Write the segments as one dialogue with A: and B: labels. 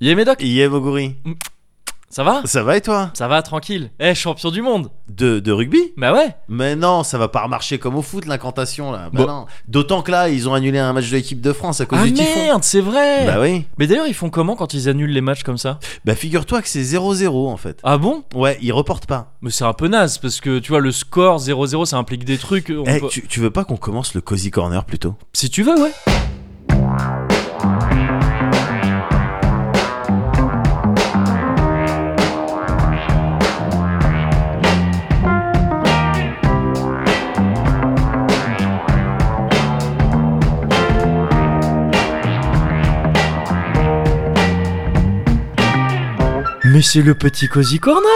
A: Yé Médoc,
B: Yé Moguri,
A: ça va
B: ça va et toi
A: Ça va, tranquille. Eh, champion du monde
B: de, de rugby
A: Bah ouais
B: Mais non, ça va pas remarcher comme au foot l'incantation là. Bah
A: Bon.
B: non. D'autant que là, ils ont annulé un match de l'équipe de France à cause
A: Ah
B: du typhon.
A: merde, c'est vrai
B: Bah oui.
A: Mais d'ailleurs, ils font comment quand ils annulent les matchs comme ça
B: Bah figure-toi que c'est 0-0 en fait.
A: Ah bon
B: Ouais, ils reportent pas.
A: Mais c'est un peu naze, parce que tu vois, le score 0-0, ça implique des trucs. on
B: Eh,
A: peut-
B: tu, tu veux pas qu'on commence le Cozy Corner plutôt
A: Si tu veux, ouais. Mais c'est le petit Cozy Corner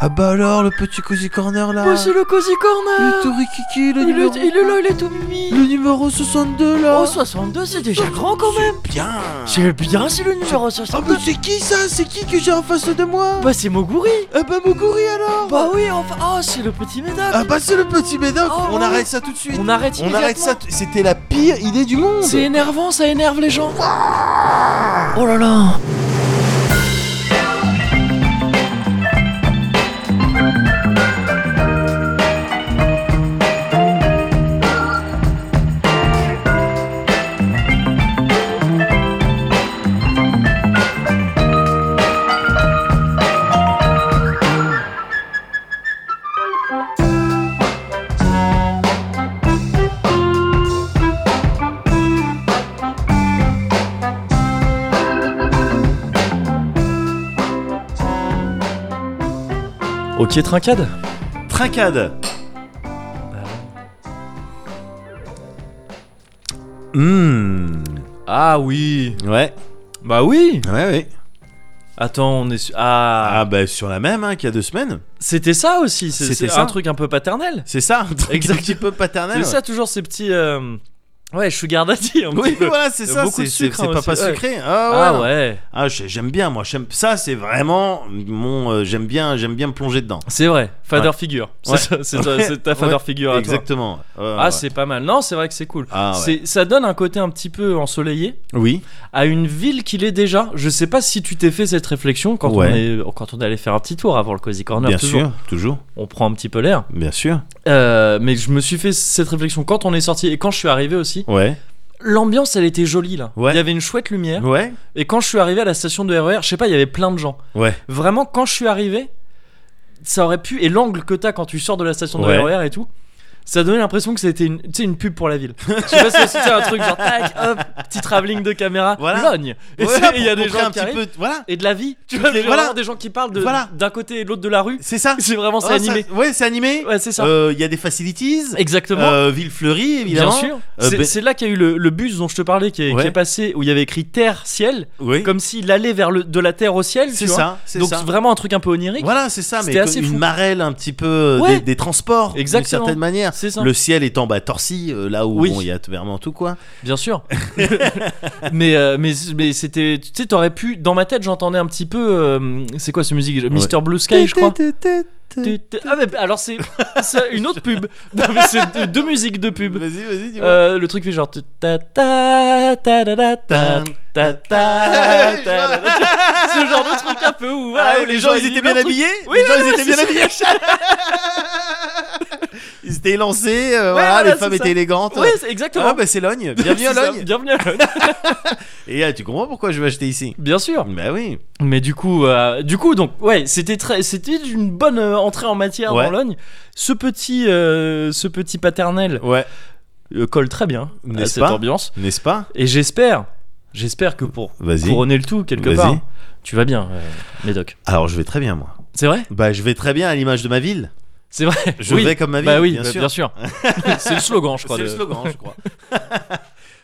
B: Ah bah alors, le petit Cozy Corner là
A: Mais Oh, c'est le Cozy Corner
B: rikiki,
A: il, est, il est là, il est tout mimi
B: numéro 62
A: Oh, 62, c'est déjà grand quand même
B: Bien Ah,
A: C'est bien, c'est le numéro 62
B: c'est qui ça C'est qui que j'ai en face de moi
A: Bah c'est Moguri
B: Ah bah Moguri alors
A: Bah oui, enfin, oh, c'est le petit médac
B: Ah bah c'est le petit Médoc
A: Oh,
B: On
A: ouais.
B: arrête ça tout de suite
A: On arrête
B: On arrête ça, t- c'était la pire idée du monde
A: C'est énervant, ça énerve les gens Oh là là Ok, trincade
B: Trincade Bah. Hmm.
A: Ah oui
B: Ouais,
A: Bah oui
B: ouais, ouais.
A: Attends, on est... su- Ah,
B: Ah bah sur la même hein, qu'il y a deux semaines.
A: C'était ça aussi, c'est-
B: C'était
A: c'est
B: ça.
A: un truc un peu paternel
B: C'est ça, un truc un
A: Exactement.
B: petit peu paternel.
A: C'est
B: ouais.
A: ça, toujours ces petits... euh, Ouais, sugar daddy un
B: Oui,
A: petit peu.
B: voilà, c'est
A: Il y a
B: ça.
A: beaucoup
B: C'est
A: de
B: c'est-
A: sucre,
B: c'est
A: hein,
B: papa
A: aussi. Ouais.
B: sucré. Ah,
A: Ah
B: ouais.
A: ouais
B: Ah, j'ai- j'aime bien, moi. j'aime- Ça, c'est vraiment mon. euh, j'aime bien, j'aime bien me plonger dedans.
A: C'est vrai, father
B: Ouais.
A: figure C'est
B: Ouais.
A: ça, c'est ta,
B: Ouais.
A: c'est ta father
B: Ouais.
A: figure à toi.
B: Exactement. Ouais,
A: Ah
B: ouais.
A: c'est pas mal, non c'est vrai que c'est cool
B: Ah, ouais.
A: C'est- Ça donne un côté un petit peu ensoleillé
B: Oui.
A: à une ville qu'il est déjà. Je sais pas si tu t'es fait cette réflexion quand,
B: Ouais.
A: on est, quand on est allé faire un petit tour avant le Cozy Corner.
B: Bien
A: toujours.
B: sûr, toujours.
A: On prend un petit peu l'air.
B: Bien sûr.
A: Euh, mais je me suis fait cette réflexion quand on est sorti et quand je suis arrivé aussi.
B: Ouais.
A: L'ambiance, elle était jolie là.
B: Ouais.
A: Il y avait une chouette lumière.
B: Ouais.
A: Et quand je suis arrivé à la station de RER, je sais pas, il y avait plein de gens.
B: Ouais.
A: Vraiment, quand je suis arrivé, ça aurait pu. Et l'angle que t'as quand tu sors de la station de
B: Ouais.
A: RER et tout. Ça donnait l'impression que c'était une, tu sais, une pub pour la ville. Je sais pas si c'est- c'est un truc genre tac, hop, petit travelling de caméra,
B: Voilà.
A: logne. Et
B: Voilà,
A: c'est- et il y a
B: pour
A: des
B: montrer
A: gens
B: un
A: qui
B: petit
A: arrivent.
B: peu. Voilà.
A: et de la vie. Tu
B: Toutes
A: vois,
B: les-
A: j'ai vraiment
B: voilà.
A: des gens qui parlent de-
B: Voilà.
A: d'un côté et de l'autre de la rue.
B: C'est ça.
A: C'est vraiment, c'est
B: Ah,
A: animé.
B: ça- Ouais, c'est animé.
A: Ouais, c'est ça.
B: Euh, Il y a des facilities.
A: Exactement.
B: Euh, Ville fleurie, évidemment.
A: Bien sûr.
B: Euh,
A: C'est
B: ben-
A: c'est là qu'il y a eu le, le bus dont je te parlais qui est, qui
B: Ouais.
A: est passé où il y avait écrit terre, ciel,
B: Oui.
A: comme s'il allait vers le, de la terre au ciel.
B: C'est
A: tu vois.
B: ça. C'est
A: Donc
B: ça.
A: c'est vraiment un truc un peu onirique.
B: Voilà, c'est ça. Mais
A: C'était assez
B: comme une
A: fou.
B: marelle un petit peu euh,
A: Ouais.
B: des, des transports. D'une
A: Exactement.
B: certaine manière.
A: C'est ça.
B: Le ciel étant bah, torsi, euh, là où bon,
A: Oui.
B: il y a t- vraiment tout quoi.
A: Bien sûr. mais euh, mais, mais c'était. Tu sais, t'aurais pu. Dans ma tête, j'entendais un petit peu. euh, c'est quoi ce musique Mister Blue Sky, je crois. Ah, mais alors c'est c'est une autre pub. Non, mais c'est deux, deux musiques de pub.
B: Vas-y, vas-y, dis-moi.
A: Euh, le truc fait genre tu- ta ta ta da da ta ta ta ta da da. ce genre de truc un peu où voilà,
B: Ah,
A: où
B: les gens ils étaient bien
A: leur truc.
B: habillés
A: Oui,
B: Les gens ils
A: oui,
B: étaient
A: c'est
B: bien
A: ça.
B: habillés Ils étaient élancés, euh, voilà,
A: voilà,
B: les femmes
A: c'est ça.
B: étaient élégantes.
A: Ouais, c'est exactement.
B: Ah bah c'est Logne, bienvenue à
A: C'est ça,
B: Logne.
A: Bienvenue à Logne.
B: Et ah, tu comprends pourquoi je vais acheter ici
A: Bien sûr.
B: Bah oui.
A: Mais du coup, euh, du coup, donc ouais, c'était très, c'était une bonne euh, entrée en matière
B: Ouais.
A: dans Logne. Ce petit, euh, ce petit paternel
B: Ouais.
A: euh, colle très bien à
B: N'est-ce
A: cette
B: pas
A: ambiance.
B: N'est-ce pas
A: Et j'espère, j'espère que pour
B: Vas-y.
A: couronner le tout quelque
B: Vas-y.
A: part, tu vas bien, euh, Médoc.
B: Alors je vais très bien moi.
A: C'est vrai,
B: Bah je vais très bien à l'image de ma ville.
A: c'est vrai.
B: Je
A: oui.
B: vais comme ma ville,
A: bah oui,
B: bien
A: bah,
B: sûr.
A: bien sûr. c'est le slogan, je crois.
B: C'est
A: de-
B: le slogan, je crois.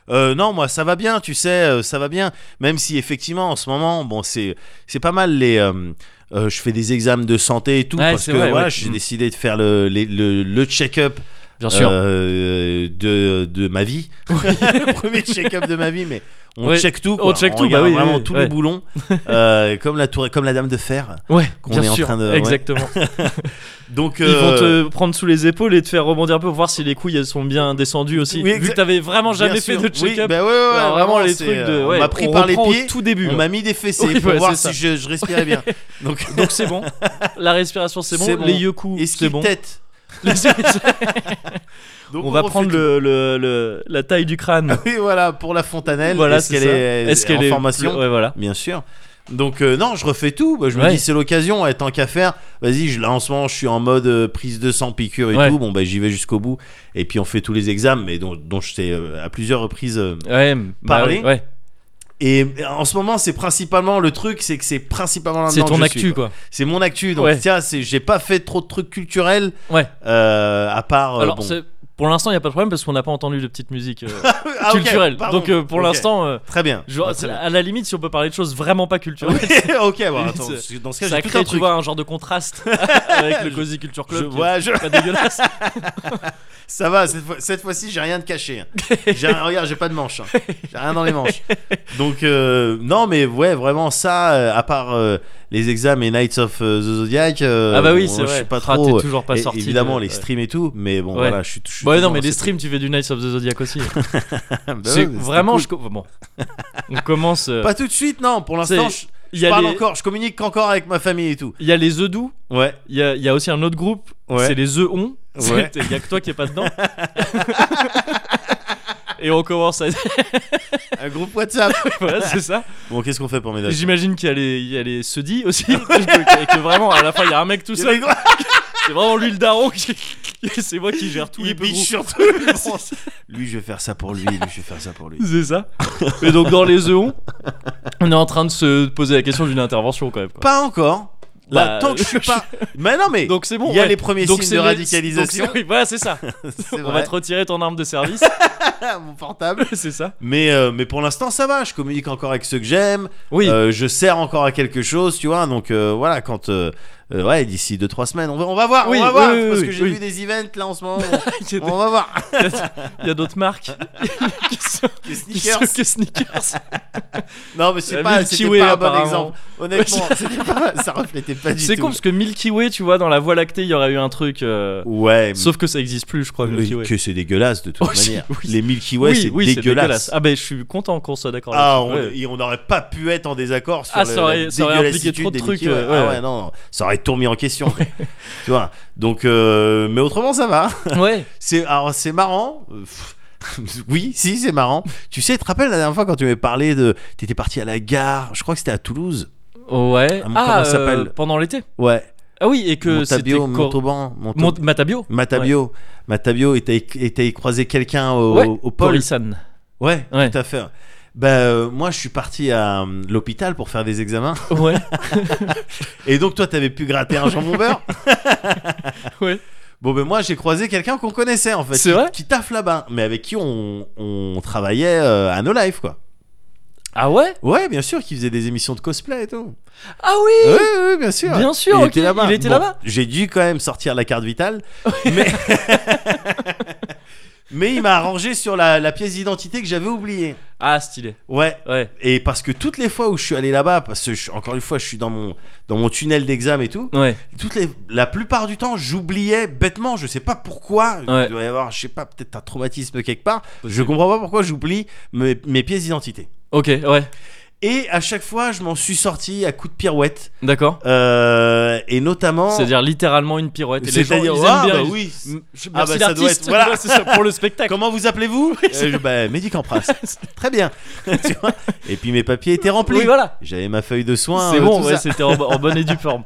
B: Euh, non, moi ça va bien, tu sais, euh, ça va bien. Même si effectivement en ce moment, bon, c'est c'est pas mal les. euh, euh, je fais des examens de santé et tout
A: Ouais,
B: parce que
A: c'est vrai,
B: voilà,
A: ouais.
B: j'ai
A: Mm.
B: décidé de faire le les- le, le check-up
A: Bien sûr.
B: euh, de, de ma vie. le premier check-up de ma vie, mais on
A: Ouais.
B: check tout.
A: On
B: quoi.
A: check tout,
B: regarde
A: bah oui,
B: vraiment
A: oui,
B: tous
A: ouais.
B: les boulons, euh, comme, la tour, comme la dame de fer.
A: Ouais,
B: qu'on
A: bien
B: est en
A: sûr.
B: train de- ouais.
A: Exactement.
B: Donc,
A: Ils vont
B: euh,
A: te prendre sous les épaules et te faire rebondir un peu, voir si les couilles elles sont bien descendues aussi.
B: Oui,
A: Vu
B: exact-
A: que t'avais vraiment
B: bien
A: jamais fait
B: sûr.
A: de check-up.
B: Oui, bah ouais, ouais, ouais,
A: Alors, vraiment les
B: c'est,
A: trucs de.
B: euh,
A: ouais,
B: on m'a pris
A: on
B: par les
A: reprend au
B: pieds.
A: tout début.
B: On
A: ouais.
B: m'a mis des fessées
A: Oui,
B: pour
A: ouais,
B: voir
A: c'est
B: si je, je respirais bien. Donc,
A: Donc c'est bon. La respiration c'est bon.
B: C'est bon.
A: Les yoku
B: est-ce
A: c'est
B: qu'il
A: bon.
B: tête Donc,
A: on va
B: refait
A: prendre
B: tout. Ah
A: le, le- le- la taille du crâne.
B: Oui, voilà, pour la fontanelle.
A: voilà,
B: est-ce
A: c'est
B: qu'elle
A: ça.
B: est,
A: Est-ce qu'elle
B: Euh, en
A: est
B: formation
A: Ouais, voilà.
B: Bien sûr. Donc euh, non, je refais tout. Bah, je
A: Ouais.
B: me dis c'est l'occasion, ouais, tant qu'à faire. Vas-y, je, là en ce moment, je suis en mode euh, prise de sang, piqûre et
A: Ouais.
B: tout. Bon bah j'y vais jusqu'au bout. Et puis on fait tous les examens, mais dont, dont je t'ai euh, à plusieurs reprises. euh.
A: Ouais, bah
B: Parler.
A: oui, ouais.
B: Et euh, en ce moment, c'est principalement le truc, c'est que c'est principalement là-dedans
A: C'est
B: que
A: ton
B: Ah je
A: actu
B: suis,
A: quoi.
B: C'est mon actu. Donc
A: Ouais.
B: tiens, c'est j'ai pas fait trop de trucs culturels.
A: Ouais.
B: euh, à part. euh,
A: Alors
B: bon.
A: c'est- pour l'instant il y a pas de problème parce qu'on n'a pas entendu de petite musique euh,
B: Ah, ok,
A: culturelle.
B: pardon.
A: Donc euh, pour
B: Ok.
A: l'instant, euh,
B: Très bien.
A: genre,
B: Ah, très bien.
A: à la limite si on peut parler de choses vraiment pas culturelles.
B: ok, bon, attends.
A: C'est-
B: Dans ce cas,
A: Ça
B: j'ai tout un
A: crée, tu
B: truc.
A: vois, un genre de contraste avec le
B: Je-
A: Cozy Culture
B: Je- Euh,
A: Club. qui est
B: ouais, je-
A: Pas dégueulasse.
B: Ça va, cette fois- cette fois-ci, j'ai rien de caché. hein. J'ai rien- regarde, j'ai pas de manche. hein. J'ai rien dans les manches. Donc, euh, non, mais ouais, vraiment, ça, euh, à part euh, les examens et Knights of euh, the Zodiac, euh,
A: ah bah oui,
B: bon,
A: c'est
B: je
A: vrai.
B: suis pas
A: Ah, t'es
B: trop. euh,
A: toujours pas
B: et-
A: sorti.
B: évidemment,
A: de-
B: les
A: ouais.
B: streams et tout, mais bon,
A: Ouais.
B: voilà, je suis. je suis
A: Ouais, non,
B: toujours
A: mais
B: dans
A: les
B: cette-
A: streams, tu fais du Knights of the Zodiac aussi.
B: Bah ouais,
A: c'est
B: c'était
A: vraiment.
B: cool.
A: je co- Bon. On commence. euh,
B: Pas tout de suite, non, pour l'instant, je,
A: C'est-
B: je
A: Il y, a
B: parle
A: les-
B: encore, je communique encore avec ma famille et tout.
A: il y a les The Do.
B: Ouais,
A: Il y a, il y a aussi un autre groupe.
B: Ouais.
A: C'est les The On. C'est-
B: Ouais.
A: Il y a que toi qui est pas dedans. Et on commence à.
B: un groupe WhatsApp.
A: voilà, c'est ça.
B: bon, qu'est-ce qu'on fait pour mes
A: Et
B: dates
A: J'imagine qu'il y a les, il y a les Sedi aussi. et que vraiment, à la fin, il y a un mec tout
B: Il y a
A: seul.
B: des gros-
A: C'est vraiment lui le daron qui. C'est moi qui gère tous les
B: Il
A: petits
B: biche
A: groupes.
B: sur tout le monde. Lui, je vais faire ça pour lui, lui, je vais faire ça pour lui.
A: C'est ça. Et donc dans les EON, on est en train de se poser la question d'une intervention quand même. quoi.
B: Pas encore.
A: Bah,
B: Là, tant que je suis pas. mais non, mais.
A: Donc c'est bon.
B: il y a
A: ouais.
B: les premiers
A: donc
B: signes
A: c'est
B: de
A: les-
B: radicalisation.
A: donc c'est- oui, voilà, c'est ça.
B: C'est
A: On
B: vrai.
A: va te retirer ton arme de service.
B: mon portable.
A: c'est ça.
B: Mais, euh, mais pour l'instant, ça va. Je communique encore avec ceux que j'aime.
A: Oui.
B: Euh, je sers encore à quelque chose, tu vois. Donc euh, voilà, quand. euh, euh, ouais, d'ici 2-3 semaines, on va, on va voir.
A: Oui,
B: on va voir.
A: oui, oui,
B: parce
A: oui,
B: que j'ai
A: oui.
B: vu des events là en ce moment.
A: il, y a,
B: on on va voir.
A: il y a d'autres marques qui sont
B: Les
A: qui
B: sneakers.
A: sont que sneakers.
B: Non, mais
A: La
B: c'est pas,
A: Milky
B: c'était
A: Way,
B: pas un bon
A: apparemment.
B: exemple. Honnêtement, c'était pas- ça reflétait pas du tout.
A: C'est con parce que Milky Way, tu vois, dans la Voie lactée, il y aurait eu un truc. euh,
B: Ouais, mais-
A: Sauf que ça existe plus, je crois. Milky
B: Oui,
A: Way.
B: que c'est dégueulasse de toute
A: Oh, si,
B: manière.
A: oui.
B: Les Milky Way, c'est
A: oui,
B: dégueulasse.
A: Ah ben, je suis content qu'on soit d'accord.
B: Ah, on
A: là-dessus. Ouais.
B: et on n'aurait pas pu être en désaccord sur
A: Ah,
B: le-
A: ça aurait-
B: la
A: ça aurait impliqué
B: dégueulassitude
A: trop de
B: des
A: trucs,
B: Mickey, ouais.
A: euh,
B: Ah
A: ouais.
B: ouais, non, non, ça aurait tout mis en question. tu vois. Donc, euh, mais autrement, ça va.
A: ouais.
B: C'est, alors, c'est marrant. Euh, pff, oui, si, c'est marrant. Tu sais, tu te rappelles la dernière fois quand tu m'avais parlé de. T'étais parti à la gare, je crois que c'était à Toulouse.
A: Ouais.
B: Ah, mon-
A: Ah, euh,
B: comment ça s'appelle
A: pendant l'été.
B: Ouais.
A: Ah oui, et que c'était
B: Montabio,
A: cor-
B: Montauban, Montaub-
A: Mont- Matabio.
B: Matabio. Matabio, et t'as et t'as croisé quelqu'un au,
A: Ouais.
B: au pôle.
A: Porissan.
B: Ouais,
A: Ouais.
B: tout à fait. Bah, euh, moi, je suis parti à euh, l'hôpital pour faire des examens.
A: Ouais.
B: Et donc, toi, t'avais pu gratter un jambon beurre
A: Ouais.
B: Bon, ben moi, j'ai croisé quelqu'un qu'on connaissait, en fait.
A: C'est
B: qui-
A: vrai
B: Qui taffe là-bas, mais avec qui on, on travaillait euh, à No Life, quoi.
A: Ah ouais
B: Ouais, bien sûr, qui faisait des émissions de cosplay et tout.
A: Ah oui
B: Ouais, ouais, bien sûr.
A: Bien sûr,
B: il
A: ok,
B: était là-bas.
A: il était
B: Bon,
A: là-bas.
B: J'ai dû quand même sortir la carte vitale, mais. mais il m'a arrangé sur la, la pièce d'identité que j'avais oubliée.
A: Ah, stylé.
B: Ouais.
A: Ouais.
B: Et parce que toutes les fois où je suis allé là-bas, parce que je- encore une fois, je suis dans mon, dans mon tunnel d'examen et tout,
A: Ouais.
B: toutes les, la plupart du temps, j'oubliais bêtement, je sais pas pourquoi,
A: Ouais.
B: il doit y avoir, je sais pas, peut-être un traumatisme quelque part, je comprends pas pourquoi j'oublie mes, mes pièces d'identité.
A: Ok, ouais.
B: Et à chaque fois, je m'en suis sorti à coups de pirouette,
A: D'accord.
B: euh, et notamment.
A: C'est-à-dire littéralement une pirouette. Et les gens,
B: c'est-à-dire,
A: ils aiment
B: ah,
A: bien.
B: bah
A: ils-
B: oui.
A: M- je-
B: Ah,
A: Merci
B: bah, ça doit
A: l'artiste.
B: être- voilà.
A: c'est ça, pour le spectacle.
B: Comment vous appelez-vous euh, je- Bah, Médicampras. Très bien. Tu vois et puis mes papiers étaient remplis.
A: Oui, voilà.
B: J'avais ma feuille de soins.
A: C'est
B: euh,
A: bon,
B: tout
A: ouais,
B: ça.
A: c'était en, en bonne et due forme.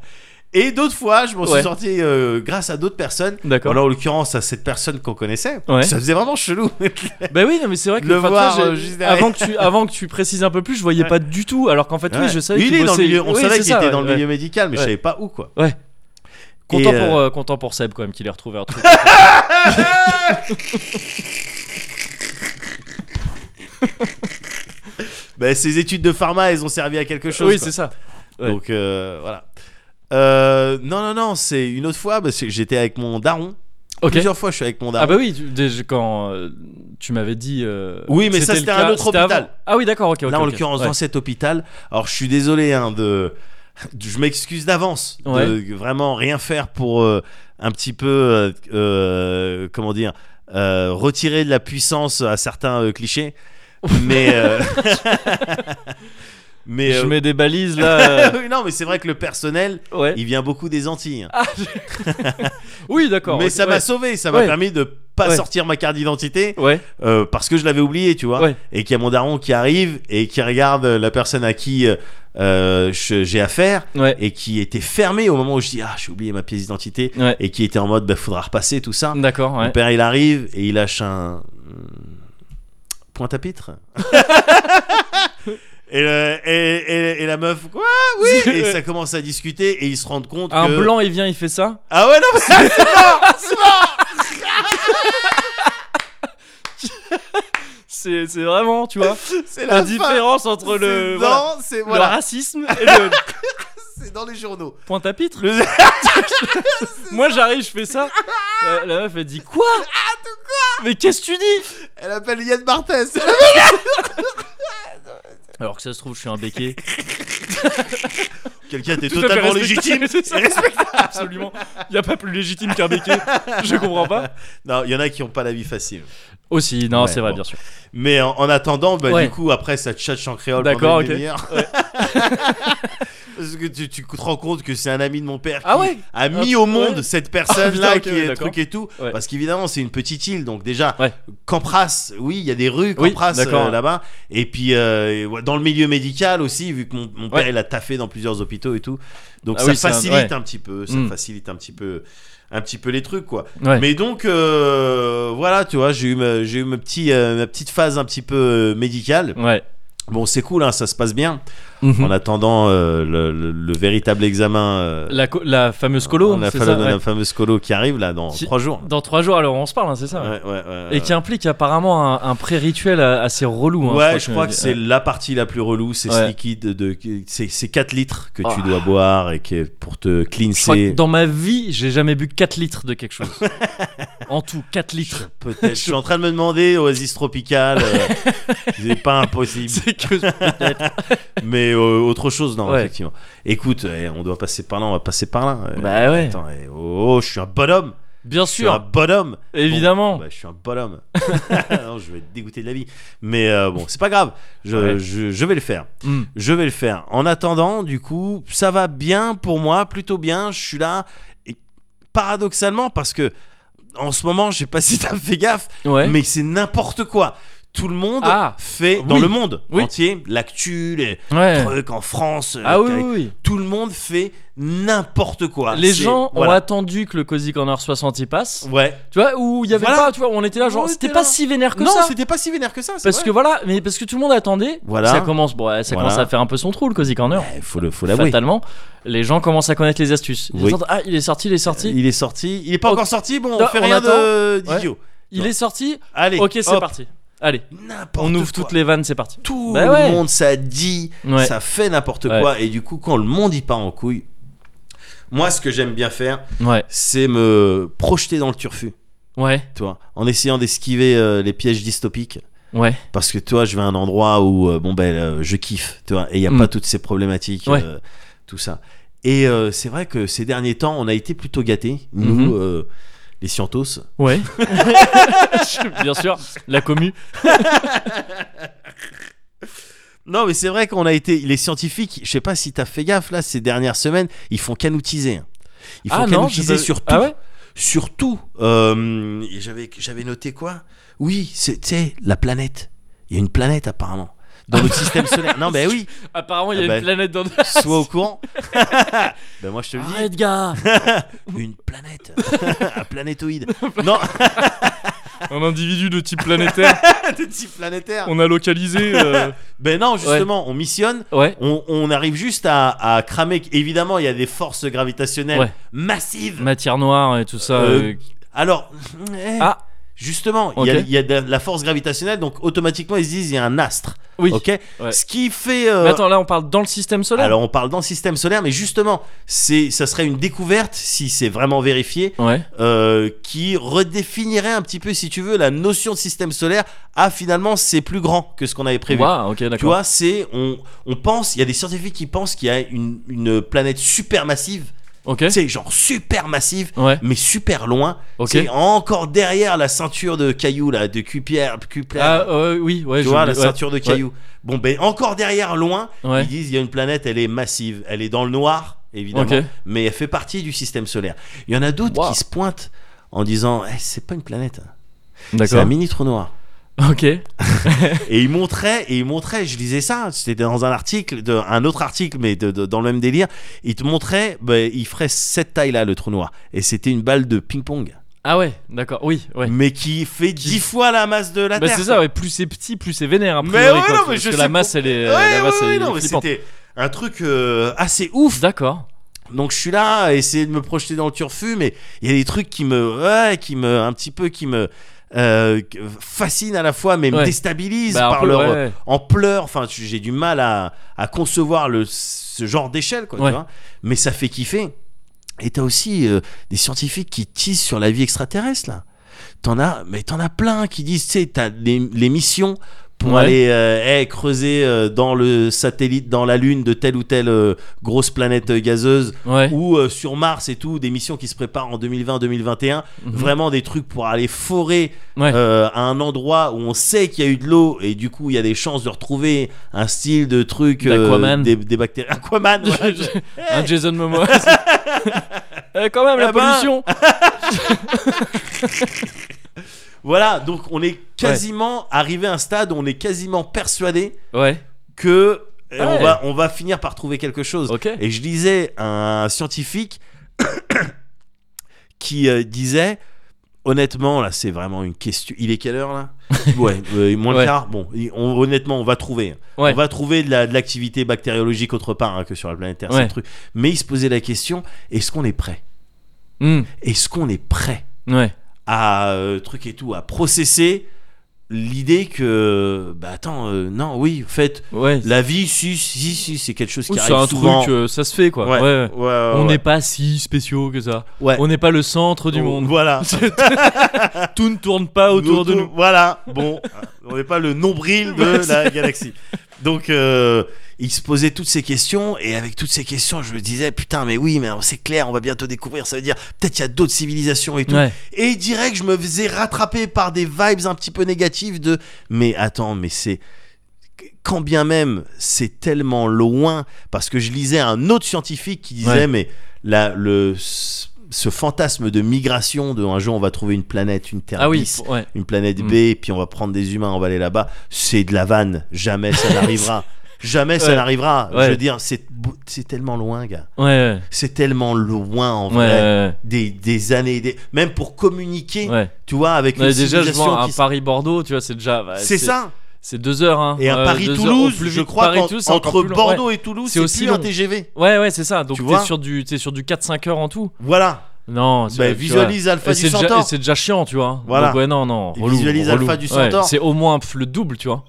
B: Et d'autres fois, je m'en
A: Ouais.
B: suis sorti euh, grâce à d'autres personnes.
A: D'accord.
B: Alors, en l'occurrence, à cette personne qu'on connaissait.
A: Ouais.
B: Ça faisait vraiment chelou.
A: Bah oui, non, mais c'est vrai que
B: Le
A: enfin, tu
B: voir,
A: vois, j'ai-
B: euh, juste derrière.
A: avant que tu avant que tu précises un peu plus, je voyais
B: Ouais.
A: pas du tout. Alors qu'en fait,
B: Ouais.
A: oui, je savais.
B: Il
A: qu'il
B: est dans le
A: bossait-
B: milieu. On
A: Oui,
B: savait
A: c'est
B: qu'il
A: ça,
B: était
A: ouais,
B: dans le
A: ouais.
B: milieu médical, mais
A: Ouais.
B: je savais pas où, quoi.
A: Ouais.
B: Et,
A: Content pour,
B: euh,
A: euh, content pour Seb quand même qu'il ait retrouvé un truc.
B: bah, ces études de pharma, elles ont servi à quelque chose.
A: oui,
B: quoi.
A: c'est ça. ouais.
B: Donc, euh, voilà. Euh, non, non, non, c'est une autre fois, bah, c'est- j'étais avec mon daron.
A: Ok.
B: Plusieurs fois, je suis avec mon daron.
A: Ah bah oui, tu- dès- quand euh, tu m'avais dit. euh,
B: Oui, mais ça,
A: le
B: c'était un
A: cas-
B: autre
A: avant.
B: hôpital.
A: Ah oui, d'accord, ok. ok,
B: Là, en
A: ok.
B: l'occurrence,
A: Ouais.
B: dans cet hôpital, alors je suis désolé hein, de. de- Je m'excuse d'avance de
A: Ouais.
B: vraiment rien faire pour euh, un petit peu, euh, euh, comment dire, euh, retirer de la puissance à certains euh, clichés. Mais. euh, mais.
A: Je
B: euh,
A: mets des balises là. euh,
B: oui, non, mais c'est vrai que le personnel,
A: ouais.
B: il vient beaucoup des Antilles. hein.
A: Ah, je- oui, d'accord.
B: mais
A: ok,
B: ça
A: ouais.
B: m'a sauvé, ça m'a
A: Ouais.
B: permis de pas
A: Ouais.
B: sortir ma carte d'identité
A: Ouais,
B: euh, parce que je l'avais oublié, tu vois.
A: ouais.
B: et qu'il y a mon daron qui arrive et qui regarde la personne à qui euh, euh, je- j'ai affaire
A: Ouais.
B: et qui était fermée au moment où je dis ah j'ai oublié ma pièce d'identité
A: Ouais.
B: et qui était en mode bah faudra repasser tout ça.
A: D'accord,
B: Mon
A: ouais.
B: père il arrive et il lâche un hmm, point à pitre. Et, le- et- et- et la meuf, quoi, oui! Et ça commence à discuter et ils se rendent compte
A: Un
B: que.
A: blanc, il vient, il fait ça.
B: Ah ouais, non, mais c'est-
A: C'est c'est vraiment, tu vois,
B: c'est
A: la
B: la fin.
A: différence entre le,
B: C'est
A: voilà,
B: dans- c'est-
A: le
B: voilà,
A: racisme et le
B: c'est dans les journaux.
A: point à pitre.
B: Le-
A: Moi, j'arrive, je fais ça. Euh, la meuf, elle dit quoi
B: Ah,
A: Mais qu'est-ce que tu dis
B: Elle appelle Yann Barthès.
A: Alors que ça se trouve, je suis un béquet.
B: Quelqu'un était
A: Tout à fait
B: totalement
A: respectable,
B: légitime.
A: c'est ça. Absolument. Il n'y a pas plus légitime qu'un béquet. Je comprends pas.
B: Non, il y en a qui n'ont pas la vie facile.
A: Aussi, non,
B: Ouais,
A: c'est vrai,
B: bon.
A: bien sûr.
B: Mais en, en attendant, bah,
A: Ouais.
B: du coup, après, ça te chatche en créole
A: D'accord,
B: pendant une
A: ok.
B: demi-heure. Parce que tu, tu te rends compte que c'est un ami de mon père qui
A: Ah ouais
B: a mis
A: Ah,
B: au monde
A: ouais.
B: cette
A: Ah,
B: personne-là
A: putain,
B: qui
A: ok,
B: est
A: d'accord.
B: truc et tout.
A: Ouais.
B: Parce qu'évidemment, c'est une petite île. Donc, déjà,
A: Ouais.
B: Campras, oui, il y a des rues
A: Oui,
B: Campras euh,
A: d'accord.
B: là-bas. Et puis, euh, ouais, dans le milieu médical aussi, vu que mon, mon père,
A: Ouais.
B: il a taffé dans plusieurs hôpitaux et tout. Donc,
A: Ah
B: ça
A: oui, c'est un-
B: facilite
A: ouais.
B: un petit peu. Ça
A: Mm.
B: facilite un petit peu, un petit peu les trucs, quoi.
A: Ouais.
B: Mais donc, euh, voilà, tu vois, j'ai eu, ma, j'ai eu ma, petit, euh, ma petite phase un petit peu euh, médicale.
A: Ouais.
B: Bon, c'est cool, hein, ça se passe bien.
A: Mhm.
B: En attendant euh, le, le- le véritable examen, euh,
A: La, co- la fameuse colo,
B: la,
A: c'est
B: fa-
A: ça
B: la
A: Ouais.
B: fameuse colo qui arrive là dans
A: Qui-
B: trois jours.
A: Dans trois jours, alors on se parle, hein, c'est ça ouais.
B: Ouais, ouais, ouais,
A: Et
B: ouais.
A: qui implique apparemment un, un pré-rituel euh, assez relou. hein,
B: Ouais, je crois que
A: tu
B: c'est
A: m'as dit.
B: la partie la plus relou, c'est ce
A: Ouais.
B: liquide de, c'est, c'est 4 litres que tu
A: Ah.
B: dois boire et que pour
A: Je
B: te
A: crois que
B: cleanser.
A: dans ma vie, j'ai jamais bu 4 litres de quelque chose. en tout, 4 litres.
B: Peut-être. Je suis en train de me demander, Oasis Tropical, euh, c'est pas impossible.
A: C'est que.
B: Mais euh, autre chose, non,
A: Ouais.
B: effectivement. Écoute, eh, on doit passer par là, on va passer par là. Eh,
A: Bah ouais.
B: Attends, eh, oh, oh, je suis un bonhomme.
A: Bien
B: Je suis un
A: sûr,
B: bonhomme.
A: évidemment.
B: Bah, je suis un bonhomme. non, je vais être dégoûté de la vie. Mais euh, bon, c'est pas grave. Je,
A: Ouais.
B: je- je vais le faire.
A: Mm.
B: Je vais le faire. En attendant, du coup, ça va bien pour moi, plutôt bien. Je suis là. Et paradoxalement, parce que en ce moment, je sais pas si t'as fait gaffe,
A: Ouais.
B: mais c'est n'importe quoi. Tout le monde
A: Ah.
B: fait dans
A: Oui.
B: le monde
A: Oui.
B: entier l'actu, les
A: Ouais.
B: trucs en France. euh,
A: Eh. Ah oui,
B: avec-
A: oui, oui.
B: tout le monde fait n'importe quoi.
A: Les
B: C'est-
A: gens ont
B: voilà.
A: attendu que le Cozy Corner 60 y passe.
B: Ouais.
A: Tu vois, où il y avait
B: Voilà.
A: pas, tu vois, où on était là, genre,
B: On
A: c'était
B: était
A: pas
B: là.
A: si vénère que
B: non,
A: Ah, ça.
B: c'était pas si vénère que ça. c'est
A: Parce
B: vrai.
A: que voilà, mais parce que tout le monde attendait.
B: Voilà.
A: Ça commence, bon, ouais, ça
B: Voilà.
A: commence à faire un peu son trou le Cozy Corner.
B: Eh, faut le, faut l'avouer.
A: Fatalement, les gens commencent à connaître les astuces. Ils
B: Oui.
A: attendent, ah, il est sorti, il est sorti,
B: Il est sorti. Il est pas
A: Ok.
B: encore sorti. Bon, on
A: Non,
B: fait
A: on
B: rien
A: attend.
B: de
A: Ouais.
B: d'idiot.
A: il est sorti.
B: Allez.
A: Ok, c'est
B: hop,
A: parti. Allez,
B: N'importe.
A: on ouvre
B: quoi.
A: toutes les vannes, c'est parti.
B: Tout
A: Bah
B: le
A: ouais.
B: monde, ça dit,
A: Ouais.
B: ça fait n'importe
A: Ouais.
B: quoi. Et du coup, quand le monde y part en couille, moi, ce que j'aime bien faire,
A: Ouais,
B: c'est me projeter dans le turfu,
A: ouais,
B: tu vois, en essayant d'esquiver euh, les pièges dystopiques.
A: ouais,
B: parce que toi je vais à un endroit où euh, bon ben euh, je kiffe tu vois et il y a
A: Mm.
B: pas toutes ces problématiques
A: Ouais.
B: euh, tout ça et euh, c'est vrai que ces derniers temps on a été plutôt gâtés nous
A: Mhm.
B: euh, les scientos
A: ouais. Bien sûr, la commu.
B: non mais c'est vrai qu'on a été les scientifiques je sais pas si t'as fait gaffe là ces dernières semaines ils font canoutiser hein. ils font
A: Ah non, j'ai
B: canoutiser
A: pas-
B: sur tout
A: Ah ouais
B: sur tout Euh, et j'avais j'avais noté quoi oui c'était la planète il y a une planète apparemment dans notre système solaire non ben oui
A: Apparemment, il y
B: Ah
A: a
B: bah.
A: une planète dans. Ah,
B: sois au courant ben moi je te le dis
A: Arrête, gars
B: Une planète. un planétoïde. non,
A: Un individu de type planétaire,
B: de type planétaire.
A: on a localisé. euh,
B: Ben non, justement, on missionne.
A: Ouais,
B: On, on arrive juste à, à cramer. Évidemment, il y a des forces gravitationnelles
A: Ouais.
B: massives.
A: matière noire et tout ça.
B: Euh,
A: euh,
B: Alors, eh,
A: Ah.
B: Justement, il y a-
A: Ok.
B: il y, a de la force gravitationnelle, donc automatiquement ils se disent il y a un astre.
A: Oui.
B: Ok.
A: Ouais.
B: Ce qui fait. euh,
A: Mais attends, là on parle dans le système solaire.
B: alors on parle dans le système solaire, mais justement, c'est, ça serait une découverte si c'est vraiment vérifié,
A: Ouais.
B: euh, qui redéfinirait un petit peu, si tu veux, la notion de système solaire. Ah, finalement, c'est plus grand que ce qu'on avait prévu.
A: Waouh, ok,
B: Tu
A: d'accord.
B: vois, c'est on, on pense, il y a des scientifiques qui pensent qu'il y a une, une planète super massive,
A: Ok.
B: c'est genre super massive,
A: Ouais.
B: mais super loin,
A: Ok.
B: c'est encore derrière la ceinture de cailloux là, de Cupier, Cupier,
A: Ah ouais, oui, ouais.
B: tu
A: je
B: vois la
A: voulais- ouais.
B: ceinture de cailloux. Bon ben encore derrière loin,
A: Ouais.
B: ils disent il y a une planète, elle est massive, elle est dans le noir évidemment,
A: Ok.
B: mais elle fait partie du système solaire. Il y en a d'autres
A: Wow.
B: qui se pointent en disant Eh, c'est pas une planète, c'est
A: D'accord.
B: un mini trou noir.
A: Ok.
B: Et il montrait, et il montrait, je lisais ça, c'était dans un article, de, un autre article, mais de- de- dans le même délire, il te montrait, bah, il ferait cette taille-là, le trou noir. Et c'était une balle de ping-pong,
A: Ah ouais, d'accord. Oui, ouais.
B: mais qui fait dix fois la masse de la
A: Bah
B: Terre.
A: c'est ça, ouais, plus c'est petit, plus c'est vénère. a
B: Mais
A: priori,
B: ouais,
A: quoi,
B: non, mais
A: parce
B: je
A: que
B: sais
A: la masse, elle est, euh,
B: Ouais,
A: la
B: ouais,
A: masse, elle
B: ouais,
A: est
B: non, mais
A: flippante.
B: c'était un truc euh, assez ouf.
A: D'accord.
B: Donc je suis là, à essayer de me projeter dans le turfu, mais il y a des trucs qui me, ouais, qui me, un petit peu, qui me euh, fascinent à la fois, mais
A: Ouais.
B: me déstabilisent
A: Bah, un
B: par
A: peu,
B: leur,
A: ouais, ouais.
B: ampleur. Enfin, tu- j'ai du mal à, à concevoir le, ce genre d'échelle, quoi. tu
A: Ouais.
B: vois. Mais ça fait kiffer. Et t'as aussi euh, des scientifiques qui tissent sur la vie extraterrestre, là. T'en as, mais t'en as plein qui disent, tu sais, t'as les, les missions pour
A: Ouais.
B: aller euh, eh, creuser euh, dans le satellite, dans la lune de telle ou telle euh, grosse planète euh, gazeuse,
A: Ouais.
B: ou euh, sur Mars et tout, des missions qui se préparent en 2020-2021.
A: Mhm.
B: Vraiment des trucs pour aller forer
A: Ouais.
B: euh, à un endroit où on sait qu'il y a eu de l'eau et du coup il y a des chances de retrouver un style de truc euh,
A: D'Aquaman.
B: des, des bactéries. Aquaman. voilà. Eh,
A: Un Jason Momoa. Euh, quand même, la
B: Ah ben.
A: pollution.
B: voilà, donc on est quasiment arrivé à un stade où on est quasiment persuadé
A: Ouais.
B: que euh,
A: Ah Ouais.
B: on va on va finir par trouver quelque chose.
A: Ok.
B: Et je lisais un scientifique qui euh, disait honnêtement là c'est vraiment une question il est quelle heure là ouais euh, moins
A: Ouais.
B: le quart bon il- on- honnêtement on va trouver
A: Ouais.
B: on va trouver de la- de l'activité bactériologique autre part hein, que sur la planète Terre
A: Ouais.
B: c'est un truc mais il se posait la question est-ce qu'on est prêt
A: Hmm.
B: est-ce qu'on est prêt
A: Ouais.
B: à euh, truc et tout à processer l'idée que bah attends euh, non oui en fait
A: Ouais.
B: la vie si si si c'est quelque chose qui
A: Ou C'est
B: arrive
A: un
B: souvent
A: truc, euh, ça se fait quoi. Ouais. ouais.
B: ouais, ouais,
A: On
B: Ah ouais.
A: n'est pas si spéciaux que ça.
B: Ouais.
A: On n'est pas le centre du
B: Oh,
A: monde.
B: Voilà.
A: Tout ne tourne pas autour de
B: Nous-
A: nous.
B: Voilà. Bon, euh, on n'est pas le nombril de la galaxie. Donc, euh, il se posait toutes ces questions et avec toutes ces questions, je me disais putain, mais oui, mais c'est clair, on va bientôt découvrir. Ça veut dire peut-être il y a d'autres civilisations et tout.
A: Ouais.
B: Et direct, je me faisais rattraper par des vibes un petit peu négatives de mais attends, mais c'est quand bien même c'est tellement loin parce que je lisais un autre scientifique qui disait
A: Ouais.
B: mais la, le ce fantasme de migration de un jour on va trouver une planète une terre
A: Ah oui.
B: bis,
A: Ouais.
B: une planète
A: Mm.
B: B puis on va prendre des humains on va aller là-bas c'est de la vanne jamais ça n'arrivera jamais ça
A: Ouais.
B: n'arrivera
A: Ouais.
B: je veux dire c'est c'est tellement loin gars
A: Ouais. Ouais.
B: c'est tellement loin en
A: Ouais.
B: vrai
A: ouais,
B: des, des années, des- même pour communiquer,
A: ouais.
B: tu vois, avec une
A: Ouais, déjà, je
B: civilisation
A: vois un
B: qui s-
A: Paris-Bordeaux, tu vois, c'est déjà. bah,
B: C'est ça.
A: C'est deux heures. Hein.
B: Et
A: Euh,
B: un
A: deux heures au
B: Paris-Toulouse,
A: plus
B: je
A: vite.
B: crois qu'en-
A: Paris-Toulouse, c'est encore
B: entre
A: plus long. Ouais.
B: Bordeaux et Toulouse,
A: C'est
B: c'est
A: aussi
B: aussi un
A: long.
B: TGV.
A: Ouais, ouais, c'est ça. Donc
B: Tu
A: t'es
B: vois
A: sur du, t'es sur du 4-5 heures en tout.
B: Voilà.
A: Non, c'est-
B: Bah,
A: tu
B: visualise
A: vois.
B: Alpha
A: Et
B: du
A: c'est déjà, et
B: Centaure.
A: c'est déjà chiant, tu vois.
B: Voilà.
A: Donc, ouais, non, non.
B: Et
A: relou,
B: visualise
A: relou.
B: Alpha du
A: Ouais,
B: Centaure.
A: c'est au moins le double, tu vois.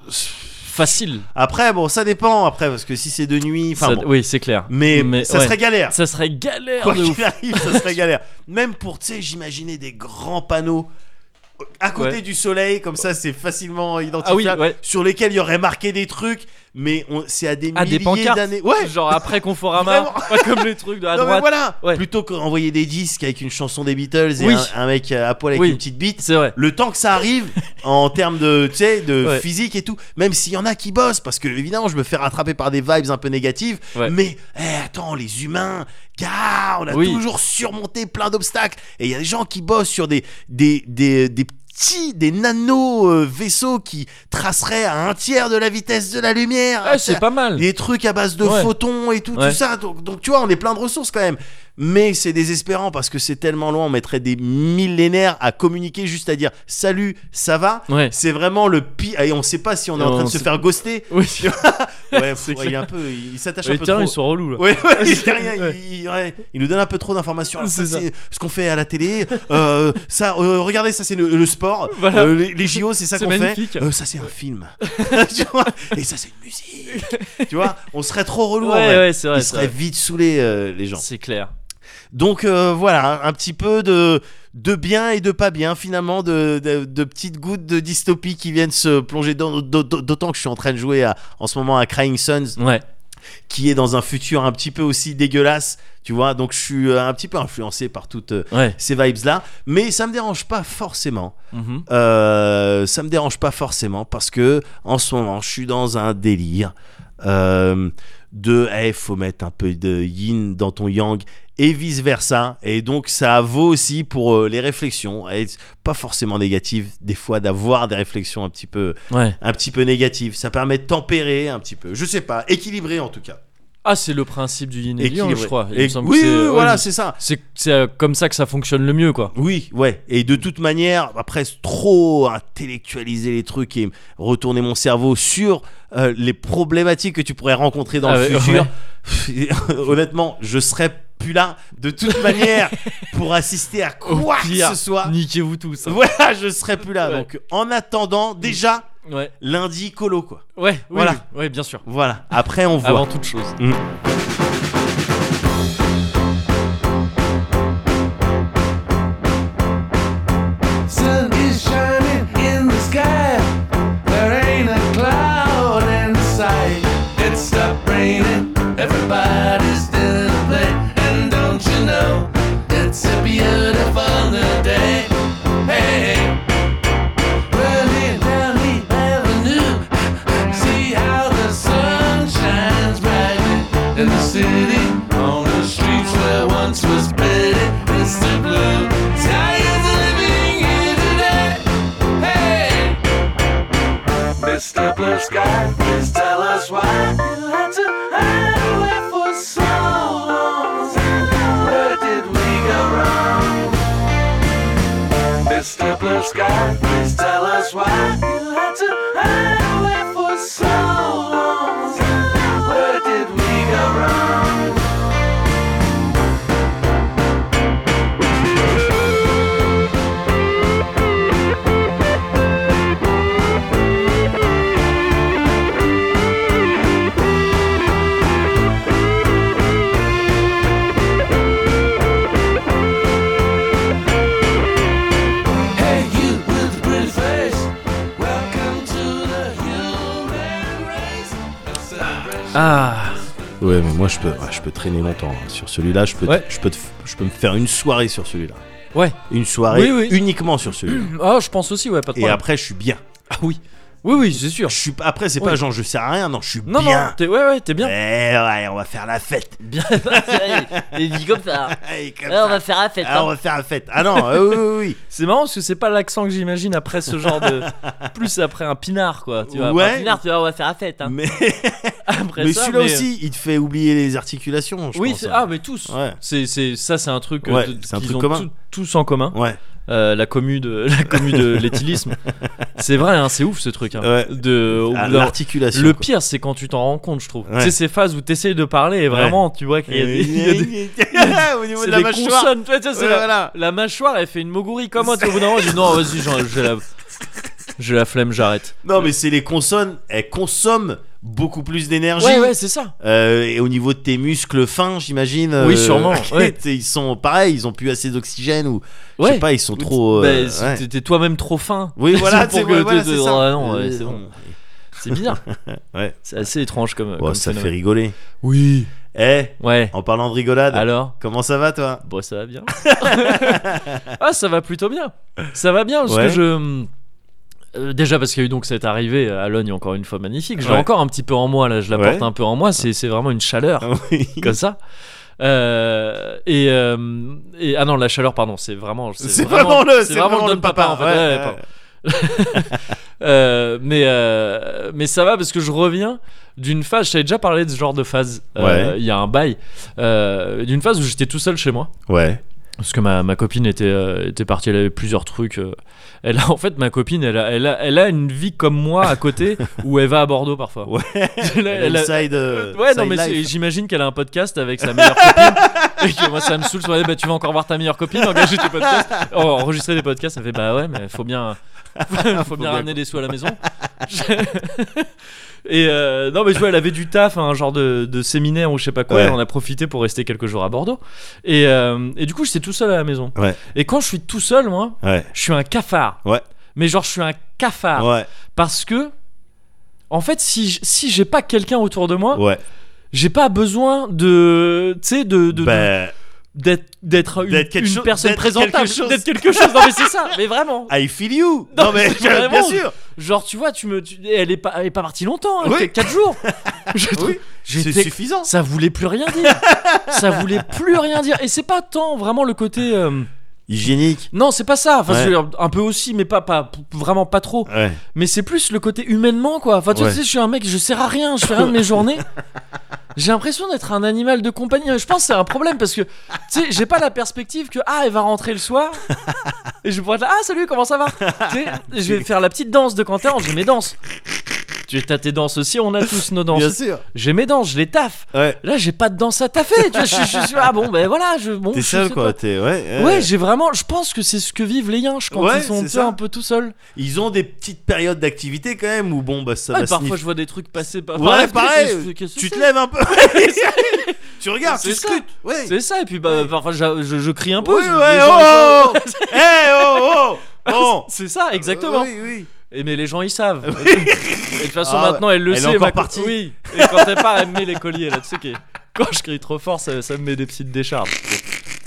A: Facile.
B: Après, bon, ça dépend. Après, parce que si c'est de nuit, enfin
A: Ça-
B: bon.
A: Oui, c'est clair.
B: Mais, ça
A: ouais.
B: serait galère.
A: Ça serait galère
B: Quoi
A: de ouf.
B: qu'il arrive, ça serait galère. Même pour, tu sais, j'imaginais des grands panneaux à côté
A: Ouais.
B: du soleil, comme ça, c'est facilement
A: Ah oui,
B: identifiable.
A: ouais.
B: Sur lesquels il y aurait marqué des trucs, mais on- c'est à des
A: Ah, des
B: milliers
A: pancartes.
B: d'années. Ouais,
A: Genre après Conforama,
B: Vraiment.
A: pas comme les trucs de la
B: Non, mais
A: droite.
B: voilà
A: Ouais.
B: Plutôt qu'envoyer des disques avec une chanson des Beatles et
A: Oui.
B: un, un mec à poil avec
A: Oui.
B: une petite bite,
A: C'est vrai.
B: le temps que ça arrive en termes de, tu sais, de
A: Ouais.
B: physique et tout, même s'il y en a qui bossent, parce que évidemment je me fais rattraper par des vibes un peu négatives,
A: Ouais.
B: mais eh, attends, les humains, gars, on a
A: Oui.
B: toujours surmonté plein d'obstacles, et il y a des gens qui bossent sur des, des, des, des petits, des nano euh, vaisseaux qui traceraient à un tiers de la vitesse de la lumière.
A: Ah, c'est pas mal.
B: Les trucs à base de
A: Ouais.
B: photons et tout,
A: Ouais.
B: tout ça. Donc, donc, tu vois, on est plein de ressources quand même. mais c'est désespérant parce que c'est tellement loin, on mettrait des millénaires à communiquer juste à dire salut, ça va.
A: Ouais.
B: C'est vraiment le pire. Et on sait pas si on est en
A: Non,
B: train de
A: on
B: se
A: sait-
B: faire ghoster.
A: Oui.
B: Ouais,
A: C'est
B: ouais,
A: clair.
B: il est un peu, il s'attache un
A: Les
B: peu
A: terrains,
B: trop.
A: ils sont relous là.
B: Ouais, ouais, il, fait
A: C'est-
B: rien,
A: ouais.
B: il, il- ouais, il nous donne un peu trop d'informations. Alors,
A: C'est
B: ça,
A: ça.
B: c'est ce qu'on fait à la télé. euh, ça, euh, regardez, ça c'est le, le sport.
A: Voilà.
B: Euh, les, les JO, c'est ça
A: C'est
B: qu'on fait.
A: magnifique.
B: Euh, ça c'est un film. Tu vois Et ça c'est une musique. tu vois, on serait trop relou. en
A: Ouais,
B: vrai.
A: ouais, c'est vrai.
B: Ils
A: c'est
B: seraient
A: vrai.
B: vite saoulés euh, les gens.
A: C'est clair.
B: Donc euh, voilà, un un petit peu de, de bien et de pas bien finalement, de, de- de petites gouttes de dystopie qui viennent se plonger dans, d'aut- d'aut- d'autant que je suis en train de jouer à- en ce moment à Crying Suns,
A: Ouais.
B: qui est dans un futur un petit peu aussi dégueulasse, tu vois, donc je suis euh, un petit peu influencé par toutes euh,
A: Ouais.
B: ces vibes-là, mais ça me dérange pas forcément.
A: Mhm.
B: Euh, ça me dérange pas forcément parce que en ce moment je suis dans un délire euh, de eh, faut mettre un peu de yin dans ton yang et vice versa et donc ça vaut aussi pour euh, les réflexions et c'est pas forcément négatives des fois d'avoir des réflexions un petit peu
A: Ouais.
B: un petit peu négatives ça permet de tempérer un petit peu je sais pas équilibrer en tout cas
A: Ah, c'est le principe du yin et du yang,
B: Équilibrer.
A: je crois. Il me
B: Et-
A: semble que
B: oui,
A: c'est- euh,
B: oui, oui,
A: ouais,
B: voilà
A: mais
B: c'est ça
A: c'est c'est, euh, comme ça que ça fonctionne le mieux, quoi.
B: Oui, ouais. Et de toute manière, après trop intellectualiser les trucs et retourner mon cerveau sur euh, les problématiques que tu pourrais rencontrer dans
A: Ah
B: le
A: ouais,
B: futur, honnêtement, je serais plus là de toute manière pour assister à
A: Au
B: quoi
A: pire,
B: que ce soit.
A: Niquez-vous tous. hein.
B: Voilà, je serais plus là.
A: Ouais.
B: Donc, en attendant, déjà
A: Ouais.
B: lundi colo quoi.
A: Ouais. oui,
B: Voilà.
A: oui. Ouais, bien sûr.
B: Voilà. Après, on voit.
A: Avant toute chose.
C: Sun is shining in the sky. There ain't a cloud in sight. It stopped raining. Everybody's doing a play. And don't you know, it's a beautiful new day. Hey, running down the avenue. See how the sun shines brightly in the city. On the streets where once was pretty, it's the blue sky is living here today. Hey! Mr. Blue Sky, please tell us why you had to hide away for so long. Where did we go wrong? Mr. Blue Sky, please tell us why you had to hide away for so long. Where did we go wrong? Hey, you with the pretty face. Welcome to the human race. A celebration.
A: Ah.
B: Ouais, mais moi je peux, ouais, je peux traîner longtemps hein. sur celui-là. Je peux,
A: Ouais.
B: je peux, te- je peux me faire une soirée sur celui-là.
A: Ouais.
B: Une soirée
A: Oui, oui.
B: uniquement sur celui-là.
A: Ah, je pense aussi, ouais, pas de
B: Et
A: problème.
B: après, je suis bien.
A: Ah oui. Oui, oui, c'est sûr.
B: Je suis après c'est pas
A: Oui.
B: genre je sers à rien non je suis
A: Non, non,
B: bien.
A: t'es, ouais, ouais, t'es bien.
B: Eh ouais, on va faire la fête.
A: Bien. Et dit comme ça. hein.
B: Eh, comme
A: Ouais, on
B: ça.
A: va faire la fête.
B: Ah, on
A: hein.
B: va faire la fête. Ah non, euh, oui, oui, oui.
A: C'est marrant parce que c'est pas l'accent que j'imagine après ce genre de. Plus après un pinard quoi. Tu vois, après
B: Ouais.
A: un pinard, tu vois, on va faire la fête. Hein.
B: Mais,
A: Après
B: mais
A: ça,
B: celui-là
A: mais- euh,
B: aussi, il te fait oublier les articulations. Je
A: Oui,
B: pense,
A: c'est-
B: hein.
A: ah, mais tous.
B: Ouais.
A: C'est, c'est, ça, c'est un truc euh,
B: Ouais,
A: de-
B: c'est un
A: qu'ils
B: truc
A: ont
B: commun.
A: tout- tous en commun.
B: Ouais.
A: Euh, la commu de, la commu de l'éthylisme. c'est vrai, hein, c'est ouf ce truc. hein.
B: Ouais.
A: De, au
B: Ah,
A: bout d'un-
B: L'articulation.
A: le
B: quoi.
A: pire, c'est quand tu t'en rends compte, je trouve.
B: Ouais.
A: Tu sais, ces phases où t'essayes de parler et vraiment, tu vois qu'il y a des. il y a des-
B: Au niveau
A: c'est
B: de la
A: des
B: mâchoire.
A: consonnes, tu vois, tu sais, c'est
B: Ouais,
A: la-
B: voilà.
A: La mâchoire, elle fait une mogourie comme moi. tu vois, Au bout d'un moment, elle dit non, vas-y, j'en- j'ai la... j'ai la flemme, j'arrête.
B: Non, mais c'est les consonnes, elles consomment beaucoup plus d'énergie.
A: Ouais, ouais, c'est ça.
B: Euh, et au niveau de tes muscles fins, j'imagine. euh,
A: Oui, sûrement, ouais.
B: Ils sont pareils, ils ont plus assez d'oxygène ou je sais
A: Ouais.
B: pas, ils sont trop.
A: Bah,
B: euh,
A: c'est-
B: ouais.
A: T'es t'es toi-même trop fin.
B: Oui, voilà,
A: pour
B: c'est
A: que
B: ouais, voilà,
A: te-
B: c'est
A: te-
B: ça.
A: Ah non, ouais,
B: Euh,
A: c'est bon.
B: on-
A: C'est bizarre.
B: Ouais.
A: C'est assez étrange comme.
B: Oh,
A: comme
B: ça fait
A: phénomène.
B: rigoler.
A: Oui.
B: Eh,
A: Ouais.
B: en parlant de rigolade,
A: Alors.
B: comment ça va toi
A: Bon, ça va bien. ah, ça va plutôt bien. Ça va bien parce
B: Ouais.
A: que je. hum, euh, déjà parce qu'il y a eu donc cette arrivée à Logne encore une fois magnifique. Je l'ai
B: Ouais.
A: encore un petit peu en moi là, je la
B: Ouais. Ah
A: porte un peu en moi. C'est c'est vraiment une chaleur
B: Oui.
A: comme ça. Euh, et, euh, et- ah non la chaleur pardon c'est vraiment
B: C'est vraiment le- c'est
A: c'est vraiment
B: vraiment
A: le
B: le
A: don papa,
B: papa,
A: en fait.
B: ouais,
A: Ouais,
B: ouais.
A: pardon. Euh, mais, euh, mais ça va parce que je reviens d'une phase, je t'avais déjà parlé de ce genre de phase euh,
B: Ouais.
A: il y a un bail, euh, d'une phase où j'étais tout seul chez moi.
B: Ouais.
A: Parce que ma, ma copine était, euh, était partie, elle avait plusieurs trucs. euh. Elle a, en fait, ma copine, elle a, elle, a, elle a une vie comme moi à côté où elle va à Bordeaux parfois.
B: Ouais.
A: Elle a- elle a-
B: Inside, euh,
A: ouais, non,
B: side
A: mais c'est-
B: life.
A: j'imagine qu'elle a un podcast avec sa meilleure copine. Et que moi, ça me saoule. sur les- bah, tu vas encore voir ta meilleure copine, engager tes podcasts. Oh, enregistrer des podcasts, ça fait bah ouais, mais faut bien, faut, bien
B: bien.
A: ramener des sous à la maison. Et euh, non, mais tu vois, elle avait du taf, hein, un genre de, de séminaire ou je sais pas quoi.
B: Ouais.
A: Elle en a profité pour rester quelques jours à Bordeaux. Et, euh, et du coup, j'étais tout seul à la maison.
B: Ouais.
A: Et quand je suis tout seul, moi,
B: Ouais.
A: je suis un cafard.
B: Ouais.
A: Mais genre, je suis un cafard.
B: Ouais.
A: Parce que, en fait, si, j- si j'ai pas quelqu'un autour de moi,
B: Ouais.
A: j'ai pas besoin de tu sais de de- de-
B: Bah,
A: d'être d'être une,
B: d'être quelque
A: une
B: chose-
A: personne
B: d'être
A: présentable
B: quelque chose.
A: d'être quelque chose non mais c'est ça mais vraiment
B: I feel you.
A: Non,
B: Non, mais
A: c'est vraiment-
B: bien sûr.
A: genre tu vois tu me tu- elle est pas elle est pas partie longtemps
B: Oui.
A: 4 jours Je trouve-
B: Oui. C'est
A: j'étais-
B: suffisant.
A: ça voulait plus rien dire ça voulait plus rien dire et c'est pas tant vraiment le côté euh,
B: Hygiénique.
A: non c'est pas ça enfin
B: Ouais.
A: je veux dire, un peu aussi mais pas pas vraiment pas trop
B: Ouais.
A: mais c'est plus le côté humainement quoi. Enfin, tu
B: Ouais.
A: sais, je suis un mec, je sers à rien, je fais rien de mes journées. J'ai l'impression d'être un animal de compagnie. Je pense que c'est un problème parce que tu sais, j'ai pas la perspective que ah, elle va rentrer le soir et je pourrais être là ah salut comment ça va. Tu sais, je vais faire la petite danse de Quentin, je mes danses. Tu as tes danses aussi, on a tous nos
B: Bien
A: danses.
B: sûr.
A: J'ai mes danses, je les taffe.
B: Ouais.
A: Là, j'ai pas de danse à taffer. Tu vois, je, je- je- ah bon, ben voilà, je bon.
B: T'es
A: je
B: seul
A: sais
B: quoi.
A: pas.
B: T'es ouais.
A: Ouais, j'ai vraiment. Je pense que c'est ce que vivent les yinches quand
B: Ouais,
A: ils sont
B: c'est
A: tu sais,
B: ça.
A: un peu tout seuls.
B: Ils ont des petites périodes d'activité quand même où bon bah ça
A: Ouais,
B: va
A: Ah, parfois
B: sniffer.
A: je vois des trucs passer par
B: Ouais,
A: par la fenêtre,
B: pareil,
A: et je fais, Qu'est-ce que
B: Tu te
A: c'est
B: lèves un peu. tu regardes,
A: C'est
B: tu
A: ça.
B: scrutes. Ouais.
A: c'est ça et puis bah parfois je, je- je crie un peu
B: Oui,
A: je-
B: ouais,
A: les gens, ils
B: oh, oh, oh. Eh, oh, oh. Bon.
A: savent. c'est ça exactement
B: Oui, oui.
A: et mais les gens ils savent et de toute façon
B: Ah,
A: maintenant elle le
B: elle est
A: sait
B: encore
A: ma co-
B: partie.
A: oui et quand elle part elle me met les colliers là tu sais que quand je crie trop fort ça, ça me met des petites décharges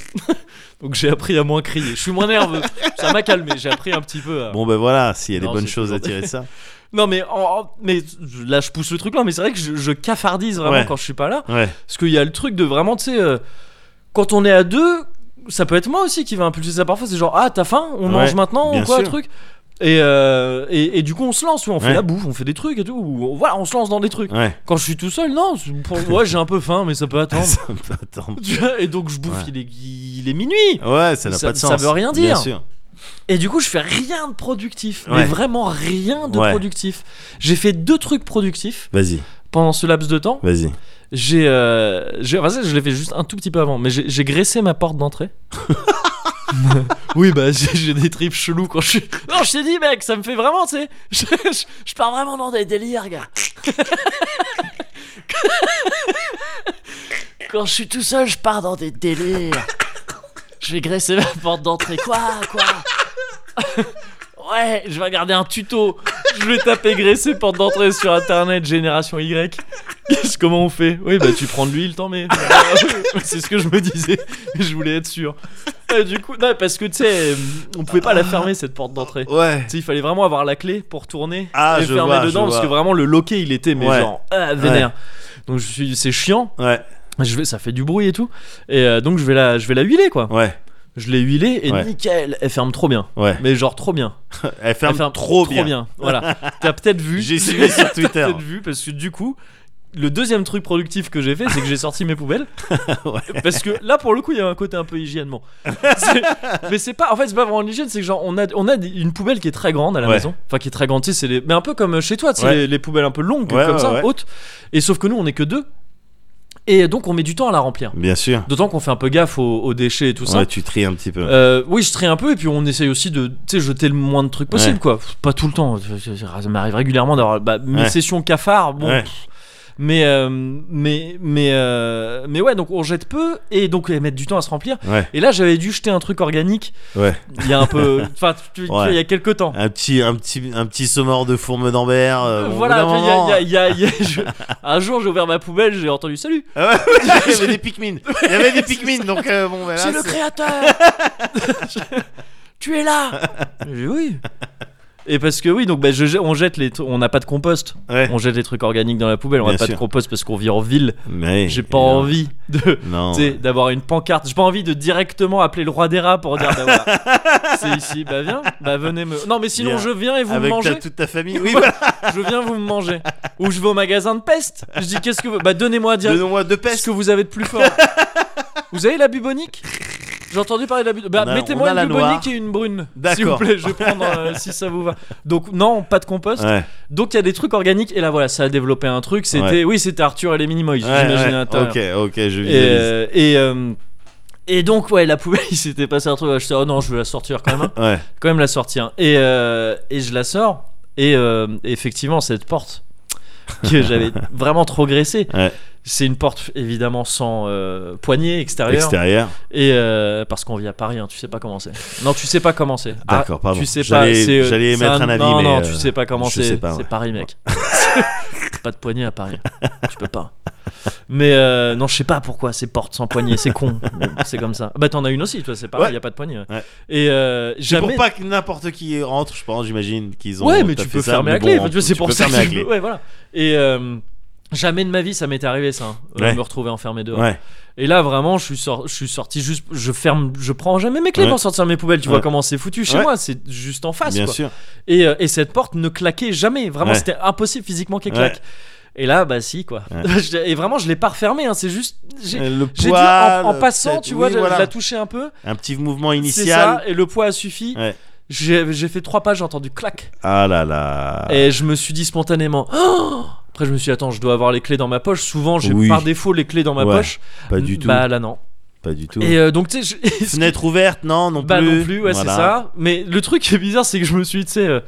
A: donc j'ai appris à moins crier je suis moins nerveux ça m'a calmé j'ai appris un petit peu à-
B: Bon ben voilà, s'il y a des
A: Non,
B: bonnes
A: c'est
B: choses à
A: toujours-
B: tirer de ça.
A: non mais en- en- mais là je pousse le truc là mais c'est vrai que je, je cafardise vraiment
B: Ouais.
A: quand je suis pas là
B: Ouais.
A: Parce qu'il y a le truc de vraiment, tu sais, euh, quand on est à deux, ça peut être moi aussi qui va impulser ça parfois. C'est genre, ah, t'as faim On
B: Ouais,
A: mange maintenant Ou
B: bien
A: quoi,
B: sûr.
A: le truc et, euh, et, et du coup, on se lance, ouais, on fait
B: Ouais.
A: la bouffe, on fait des trucs et tout. ou- ou- Voilà, on se lance dans des trucs.
B: Ouais.
A: Quand je suis tout seul, non, c'est pour- ouais, j'ai un peu faim, mais ça peut attendre.
B: Ça me fait attendre.
A: Tu vois, et donc, je bouffe,
B: Ouais.
A: il, est, il est minuit.
B: Ouais, ça n'a
A: Ça-
B: pas de
A: ça
B: sens.
A: veut rien
B: Bien
A: dire.
B: sûr.
A: Et du coup, je fais rien de productif. Mais
B: Ouais.
A: vraiment rien de
B: Ouais.
A: productif. J'ai fait deux trucs productifs
B: Vas-y,
A: pendant ce laps de temps.
B: vas-y.
A: J'ai. Euh, j'ai- enfin, ça, je l'ai fait juste un tout petit peu avant, mais j'ai j'ai graissé ma porte d'entrée. oui, bah, j'ai j'ai des tripes cheloues quand je suis. Non, je t'ai dit, mec, ça me fait vraiment, tu sais. Je, je- je pars vraiment dans des délires, gars. quand je suis tout seul, je pars dans des délires. Je vais graisser ma porte d'entrée. Quoi Quoi Ouais, je vais regarder un tuto. Je vais taper graisser porte d'entrée sur internet, génération Y. Qu'est-ce- comment on fait Oui, bah tu prends de l'huile, t'en mets. c'est ce que je me disais. Je voulais être sûr. Et du coup, non, parce que tu sais, on pouvait pas la fermer cette porte d'entrée.
B: Ouais.
A: Tu sais, il fallait vraiment avoir la clé pour tourner
B: Ah,
A: et
B: je
A: fermer
B: vois,
A: dedans
B: je
A: parce que
B: vois.
A: vraiment le loquet il était mais
B: Ouais.
A: genre ah, vénère. Donc je suis, c'est chiant.
B: Ouais,
A: Je vais, ça fait du bruit et tout. Et euh, donc je vais la, je vais la huiler quoi.
B: ouais,
A: Je l'ai huilée et
B: Ouais.
A: nickel, elle ferme trop bien.
B: ouais.
A: Mais genre trop bien.
B: Elle ferme,
A: elle ferme
B: trop, bien.
A: Voilà. T'as peut-être vu.
B: J'ai suivi sur Twitter.
A: T'as peut-être vu parce que du coup le deuxième truc productif que j'ai fait c'est que j'ai sorti mes poubelles
B: Ouais.
A: parce que là pour le coup il y a un côté un peu hygiènement C'est- mais c'est pas en fait c'est pas vraiment l'hygiène c'est que genre on a, on a des- une poubelle qui est très grande à la
B: Ouais.
A: maison enfin qui est très grande tu sais c'est les- mais un peu comme euh, chez toi tu sais
B: Ouais.
A: les, les poubelles un peu longues
B: Ouais,
A: comme
B: ouais,
A: ça
B: ouais.
A: hautes et sauf que nous on est que deux et donc on met du temps à la remplir
B: Bien sûr.
A: d'autant qu'on fait un peu gaffe aux, aux déchets et tout ça
B: Ouais, tu tries un petit peu.
A: euh, oui, je trie un peu et puis on essaye aussi de tu sais, jeter le moins de trucs possible,
B: Ouais.
A: quoi. Pff, Pas tout le temps. Ça m'arrive régulièrement d'avoir bah, mes
B: Ouais.
A: sessions cafards. Bon,
B: Ouais.
A: pff, mais euh, mais mais euh, mais ouais, donc on jette peu et donc elles mettent du temps à se remplir.
B: Ouais,
A: Et là, j'avais dû jeter un truc organique.
B: ouais.
A: Il y a un peu, enfin, tu- tu-
B: Ouais.
A: il y a quelques temps.
B: Un petit, un petit, un petit saumon de fourme d'Ambert. euh, au
A: voilà,
B: bout d'un
A: tu vois, il y a-
B: moment.
A: il y a- il y a- il y a- je- un jour j'ai ouvert ma poubelle, j'ai entendu salut,
B: Ah ouais, il y avait des Pikmin. Il y avait des Pikmin, donc euh, bon, ben là,
A: Ah, c'est le
B: c'est-
A: créateur Tu es là J'ai dit, Oui Et parce que oui, donc bah, je- on jette les, tr- on n'a pas de compost,
B: Ouais.
A: on jette les trucs organiques dans la poubelle, on n'a
B: Bien
A: pas de
B: sûr.
A: compost parce qu'on vit en ville.
B: Mais
A: J'ai pas
B: et, euh,
A: envie de,
B: Non.
A: tu sais, d'avoir une pancarte. J'ai pas envie de directement appeler le roi des rats pour dire bah voilà, c'est ici, bah viens, bah venez me. Non mais sinon
B: Bien.
A: je viens et vous me
B: Avec ta-
A: mangez.
B: toute ta famille. Oui. Voilà.
A: Je viens vous me mangez. Ou je vais au magasin de peste. Je dis qu'est-ce que vous, bah donnez-moi dire
B: Donne-moi deux
A: ce
B: pestes.
A: que vous avez de plus fort. vous avez la bubonique J'ai entendu parler de la bubonique.
B: On a- on
A: mettez-moi
B: a
A: une
B: la
A: bubonique
B: noire.
A: et une brune. S'il vous
B: D'accord.
A: plaît, je vais prendre euh, si ça vous va. Donc non, pas de compost.
B: Ouais.
A: Donc il y a des trucs organiques et là voilà, ça a développé un truc. C'était
B: Ouais.
A: oui, c'était Arthur et les Minimoys.
B: Ouais,
A: j'imagine
B: ouais.
A: à l'intérieur.
B: Ok, ok, je
A: Et,
B: visualise.
A: euh, et, euh, et donc, ouais, la poubelle, il s'était passé un truc. Je disais, oh non, je vais la sortir quand même.
B: Ouais.
A: quand même la sortir. Et, euh, et je la sors. Et euh, effectivement, cette porte que j'avais vraiment trop graissée,
B: Ouais.
A: c'est une porte évidemment sans euh, poignée extérieure.
B: Extérieur.
A: Et euh, parce qu'on vit à Paris, hein, tu sais pas comment c'est. Non, tu sais pas comment c'est. Ah,
B: D'accord, pardon.
A: Tu sais pas.
B: J'allais-
A: c'est, euh,
B: j'allais
A: c'est
B: émettre un avis,
A: Non,
B: mais,
A: non,
B: euh,
A: tu sais pas comment
B: je
A: c'est.
B: sais pas,
A: C'est
B: ouais.
A: Paris, mec. pas de poignée à Paris. Tu peux pas. Mais euh, non, je sais pas pourquoi ces portes sans poignée, c'est con. c'est comme ça. Bah t'en as une aussi, toi, c'est pareil,
B: Ouais.
A: y a pas de poignée. ouais.
B: Ouais.
A: Et euh,
B: C'est
A: jamais.
B: pour pas que n'importe qui rentre, je pense, j'imagine qu'ils ont.
A: ouais, mais
B: t'as
A: tu
B: fait
A: peux
B: ça,
A: fermer
B: mais
A: la
B: bon,
A: clé.
B: en-
A: tu vois, c'est
B: tu
A: pour
B: peux
A: ça.
B: fermer la
A: que-
B: clé.
A: Ouais, voilà. Et euh, jamais de ma vie ça m'est arrivé ça. hein, euh,
B: Ouais.
A: Me retrouver enfermé dehors.
B: Ouais.
A: Et là, vraiment, je suis, sor- je suis sorti juste. Je ferme, je prends jamais mes clés
B: Ouais.
A: pour sortir mes poubelles. Tu vois
B: Ouais.
A: comment c'est foutu chez
B: Ouais.
A: moi, c'est juste en face.
B: Bien
A: quoi.
B: sûr.
A: Et, euh, et cette porte ne claquait jamais. Vraiment,
B: Ouais.
A: c'était impossible physiquement qu'elle
B: Ouais.
A: claque. Et là, bah si, quoi.
B: Ouais.
A: Je- et vraiment, je l'ai pas refermée. hein, c'est juste. J'ai
B: Euh, Le
A: j'ai dû, en, en
B: poil,
A: passant,
B: peut-être.
A: tu vois,
B: Oui,
A: de-
B: voilà.
A: la toucher un peu.
B: Un petit mouvement
A: C'est
B: initial.
A: ça, et le poids a suffi.
B: Ouais.
A: J'ai j'ai fait trois pages, j'ai entendu clac.
B: Ah là là.
A: Et je me suis dit spontanément. Oh Après, je me suis dit, attends, je dois avoir les clés dans ma poche. Souvent, j'ai
B: Oui.
A: par défaut les clés dans ma
B: Ouais,
A: poche.
B: Pas du tout.
A: Bah là, non.
B: Pas du tout.
A: Et euh, donc, tu sais, je-
B: Fenêtre ouverte, non, non plus.
A: Bah non plus, ouais,
B: Voilà.
A: c'est ça. Mais le truc qui est bizarre, c'est que je me suis dit, tu sais, euh,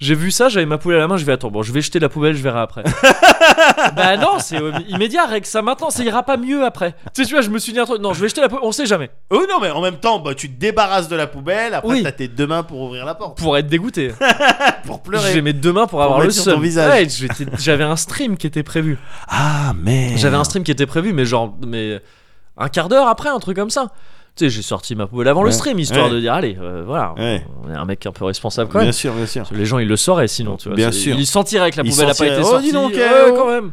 A: j'ai vu ça, j'avais ma poubelle à la main, je vais attends, bon, je vais jeter la poubelle, je verrai après. bah non, c'est euh, immédiat, règle ça maintenant, ça ira pas mieux après. Tu sais, tu vois, je me suis dit un truc, non, je vais jeter la poubelle, on sait jamais.
B: Oh non, mais en même temps, bah, tu te débarrasses de la poubelle, après
A: Oui.
B: t'as tes deux mains pour ouvrir la porte,
A: Pour être dégoûté.
B: pour
A: J'ai
B: pleurer.
A: mes deux mains pour avoir
B: mettre
A: le
B: sur ton
A: seum.
B: visage.
A: Ouais, j'étais- j'avais un stream qui était prévu.
B: Ah, mais.
A: J'avais un stream qui était prévu, mais genre, mais un quart d'heure après, un truc comme ça. Tu sais, j'ai sorti ma poubelle avant le
B: Ouais.
A: stream, histoire
B: Ouais.
A: de dire, allez, euh, voilà,
B: Ouais.
A: on est un mec un peu responsable quand même.
B: Bien sûr, bien sûr.
A: Les gens ils le sauraient sinon, tu vois.
B: Bien
A: C'est-
B: sûr.
A: Ils sentiraient que la
B: Ils
A: poubelle n'a pas
B: sentiraient,
A: été
B: oh,
A: sortie.
B: dis donc,
A: Ouais,
B: eh, oh.
A: quand même.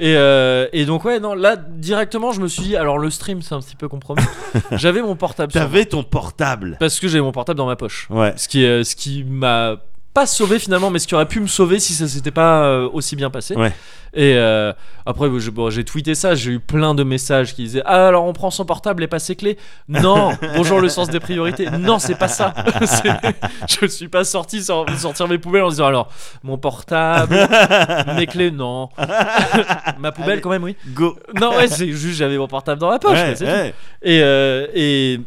A: Et, euh, et donc ouais non là directement je me suis dit alors le stream c'est un petit peu compromis. J'avais mon portable sur moi,
B: T'avais ton portable.
A: parce que j'avais mon portable dans ma poche.
B: Ouais.
A: Ce qui est- ce qui m'a pas sauvé finalement mais ce qui aurait pu me sauver si ça s'était pas euh, aussi bien passé.
B: Ouais.
A: Et euh, après je- bon, j'ai tweeté ça, j'ai eu plein de messages qui disaient ah alors on prend son portable et pas ses clés. Non, bonjour le sens des priorités. Non, c'est pas ça. C'est- je suis pas sorti sans sortir mes poubelles en disant alors mon portable, mes clés non. Ma poubelle
B: Allez.
A: quand même oui.
B: Go.
A: Non, ouais, c'est juste j'avais mon portable dans la poche, mais
B: Ouais,
A: c'est tout.
B: ouais.
A: Et, euh, et,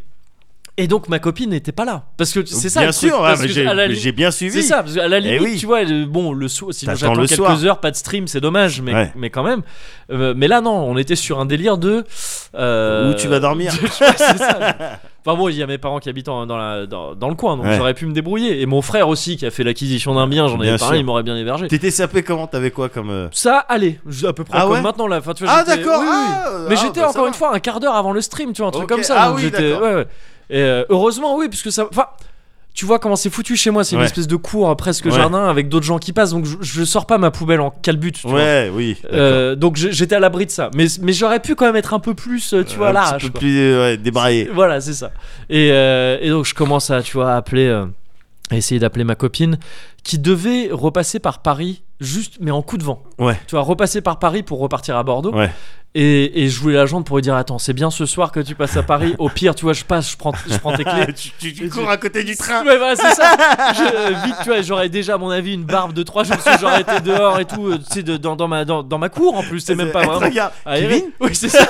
A: et donc ma copine n'était pas là. Parce que c'est ça.
B: Bien
A: le truc,
B: sûr, ouais,
A: parce
B: mais
A: que
B: j'ai
A: à la
B: mais
A: li-
B: j'ai bien suivi.
A: C'est ça, parce qu'à la limite,
B: oui.
A: tu vois, le- bon, le soir, sinon
B: T'attends
A: j'attends
B: le
A: quelques
B: soir.
A: heures, pas de stream, c'est dommage, mais,
B: Ouais.
A: mais quand même. Euh, mais là, non, on était sur un délire de. euh,
B: Où tu vas dormir.
A: je sais pas, c'est ça. Enfin bon, il y a mes parents qui habitent en- dans, la- dans, dans le coin, donc
B: Ouais.
A: j'aurais pu me débrouiller. Et mon frère aussi, qui a fait l'acquisition d'un bien, j'en
B: Bien
A: avais parlé,
B: sûr.
A: il m'aurait bien hébergé.
B: T'étais sapé comment T'avais quoi comme. euh,
A: Ça, allez, je- à peu près
B: Ah
A: comme
B: ouais
A: maintenant là. Enfin, tu vois,
B: Ah,
A: j'étais-
B: d'accord,
A: oui, oui, oui.
B: ah, euh,
A: Mais
B: ah,
A: j'étais
B: bah, ça
A: encore
B: va.
A: une fois un quart d'heure avant le stream, tu vois, un truc
B: Ok,
A: comme ça.
B: ah
A: donc
B: oui,
A: j'étais-
B: d'accord.
A: ouais, ouais. Et euh, heureusement, oui, puisque ça. Enfin, tu vois comment c'est foutu chez moi, c'est une
B: Ouais.
A: espèce de cours euh, presque
B: Ouais.
A: jardin avec d'autres gens qui passent, donc je, je sors pas ma poubelle en calbut, tu vois.
B: Ouais, oui. d'accord.
A: Euh, donc j'ai- j'étais à l'abri de ça, mais, mais j'aurais pu quand même être un peu plus, euh, tu vois,
B: Un
A: là.
B: petit peu plus euh, ouais, débraillé.
A: Voilà, c'est ça. Et, euh, et donc je commence à, tu vois, appeler, euh, à essayer d'appeler ma copine qui devait repasser par Paris juste, mais en coup de vent.
B: Ouais.
A: Tu vois, repasser par Paris pour repartir à Bordeaux.
B: Ouais.
A: Et, et je voulais la jambe pour lui dire Attends, c'est bien ce soir que tu passes à Paris. Au pire, tu vois, je passe, je prends, je prends tes clés.
B: tu, tu- tu cours à côté du train.
A: Ouais, voilà, c'est ça. Je- vite, tu vois, j'aurais déjà, à mon avis, une barbe de 3 jours parce que j'aurais été dehors et tout, euh, tu sais, de- dans, dans ma, dans, dans ma cour en plus. C'est même pas
B: Eh,
A: vraiment. Ah,
B: Regarde,
A: Aéré.
B: Kevin
A: Oui, c'est ça.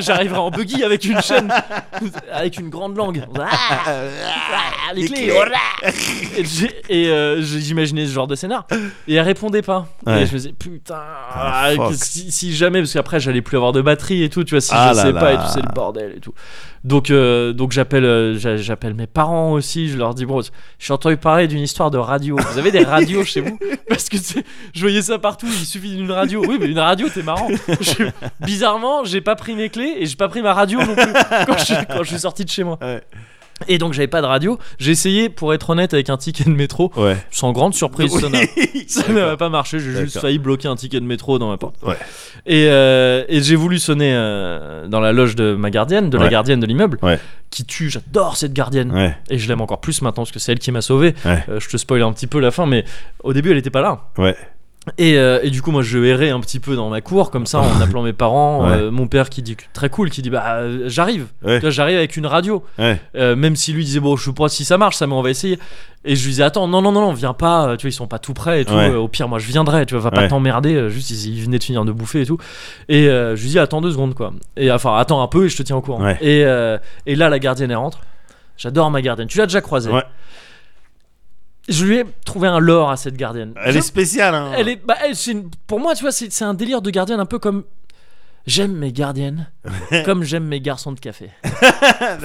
A: J'arriverai en buggy avec une chaîne, avec une grande langue. Ah, ah, les
B: Les
A: clés.
B: clés.
A: Ah. Et, j'ai- et, euh, j'ai- j'imaginais ce genre de scénar. Et elle répondait pas.
B: Ouais.
A: Et je me disais, putain,
B: Ah, fuck.
A: que si, si jamais, parce qu'après j'allais plus avoir de batterie et tout, tu vois, si
B: Ah
A: je
B: là
A: sais pas
B: là.
A: et tout, c'est le bordel et tout. Donc, euh, donc j'appelle, euh, j'a- j'appelle mes parents aussi. Je leur dis bon, j'ai entendu parler d'une histoire de radio. Vous avez des radios chez vous Parce que tu sais, je voyais ça partout. Il suffit d'une radio. Oui, mais une radio, t'es marrant. Je- bizarrement, j'ai pas pris mes clés et j'ai pas pris ma radio non plus quand je, quand je suis sorti de chez moi.
B: Ouais.
A: Et donc j'avais pas de radio. J'ai essayé, pour être honnête, avec un ticket de métro,
B: Ouais.
A: sans grande surprise. ça n'a- Ça n'a
B: D'accord.
A: pas marché, j'ai juste
B: D'accord.
A: failli bloquer un ticket de métro dans ma porte.
B: Ouais.
A: Et, euh, et j'ai voulu sonner euh, dans la loge de ma gardienne, de la
B: Ouais.
A: gardienne de l'immeuble,
B: Ouais.
A: qui tue, j'adore cette gardienne.
B: Ouais.
A: Et je l'aime encore plus maintenant parce que c'est elle qui m'a sauvé.
B: Ouais.
A: Euh, je te spoil un petit peu la fin, mais au début elle était pas là.
B: Ouais.
A: Et, euh, et du coup, moi, je errais un petit peu dans ma cour, comme ça, en appelant mes parents.
B: Ouais.
A: euh, mon père qui dit très cool, qui dit bah euh, j'arrive,
B: Ouais.
A: Tu vois, j'arrive avec une radio.
B: Ouais.
A: Euh, même si lui disait bon, je sais pas si ça marche, ça, mais on va essayer. Et je lui disais attends, non, non, non, non, viens pas, euh, tu vois, ils sont pas tout prêts et tout.
B: Ouais.
A: euh, au pire, moi, je viendrai, tu vois, va pas
B: Ouais.
A: t'emmerder. euh, Juste, ils, ils venaient de finir de bouffer et tout. Et euh, je lui dis attends deux secondes quoi. Et enfin, attends un peu et je te tiens au courant.
B: Ouais.
A: Et, euh, et là, la gardienne elle rentre. J'adore ma gardienne. Tu l'as déjà croisée.
B: Ouais.
A: Je lui ai trouvé un lore à cette gardienne.
B: Elle
A: Je-
B: est spéciale, hein.
A: elle est, bah, elle, c'est une- pour moi, tu vois, c'est c'est un délire de gardienne un peu comme. J'aime mes gardiennes comme j'aime mes garçons de café.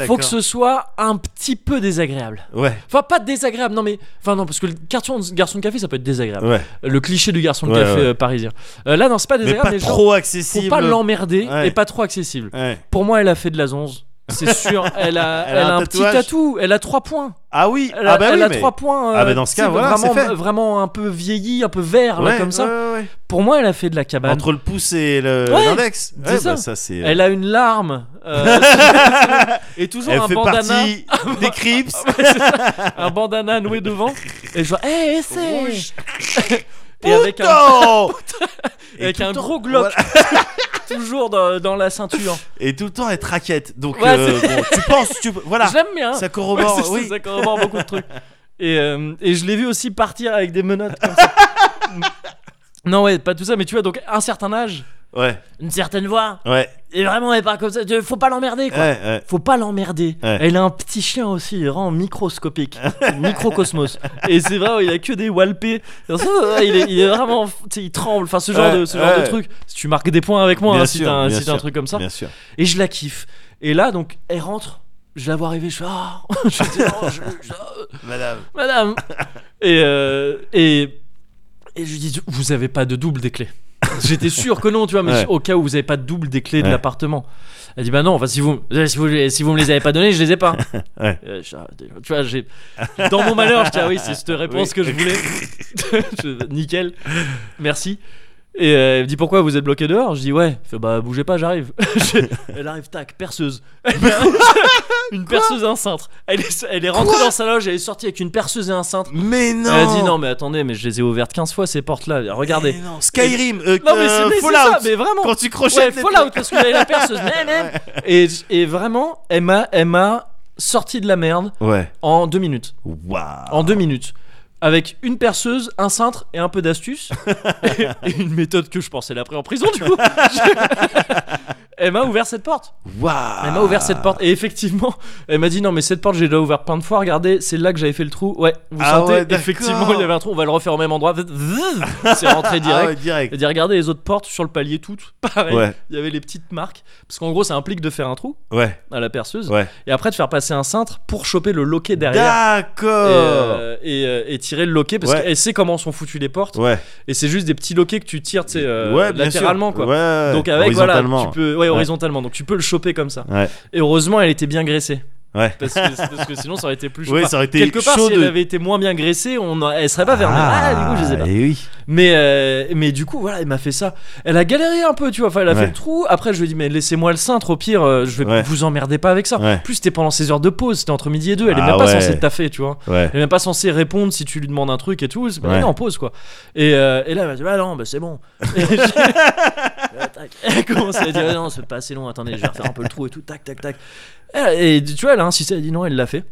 A: Faut que ce soit un petit peu désagréable.
B: Ah, Ouais.
A: Enfin, pas désagréable, non mais. Enfin, non, parce que le garçon, garçon de café, ça peut être désagréable.
B: Ouais.
A: Le cliché du garçon de
B: Ouais,
A: café
B: ouais.
A: euh, parisien. Euh, là, non, c'est pas
B: Mais
A: désagréable,
B: pas
A: mais genre,
B: trop accessible.
A: faut pas l'emmerder
B: Ouais.
A: et pas trop accessible.
B: Ouais.
A: Pour moi, elle a fait de la zonze. C'est sûr, elle a,
B: Elle
A: elle
B: a
A: a
B: un
A: un, petit
B: tatouage.
A: tatou, elle a 3 points.
B: Ah oui.
A: Elle a,
B: ah bah
A: elle
B: oui.
A: a
B: mais...
A: trois points.
B: Ah bah
A: euh,
B: dans ce
A: tu
B: cas,
A: sais,
B: voilà,
A: vraiment,
B: c'est fait.
A: vraiment un peu vieilli, un peu vert, là,
B: Ouais,
A: comme ça.
B: ouais, ouais, ouais.
A: Pour moi, elle a fait de la cabane.
B: Entre le pouce et le-
A: Ouais,
B: l'index.
A: c'est
B: Ouais,
A: ça.
B: bah, ça c'est.
A: Elle a une larme. euh, et toujours
B: Elle
A: un
B: fait
A: bandana,
B: partie des Crips.
A: un bandana noué devant. Et je vois, hé, essaye Et avec un,
B: Oh. Putain Et
A: avec
B: tout
A: un
B: le temps-
A: gros glock.
B: voilà.
A: toujours dans, dans la ceinture.
B: Et tout le temps elle traquette. Donc
A: Ouais,
B: euh,
A: c'est-
B: bon, tu penses, tu voilà,
A: Je l'aime bien.
B: ça
A: Ouais,
B: corrobore.
A: c'est ça,
B: oui.
A: ça corrobore beaucoup de trucs. Et, euh, et je l'ai vu aussi partir avec des menottes comme ça. Non ouais pas tout ça mais tu vois donc un certain âge
B: Ouais,
A: une certaine voix
B: ouais,
A: et vraiment elle parle comme ça tu- faut pas l'emmerder quoi
B: ouais, ouais.
A: faut pas l'emmerder.
B: Ouais.
A: Elle a un petit chien aussi, vraiment microscopique, microcosmos. Et c'est vrai, il a que des walpés. Il est, il est vraiment, tu sais, il tremble. Enfin, ce genre
B: Ouais,
A: de, ce genre de
B: ouais.
A: truc. Si tu marques des points avec moi,
B: Bien
A: hein, si
B: sûr,
A: t'as un,
B: bien
A: si t'as un
B: sûr,
A: truc comme ça.
B: Bien sûr.
A: Et je la kiffe. Et là, donc, elle rentre. Je la vois arriver. Je fais ah, Je dis, Oh, je- je- oh,
B: Madame.
A: madame. Et euh, et et je lui dis, vous avez pas de double des clés. J'étais sûr que non, tu vois, mais
B: Ouais.
A: au cas où vous avez pas de double des clés de
B: Ouais.
A: l'appartement. Elle dit bah non, enfin si vous si vous si vous me les avez pas données, je les ai pas.
B: Ouais.
A: Euh, je- tu vois, j'ai dans mon malheur, je dis ah oui, c'est cette réponse
B: Oui.
A: que je voulais. Je- nickel, merci. Et euh, elle me dit pourquoi vous êtes bloqué dehors Je dis ouais. Elle fait, bah bougez pas, j'arrive. Je- elle arrive tac, perceuse. une perceuse et un cintre. Elle est, elle est rentrée dans sa loge, elle est sortie avec une perceuse et un cintre.
B: Mais non.
A: Elle a dit non mais attendez, mais je les ai ouvertes 15 fois ces portes-là. Regardez.
B: Mais non, Skyrim, euh,
A: Non mais c'est
B: euh,
A: mais c'est
B: Fallout.
A: ça, mais vraiment.
B: Quand tu crochettes
A: Ouais,
B: des
A: Fallout parce que j'avais la perceuse. Mais, mais. Et, et vraiment, elle m'a, elle m'a sorti de la merde
B: trucs- Ouais.
A: en deux minutes.
B: Waouh.
A: En deux minutes. Avec une perceuse, un cintre et un peu d'astuce. et, et une méthode que je pensais l'après en prison, du coup. Je- elle m'a ouvert cette porte.
B: Waouh.
A: Elle m'a ouvert
B: Ah.
A: cette porte. Et effectivement, elle m'a dit Non, mais cette porte, j'ai déjà ouvert plein de fois. Regardez, c'est là que j'avais fait le trou. Ouais, vous
B: Ah
A: sentez
B: ouais, d'accord.
A: Effectivement, il y avait un trou. On va le refaire au même endroit. C'est rentré direct.
B: Ah ouais, direct.
A: Elle dit Regardez les autres portes sur le palier, toutes. Pareil.
B: Ouais,
A: Il y avait les petites marques. Parce qu'en gros, ça implique de faire un trou
B: ouais,
A: à la perceuse
B: ouais.
A: et après de faire passer un cintre pour choper le loquet derrière. Et,
B: D'accord.
A: euh, et, euh, et tirer le loquet parce
B: Ouais.
A: qu'elle sait comment sont foutues les portes
B: Ouais.
A: et c'est juste des petits loquets que tu tires tu sais, euh,
B: ouais, bien sûr.
A: latéralement quoi
B: Ouais, ouais,
A: donc avec voilà
B: horizontalement.
A: tu peux ouais, horizontalement donc tu peux le choper comme ça
B: Ouais.
A: et heureusement elle était bien graissée
B: Ouais.
A: parce que, parce que sinon ça aurait été plus je sais
B: Ouais,
A: pas.
B: ça aurait été
A: quelque part
B: chaud
A: si elle
B: de-
A: avait été moins bien graissée on en- elle serait pas vers ah, du coup je sais pas
B: Et eh oui.
A: mais, euh, mais du coup, voilà, elle m'a fait ça. Elle a galéré un peu, tu vois. Enfin, elle a
B: Ouais.
A: fait le trou. Après, je lui ai dit, mais laissez-moi le cintre, au pire, euh, je vais
B: Ouais.
A: vous emmerder pas avec ça.
B: Ouais.
A: En plus, c'était pendant ses heures de pause, c'était entre midi et deux. Elle est
B: Ah
A: même pas
B: ouais.
A: censée taffer, tu vois.
B: Ouais.
A: Elle est même pas censée répondre si tu lui demandes un truc et tout. C'est pas
B: Ouais.
A: elle est en pause, quoi. Et, euh, et là, elle m'a dit, ah non, bah c'est bon. Et j'ai- Ah, tac. Elle a commencé à dire, Ah non, c'est pas assez long, attendez, je vais refaire un peu le trou et tout. Tac, tac, tac. Et, et tu vois, elle a insisté, elle a dit non, elle l'a fait.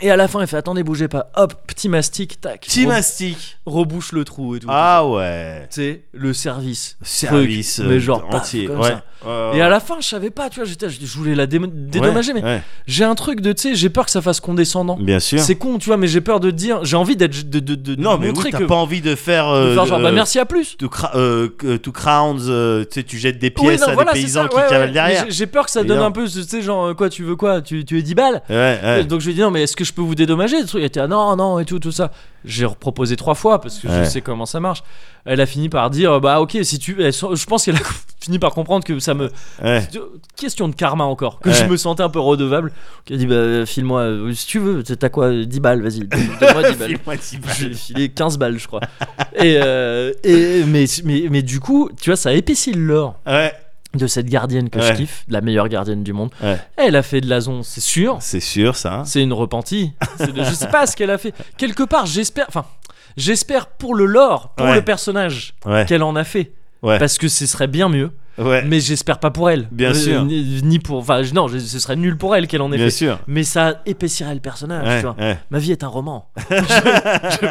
A: Et à la fin, elle fait, attendez, bougez pas. Hop, petit mastic, tac.
B: Petit
A: Re-
B: mastic.
A: Rebouche le trou et tout
B: Ah ouais.
A: c'est le service.
B: Service
A: mais
B: euh,
A: genre, paf,
B: entier.
A: comme
B: ouais.
A: ça.
B: Oh.
A: Et à la fin, je savais pas, tu vois, j'étais- je voulais la démo- dédommager, mais j'ai un truc de, tu sais, j'ai peur que ça fasse condescendant.
B: Bien sûr.
A: C'est con, tu vois, mais j'ai peur de dire, j'ai envie d'être, de, de, de- de
B: Non, mais
A: montrer
B: oui, t'as
A: que.
B: pas envie de faire.
A: de
B: euh,
A: faire genre,
B: euh,
A: bah merci à plus.
B: To, cra- euh, que- to crowns, euh, tu sais, tu jettes des
A: Oui,
B: pièces
A: non,
B: à
A: voilà,
B: des
A: c'est
B: paysans
A: ça,
B: qui
A: ouais,
B: cavallent
A: ouais.
B: derrière.
A: Mais J'ai j'ai peur que ça donne
B: Évidemment.
A: un peu, ce- tu sais, genre, euh, quoi, tu veux quoi tu, tu es 10 balles
B: Ouais, ouais.
A: Donc je lui dis, non, mais est-ce que que je peux vous dédommager des trucs Elle était ah non non et tout tout ça. J'ai reproposé trois fois parce que
B: Ouais.
A: je sais comment ça marche. Elle a fini par dire bah ok si tu, elle- je pense qu'elle a fini par comprendre que ça me
B: Ouais.
A: question de karma encore que
B: Ouais.
A: je me sentais un peu redevable. Elle a dit bah file-moi euh, si tu veux t'as quoi 10 balles vas-y donne-moi 10 balles.
B: File-moi dix balles.
A: J'ai filé 15 balles, je crois. Et, euh, et mais, mais, mais du coup, tu vois, ça épaissit le lore
B: Ouais,
A: de cette gardienne que
B: Ouais.
A: je kiffe, la meilleure gardienne du monde.
B: Ouais.
A: Elle a fait de la zone, c'est sûr.
B: c'est sûr ça. hein.
A: C'est une repentie. C'est de- je sais pas ce qu'elle a fait. Quelque part, j'espère. Enfin, j'espère pour le lore, pour
B: Ouais.
A: le personnage,
B: Ouais,
A: qu'elle en a fait.
B: Ouais.
A: Parce que ce serait bien mieux.
B: ouais,
A: Mais j'espère pas pour elle. Euh,
B: Bien sûr.
A: Ni, ni pour. Enfin, non, je- ce serait nul pour elle qu'elle en ait
B: bien
A: fait.
B: sûr.
A: Mais ça épaissirait le personnage,
B: Ouais,
A: tu Ah, vois.
B: ouais,
A: Ma vie est un roman. je, je-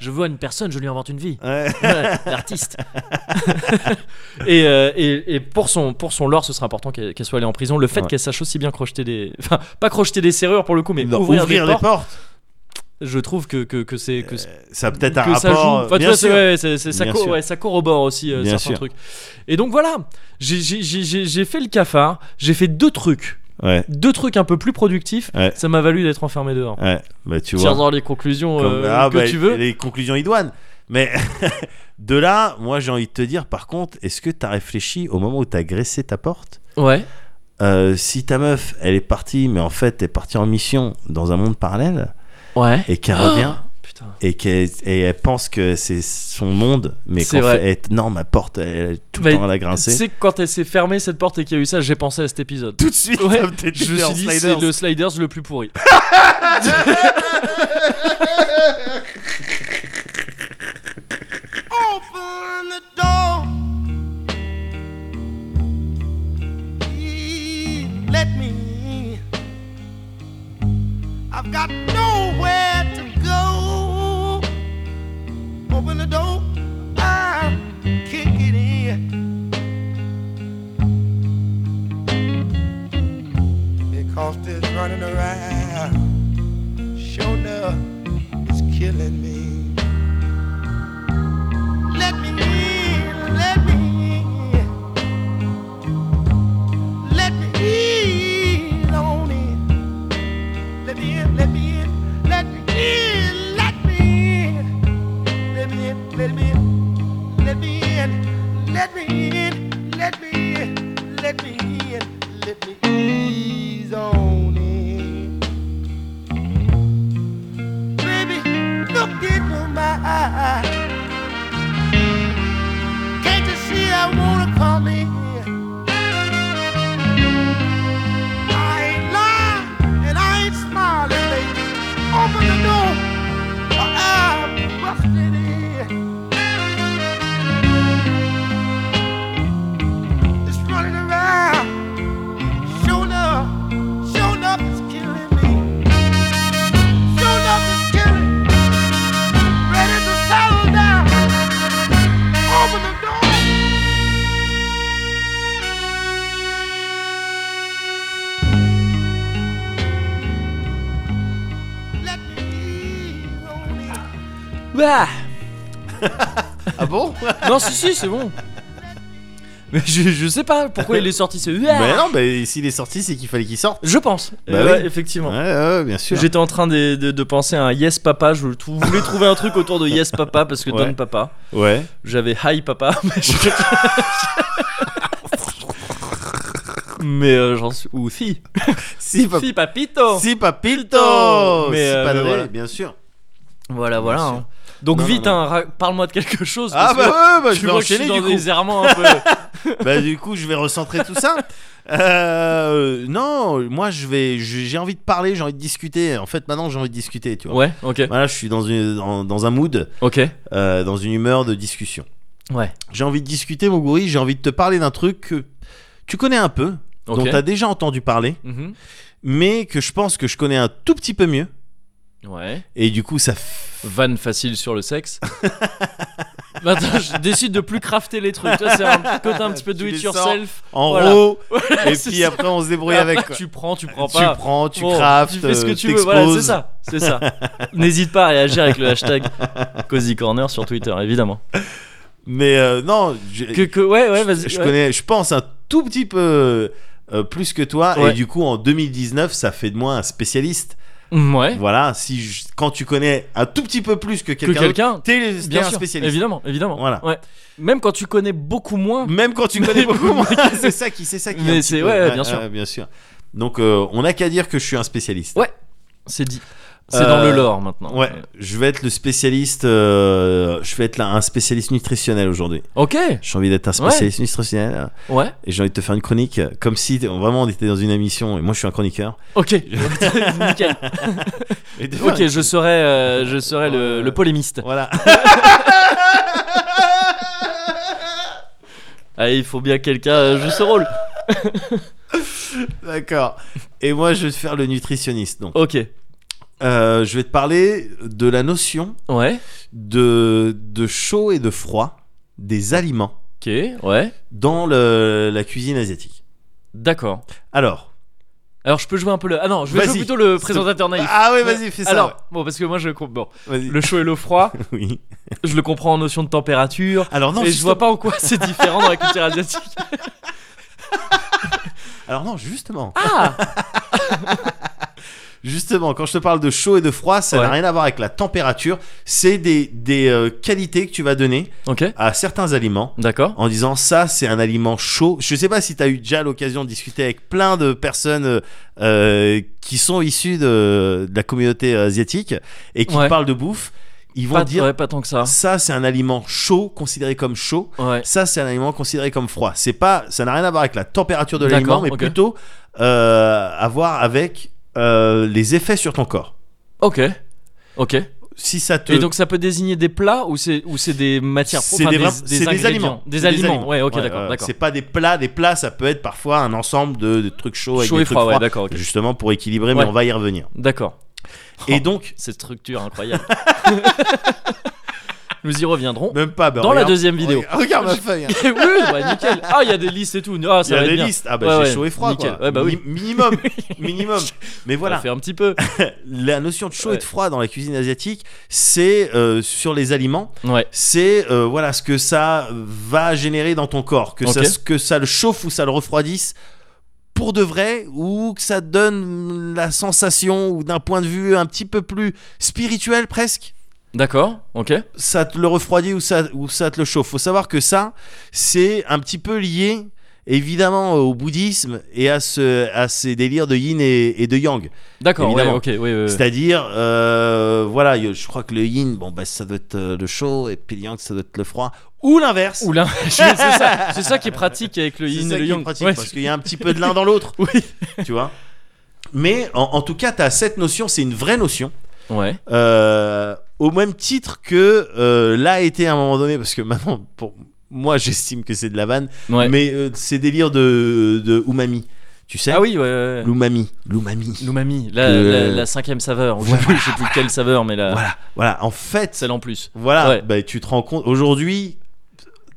A: je vois une personne, je lui invente une vie.
B: ouais.
A: Ouais, L'artiste. et, euh, et, et pour, son, pour son lore, ce sera important qu'elle qu'elle soit allée en prison. Le fait
B: Ouais.
A: qu'elle sache aussi bien crocheter des. Enfin, pas crocheter des serrures pour le coup, mais
B: Non,
A: ouvrir, des
B: les
A: portes,
B: portes,
A: Je trouve que, que, que c'est. Que,
B: euh, ça a peut-être un
A: que ça joue.
B: rapport. euh,
A: Enfin, tu
B: bien
A: vois,
B: sûr.
A: c'est- ouais, c'est- c'est- ça,
B: Bien
A: co-
B: sûr.
A: ouais, ça corrobore aussi euh,
B: Bien
A: certains
B: sûr.
A: trucs. Et donc voilà, j'ai- j'ai j'ai- j'ai- j'ai fait le cafard, j'ai fait deux trucs.
B: Ouais,
A: Deux trucs un peu plus productifs.
B: Ouais.
A: Ça m'a valu d'être enfermé dehors.
B: ouais. Bah tu
A: Tire
B: vois.
A: dans les conclusions
B: Comme-
A: euh,
B: ah,
A: que
B: bah,
A: tu veux.
B: Les conclusions idoines. Mais de là, moi j'ai envie de te dire, par contre, est-ce que t'as réfléchi au moment où t'as graissé ta porte
A: Ouais.
B: Euh, Si ta meuf, elle est partie, mais en fait, t'es partie en mission dans un monde parallèle
A: Ouais.
B: et qu'elle revient.
A: Putain.
B: Et, qu'elle- et elle pense que c'est son monde, mais
A: C'est
B: qu'en
A: vrai.
B: fait, elle- non, ma porte, elle, elle- tout
A: Mais
B: le temps, elle a
A: Tu
B: grincé.
A: sais que quand elle s'est fermée cette porte et qu'il y a eu ça, j'ai pensé à cet épisode.
B: Tout de suite,
A: Ouais,
B: comme t'étais
A: je me suis
B: en
A: dit, c'est
B: sliders.
A: le Sliders le plus pourri.
D: Open the door. Please let me. I've got nowhere to go. Open the door. I'll kick it in. Because this running around, sure enough, is killing me. Let me in, let me in. Let me in on in. Let me in, let me in, let me in, let me in. Let me in, let me in, let me in, let me in, let me in, let me in, let me ease on in. Baby, look into my eyes. Can't you see I wanna come in? I ain't lying and I ain't smiling, baby. Open the door or I'll bust it in. It's running around. Sure enough, sure enough, it's killing me. Sure enough, it's killing. me. Ready to settle down. Open the door. Let me on in.
A: Bah
B: Ah bon
A: Non, si, si, c'est bon. Mais je, je sais pas pourquoi il est sorti ce.
B: Bah non, bah, s'il est sorti, c'est qu'il fallait qu'il sorte.
A: Je pense.
B: Bah
A: Euh,
B: oui.
A: effectivement.
B: Ouais, ouais, bien sûr.
A: J'étais en train de, de- de penser à un Yes Papa. Je trou- voulais trouver un truc autour de Yes Papa parce que
B: Ouais.
A: Don Papa.
B: Ouais.
A: J'avais Hi Papa. Mais, je- Mais, euh, j'en suis. Ou Si.
B: Si, pap-
A: Si Papito.
B: si papito
A: Mais,
B: Si,
A: euh,
B: padre,
A: mais voilà.
B: bien sûr.
A: Voilà, voilà.
B: sûr.
A: hein. Donc
B: Non, non,
A: vite,
B: non.
A: hein, ra- parle-moi de quelque chose.
B: Ah
A: parce
B: bah
A: que
B: ouais, bah,
A: tu
B: je vais
A: vois que je suis
B: enchaîner
A: dans
B: du coup.
A: des errements un peu.
B: Bah du coup, je vais recentrer tout ça. Euh, non, moi je vais, je- j'ai envie de parler, j'ai envie de discuter. En fait, maintenant j'ai envie de discuter, tu vois.
A: ouais, ok.
B: Voilà, je suis dans une, dans, dans un mood,
A: Ok.
B: euh, dans une humeur de discussion.
A: Ouais.
B: J'ai envie de discuter, mon gourou. J'ai envie de te parler d'un truc que tu connais un peu,
A: Ok.
B: dont t'as déjà entendu parler,
A: Mhm.
B: mais que je pense que je connais un tout petit peu mieux.
A: Ouais.
B: Et du coup, ça f-
A: Vanne facile sur le sexe. Maintenant, je décide de plus crafter les trucs. Tu vois, C'est un côté un petit peu do
B: Tu
A: it
B: les
A: yourself.
B: en
A: Voilà.
B: row.
A: Voilà,
B: et
A: c'est
B: puis
A: ça. Ah,
B: après, on se débrouille avec. quoi.
A: tu prends, tu prends
B: tu
A: pas.
B: prends, tu
A: Bon,
B: craftes,
A: tu fais ce que
B: euh,
A: tu veux. Voilà, c'est
B: t'exposes.
A: ça. C'est ça. N'hésite pas à réagir avec le hashtag Cozy Corner sur Twitter, évidemment.
B: Mais euh, non, je,
A: Que, que- ouais, ouais, vas-y.
B: je
A: ouais.
B: connais, je pense un tout petit peu euh, plus que toi.
A: Ouais.
B: Et du coup, en 2019, ça fait de moi un spécialiste
A: Ouais.
B: Voilà, si je- quand tu connais un tout petit peu plus que
A: Que
B: quelqu'un, d'autre,
A: quelqu'un.
B: t'es t'es
A: Bien
B: un
A: sûr,
B: spécialiste.
A: Évidemment, évidemment.
B: Voilà.
A: Ouais. Même quand tu connais beaucoup moins.
B: Même quand tu
A: Mais-
B: connais beaucoup moins, c'est ça qui, c'est ça qui. est
A: Mais
B: un petit
A: c'est-
B: peu-
A: ouais, bien sûr.
B: bien sûr. Donc euh, on n'a qu'à dire que je suis un spécialiste.
A: Ouais. C'est dit. C'est dans
B: Euh,
A: le lore maintenant.
B: Ouais, je vais être le spécialiste. euh, je vais être là, un spécialiste nutritionnel aujourd'hui.
A: Ok.
B: J'ai envie d'être un spécialiste nutritionnel euh,
A: Ouais.
B: et j'ai envie de te faire une chronique euh, comme si euh, vraiment on était dans une émission et moi je suis un chroniqueur.
A: Ok. Nickel.
B: Et de faire
A: Ok,
B: une-
A: je serai, euh, je serai le,
B: Euh,
A: le polémiste.
B: Voilà.
A: Ah, il faut bien que quelqu'un euh, joue ce rôle.
B: D'accord. Et moi je vais te faire le nutritionniste. Donc
A: Ok.
B: Euh, je vais te parler de la notion
A: Ouais.
B: de de chaud et de froid des aliments.
A: Ok. Ouais.
B: dans le- la cuisine asiatique.
A: D'accord.
B: Alors.
A: Alors, je peux jouer un peu le. Ah non, je vais
B: Vas-y.
A: jouer plutôt le
B: S'il te-
A: présentateur naïf.
B: Ah oui, vas-y, fais ça.
A: Alors, bon, parce que moi, je comprends. Bon,
B: ouais. Vas-y.
A: le chaud et le froid,
B: Oui.
A: je le comprends en notion de température.
B: Alors Ah non,
A: et je
B: justement-
A: vois pas en quoi c'est différent dans la culture asiatique.
B: Alors non, justement.
A: Ah
B: Justement, quand je te parle de chaud et de froid, ça n'a
A: Ouais.
B: rien à voir avec la température. C'est des, des euh, qualités que tu vas donner
A: Ok.
B: à certains aliments
A: D'accord.
B: en disant ça, c'est un aliment chaud. Je sais pas si tu as eu déjà l'occasion de discuter avec plein de personnes euh, euh, qui sont issues de, de la communauté euh, asiatique et qui
A: Ouais.
B: parlent de bouffe. Ils vont
A: Pas,
B: dire
A: ouais, pas tant que ça.
B: ça, c'est un aliment chaud, considéré comme chaud.
A: Hein Ouais.
B: Ça, c'est un aliment considéré comme froid. C'est pas, ça n'a rien à voir avec la température de l'aliment,
A: D'accord,
B: mais
A: ok.
B: plutôt euh, à voir avec euh, les effets sur ton corps.
A: Ok. Ok.
B: Si ça te,
A: Et donc ça peut désigner des plats ou c'est ou c'est des matières
B: c'est
A: enfin,
B: des, vrais-
A: des,
B: c'est des
A: ingrédients.
B: aliments,
A: Des
B: C'est
A: aliments. Ouais. Ok. d'accord.
B: euh,
A: d'accord.
B: C'est pas des plats, des plats, ça peut être parfois un ensemble de, de trucs chauds avec
A: Chaud
B: des
A: et
B: trucs
A: froid. Ouais.
B: froids,
A: D'accord. ok.
B: justement pour équilibrer.
A: Ouais.
B: Mais on va y revenir.
A: D'accord.
B: Et
A: Oh,
B: donc,
A: cette structure incroyable. Nous y reviendrons.
B: même pas. bah,
A: Dans la
B: regarde-
A: deuxième vidéo.
B: Regarde, regarde ma feuille. hein.
A: oui, bah, nickel. Ah, il y a des listes et tout. Ah,
B: Il y
A: ça va
B: a
A: être
B: des
A: bien.
B: listes. Ah bah
A: Ouais,
B: j'ai
A: ouais,
B: chaud et froid.
A: nickel.
B: quoi.
A: Ouais, bah oui.
B: Mi- minimum, minimum. Mais
A: Voilà.
B: voilà.
A: fait un petit peu.
B: la notion de chaud et
A: Ouais.
B: de froid dans la cuisine asiatique, c'est euh, sur les aliments,
A: Ouais.
B: c'est euh, voilà ce que ça va générer dans ton corps, que,
A: Ok.
B: ça, que ça le chauffe ou ça le refroidisse pour de vrai ou que ça donne la sensation ou d'un point de vue un petit peu plus spirituel presque
A: D'accord. Ok.
B: ça te le refroidit ou ça, ou ça te le chauffe. Faut savoir que ça, c'est un petit peu lié évidemment au bouddhisme et à, ce, à ces délires de yin et- et de yang.
A: D'accord. Ouais,
B: Évidemment.
A: ok. Oui. oui, oui.
B: C'est-à-dire, euh, voilà, y- je crois que le yin, bon, bah, ça doit être euh, le chaud, et puis le yang, ça doit être le froid, ou l'inverse.
A: Ou l'un- c'est ça. C'est ça qui est pratique avec le
B: C'est
A: yin
B: ça
A: et le
B: qui est
A: yang.
B: pratique,
A: Ouais.
B: parce qu'il y a un petit peu de l'un dans l'autre,
A: Oui.
B: tu vois. Mais en, en tout cas, tu as cette notion, c'est une vraie notion,
A: Ouais.
B: euh, au même titre que euh, l'a été à un moment donné, parce que maintenant, pour moi, j'estime que c'est de la vanne,
A: Ouais.
B: mais euh, ces délires de, de umami, tu sais
A: Ah oui. Ouais. ouais, ouais.
B: L'umami, l'umami.
A: L'umami, la,
B: Que-
A: la, la cinquième saveur. Je sais plus- je sais plus quelle saveur, mais la
B: Voilà, voilà, en fait,
A: celle en plus.
B: Voilà,
A: Ouais.
B: bah, tu te rends compte aujourd'hui,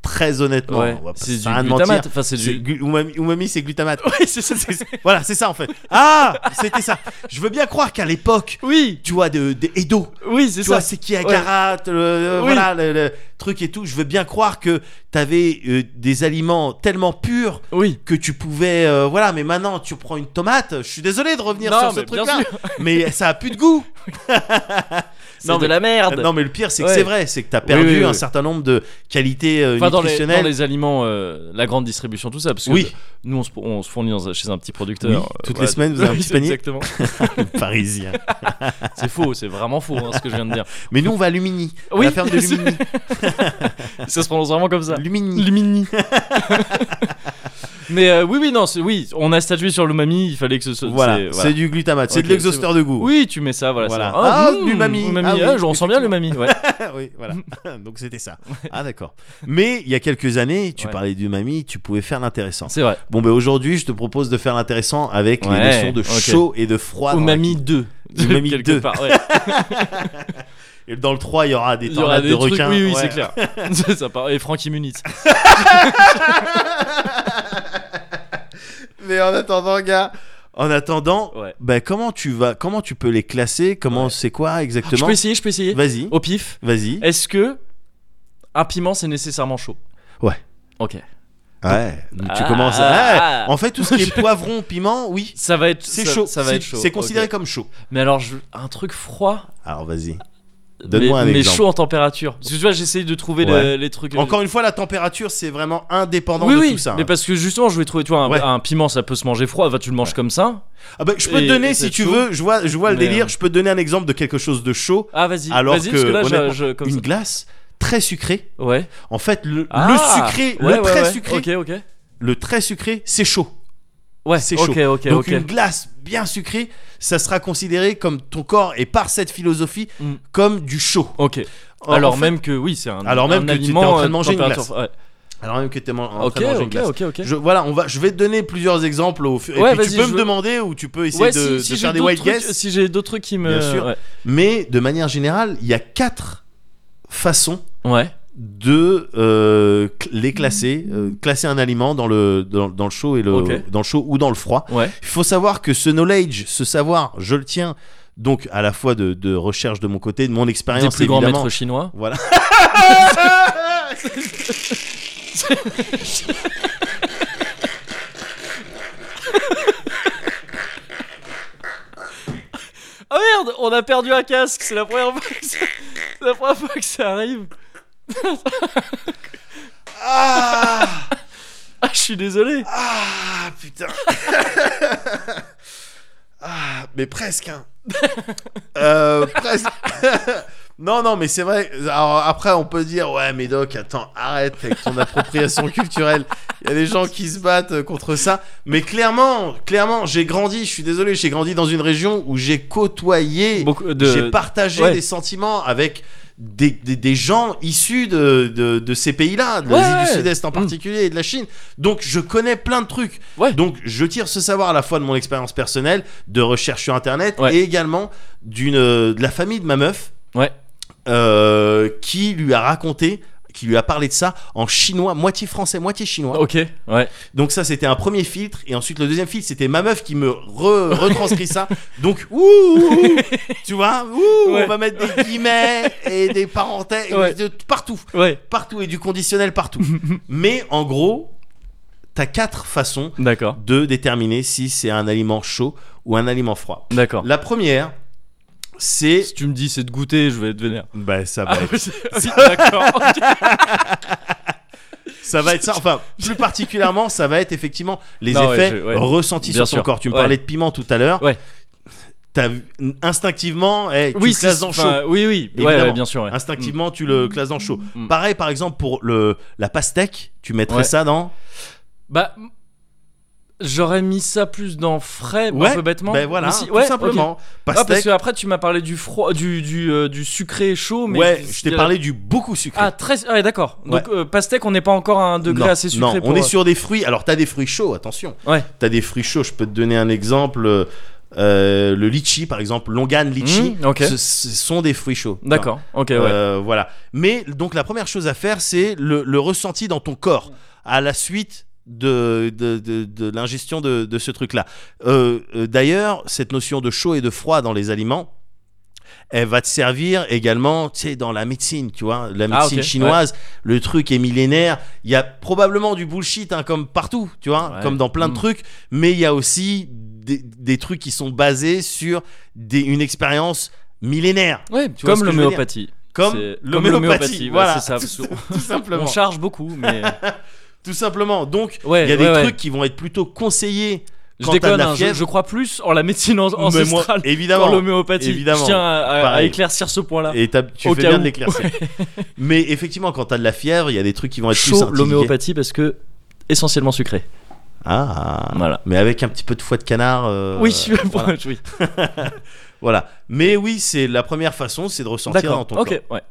B: très honnêtement,
A: Ouais.
B: on va pas
A: C'est
B: se
A: du
B: faire rien de
A: glutamate.
B: mentir.
A: Enfin, c'est
B: C'est
A: du.
B: glu- umami, umami, c'est glutamate.
A: Oui, c'est ça.
B: voilà, c'est ça en fait. Ah, c'était ça. Je veux bien croire qu'à l'époque,
A: Oui.
B: tu vois, de, des Edo,
A: Oui, c'est
B: tu vois,
A: ça.
B: c'est Kiagara, le- le-
A: Oui.
B: voilà, le, le truc et tout. Je veux bien croire que t'avais euh, des aliments tellement purs
A: Oui.
B: que tu pouvais, euh, voilà. Mais maintenant, tu prends une tomate. Je suis désolé de revenir
A: Non,
B: sur ce
A: mais bien
B: truc-là, mais ça a plus de goût.
A: C'est de la merde.
B: Non, mais le pire, c'est que
A: Ah, bah. Ouais.
B: c'est vrai, c'est que t'as
A: Oui,
B: perdu
A: oui, oui.
B: un certain nombre de qualités euh,
A: Enfin, dans les,
B: nutritionnelles.
A: dans les aliments, euh, la grande distribution, tout ça. Parce que
B: Oui.
A: nous, on se, on se fournit dans un- chez un petit producteur.
B: Oui,
A: euh,
B: toutes
A: voilà.
B: les semaines, vous avez un
A: Oui,
B: petit panier
A: Exactement.
B: parisien.
A: C'est faux, c'est vraiment faux hein, ce que je viens de dire.
B: Mais nous, on va à Lumini, à
A: Oui,
B: la ferme de Lumini.
A: Ça se prononce vraiment comme ça.
B: Lumini.
A: Lumini. Mais euh, oui, oui, non, c'est- oui, on a statué sur l'umami, il fallait que ce soit.
B: Voilà,
A: c'est-
B: c'est du glutamate, c'est
A: Ok,
B: de l'exhausteur de goût.
A: Oui, tu mets ça, voilà.
B: Voilà.
A: c'est- Ah,
B: Ah,
A: mm,
B: l'umami.
A: umami,
B: Ah oui,
A: ah, je- on sent bien
B: effectivement.
A: l'umami, ouais.
B: Oui, voilà. Donc c'était ça. Ah d'accord. Mais il y a quelques années, tu
A: Ouais.
B: parlais d'umami, tu pouvais faire l'intéressant.
A: C'est vrai.
B: Bon, ben aujourd'hui, je te propose de faire l'intéressant avec les
A: Ouais,
B: notions de
A: ok.
B: chaud et de froid. dans la
A: umami 2.
B: Umami
A: Quelque
B: 2.
A: part, ouais.
B: Et dans le 3, il y aura des
A: Il y aura
B: tornades
A: des
B: de
A: trucs,
B: requins.
A: oui, oui,
B: Ouais.
A: c'est clair. Ça, ça part- Et Franck Immunitz.
B: Mais en attendant, gars, en attendant,
A: Ouais.
B: ben comment tu vas, comment tu peux les classer, comment c'est quoi
A: Je
B: exactement
A: peux essayer, je peux essayer.
B: Vas-y,
A: Au pif,
B: vas-y.
A: est-ce que un piment c'est nécessairement chaud
B: Ouais.
A: Ok.
B: Ouais, donc tu
A: Ah.
B: commences à... Ouais, En fait, tout ce qui est poivron, piment, oui,
A: Ça va être
B: c'est
A: ça-
B: chaud.
A: Ça va
B: C'est-
A: être chaud.
B: C'est considéré
A: ok.
B: comme chaud.
A: Mais alors, je- un truc froid.
B: Alors vas-y. Donne-moi
A: mais,
B: un
A: mais
B: exemple.
A: chaud en température. Parce que tu vois, j'essaye de trouver le-
B: Ouais.
A: les trucs. euh,
B: Encore une fois, la température, c'est vraiment indépendant
A: oui,
B: de
A: oui,
B: tout ça.
A: mais
B: hein.
A: parce que justement, je vais trouver, tu vois, un,
B: Ouais.
A: un piment, ça peut se manger froid. Va, tu le manges comme ça.
B: Ah bah, je peux
A: Et-
B: te
A: et
B: donner,
A: c'est
B: si tu
A: chaud.
B: veux, je vois, je vois le
A: Mais,
B: délire,
A: euh,
B: je peux te donner un exemple de quelque chose de chaud.
A: Ah, vas-y.
B: Alors
A: vas-y,
B: que,
A: parce que là,
B: honnêtement,
A: je, je- comme
B: Une
A: ça.
B: glace très sucrée.
A: Ouais.
B: En fait, le, le
A: Ah,
B: sucré,
A: ouais, ouais,
B: le très
A: ouais.
B: sucré,
A: Ok, ok.
B: le très sucré, c'est chaud.
A: Ouais,
B: C'est
A: ok, ok,
B: Donc
A: ok.
B: une glace bien sucrée, ça sera considéré comme ton corps et par cette philosophie
A: Mm.
B: comme du chaud.
A: Ok.
B: En-
A: alors
B: en fait-
A: même que oui, c'est un.
B: Alors même
A: un
B: que tu t'es
A: aliment,
B: en train de
A: euh,
B: manger une
A: température-
B: glace.
A: ouais.
B: alors même que t'es man- en
A: Ok,
B: train de manger une
A: ok,
B: glace.
A: ok, ok.
B: Je, voilà, on va, je vais te donner plusieurs exemples au fu- et
A: Ouais,
B: puis tu
A: vas-y,
B: peux
A: je
B: me
A: veux-
B: demander ou tu peux essayer
A: Ouais,
B: de,
A: si, si
B: de
A: j'ai
B: faire des
A: d'autres
B: wild
A: trucs-
B: guesses.
A: si j'ai d'autres trucs qui me.
B: Bien sûr.
A: Ouais.
B: Mais de manière générale, il y a quatre façons
A: Ouais.
B: de euh, cl- les classer, euh, classer un aliment dans le dans, dans le chaud et le
A: Mmh. Ok.
B: dans le chaud ou dans le froid.
A: ouais.
B: Il faut savoir que ce knowledge, ce savoir, je le tiens donc à la fois de, de recherche de mon côté, de mon
A: Des
B: expérience
A: plus grands
B: évidemment.
A: maîtres chinois.
B: Voilà.
A: Ah merde, on a perdu un casque. C'est la première fois que ça, c'est la première fois que ça arrive.
B: Ah,
A: Ah, je suis désolé.
B: ah putain. ah, mais presque. Hein. Euh, presque. non, non, mais c'est vrai. Alors, après, on peut dire ouais, mais Doc, attends, arrête avec ton appropriation culturelle. Il y a des gens qui se battent euh, contre ça. Mais clairement, clairement, j'ai grandi. Je suis désolé, j'ai grandi dans une région où j'ai côtoyé.
A: Beaucoup de.
B: J'ai partagé
A: ouais.
B: des sentiments avec des, des- des gens issus de, de, de ces pays-là, de
A: Ouais,
B: l'Asie
A: ouais.
B: du Sud-Est en
A: Mm.
B: particulier et de la Chine. Donc je connais plein de trucs.
A: Ouais.
B: Donc je tire ce savoir à la fois de mon expérience personnelle, de recherche sur Internet
A: Ouais.
B: et également d'une euh, de la famille de ma meuf
A: Ouais.
B: euh, qui lui a raconté qui lui a parlé de ça en chinois, moitié français, moitié chinois.
A: Ok. Ouais.
B: Donc ça, c'était un premier filtre. Et ensuite, le deuxième filtre, c'était ma meuf qui me re- retranscrit ça. Donc, ouh, ouh, ouh, tu vois, ouh,
A: Ouais.
B: on va mettre des guillemets et des parenthèses
A: Ouais.
B: de partout,
A: Ouais.
B: partout et du conditionnel partout. Mais en gros, t'as quatre façons
A: D'accord.
B: de déterminer si c'est un aliment chaud ou un aliment froid.
A: D'accord.
B: La première, c'est...
A: Si tu me dis c'est de goûter, je vais être vénère.
B: Bah, ça va,
A: Ah,
B: être,
A: ok, D'accord. ok.
B: ça va être ça. Enfin, plus particulièrement, ça va être effectivement les
A: Non, ouais,
B: effets
A: je- ouais.
B: ressentis
A: Bien
B: sur ton
A: sûr.
B: corps. Tu me
A: Ouais.
B: parlais de piment tout à l'heure.
A: Ouais.
B: T'as vu- instinctivement, eh, tu
A: Oui,
B: le classes dans chaud.
A: enfin, Oui, oui. Ouais,
B: Évidemment.
A: ouais, bien sûr. ouais.
B: Instinctivement, tu le classes dans chaud.
A: Mm.
B: Pareil, par exemple, pour le, la pastèque, tu mettrais
A: Ouais.
B: ça dans.
A: Bah, m- j'aurais mis ça plus dans frais, un peu bêtement.
B: Ben voilà,
A: Mais si-
B: tout
A: ouais, ok.
B: simplement.
A: Ah, parce
B: Pastèque.
A: que après, tu m'as parlé du froid, du, du, euh, du sucré chaud, mais.
B: ouais, je t'ai parlé du beaucoup sucré.
A: Ah, très. Ah, ouais, d'accord. Donc, euh, pastèque, on n'est pas encore à un degré
B: non,
A: assez sucré
B: non,
A: pour. euh,
B: on est sur des fruits. Alors, t'as des fruits chauds, attention.
A: Ouais.
B: T'as des fruits chauds. Je peux te donner un exemple. euh, le litchi, par exemple, longan litchi.
A: Mm, ok.
B: ce, ce sont des fruits chauds.
A: D'accord, ok, ouais.
B: Euh, voilà. Mais donc la première chose à faire, c'est le, le ressenti dans ton corps à la suite de, de, de- de l'ingestion de, de ce truc-là. Euh, euh, D'ailleurs, cette notion de chaud et de froid dans les aliments, elle va te servir également, tu sais, dans la médecine, tu vois, la
A: Ah,
B: médecine
A: ok,
B: chinoise, le truc est millénaire. Il y a probablement du bullshit, hein, comme partout, tu vois,
A: Ouais.
B: comme dans plein de
A: Mm.
B: trucs, mais il y a aussi des, des trucs qui sont basés sur des- une expérience millénaire
A: Ouais,
B: tu vois
A: comme
B: ce que je veux dire
A: l'homéopathie.
B: comme
A: C'est-
B: l'homéopathie.
A: ouais,
B: Voilà,
A: c'est ça.
B: tout
A: On
B: simplement.
A: charge beaucoup, mais. euh,
B: Tout simplement. Donc, il
A: Ouais,
B: y a des
A: ouais, ouais.
B: trucs qui vont être plutôt conseillés
A: Je
B: quand t'as de
A: déconne,
B: la
A: hein, je,
B: fièvre.
A: je crois plus en la médecine an-
B: Mais moi,
A: ancestrale
B: évidemment.
A: qu'en l'homéopathie. Je
B: évidemment.
A: tiens à, à- à
B: Pareil.
A: éclaircir ce point-là.
B: Et t'as- tu
A: Au
B: fais
A: cas
B: bien
A: où.
B: de l'éclaircir. Mais effectivement, quand t'as de la fièvre, il y a des trucs qui vont être plus
A: Chaud,
B: intelligents.
A: l'homéopathie, parce que essentiellement sucré.
B: Ah.
A: Voilà.
B: Mais avec un petit peu de foie de canard. euh,
A: oui,
B: voilà.
A: oui.
B: Voilà. Mais oui, c'est la première façon, c'est de ressentir dans
A: D'accord.
B: ton corps.
A: Ok, ouais.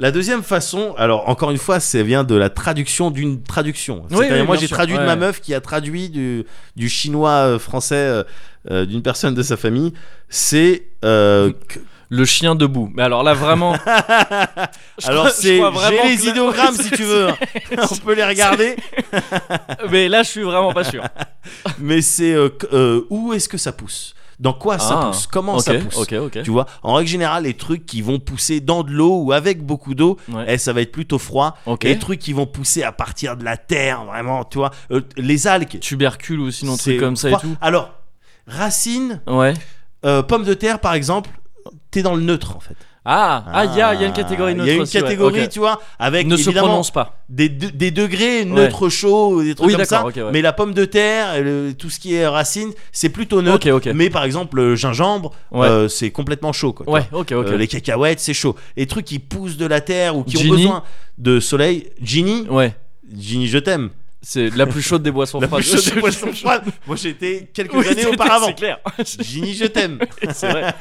B: La deuxième façon, alors encore une fois, ça vient de la traduction d'une traduction.
A: Oui,
B: C'est-à-dire,
A: oui,
B: moi
A: bien
B: j'ai
A: sûr,
B: traduit
A: ouais.
B: de ma meuf qui a traduit du, du chinois euh, français euh, euh, d'une personne de sa famille. C'est. euh, que-
A: Le chien debout. Mais alors là, vraiment. je
B: alors
A: crois- je
B: c'est.
A: crois vraiment
B: J'ai
A: que
B: les
A: là-
B: idéogrammes si tu veux. hein. On peut les regarder.
A: Mais là, je suis vraiment pas sûr.
B: Mais c'est. euh, que- euh, où est-ce que ça pousse dans quoi ça
A: Ah,
B: pousse, comment
A: ok,
B: ça pousse.
A: ok, ok.
B: Tu vois, en règle générale, les trucs qui vont pousser dans de l'eau ou avec beaucoup d'eau,
A: Ouais.
B: eh, ça va être plutôt froid.
A: Ok.
B: Les trucs qui vont pousser à partir de la terre, vraiment, tu vois, euh, les algues.
A: Tubercule ou sinon
B: c'est
A: truc comme ça et
B: froid.
A: tout.
B: Alors, racines,
A: Ouais.
B: euh, pommes de terre par exemple, t'es dans le neutre en fait.
A: Ah, ah, il y, a il y a une catégorie
B: Il
A: neutre
B: y a une
A: aussi, ouais,
B: catégorie,
A: ok.
B: tu vois, avec
A: Ne se
B: évidemment
A: prononce pas.
B: des, de- des degrés neutre chaud, des trucs
A: Oui,
B: comme ça.
A: d'accord, ok, ouais.
B: Mais la pomme de terre, et le- tout ce qui est racines, c'est plutôt neutre.
A: Ok, ok.
B: Mais par exemple, le gingembre,
A: Ouais.
B: euh, c'est complètement chaud. Quoi, tu
A: Ouais, ok, ok.
B: euh, les cacahuètes, c'est chaud. Les trucs qui poussent de la terre ou qui
A: Ginny.
B: ont besoin de soleil. Ginny,
A: Ouais,
B: Ginny, je t'aime.
A: c'est la plus chaude des boissons
B: La
A: froides.
B: plus chaude des poissons froides. Moi, j'étais quelques
A: Oui,
B: années
A: c'était-
B: auparavant.
A: C'est clair.
B: Ginny, je t'aime.
A: c'est vrai.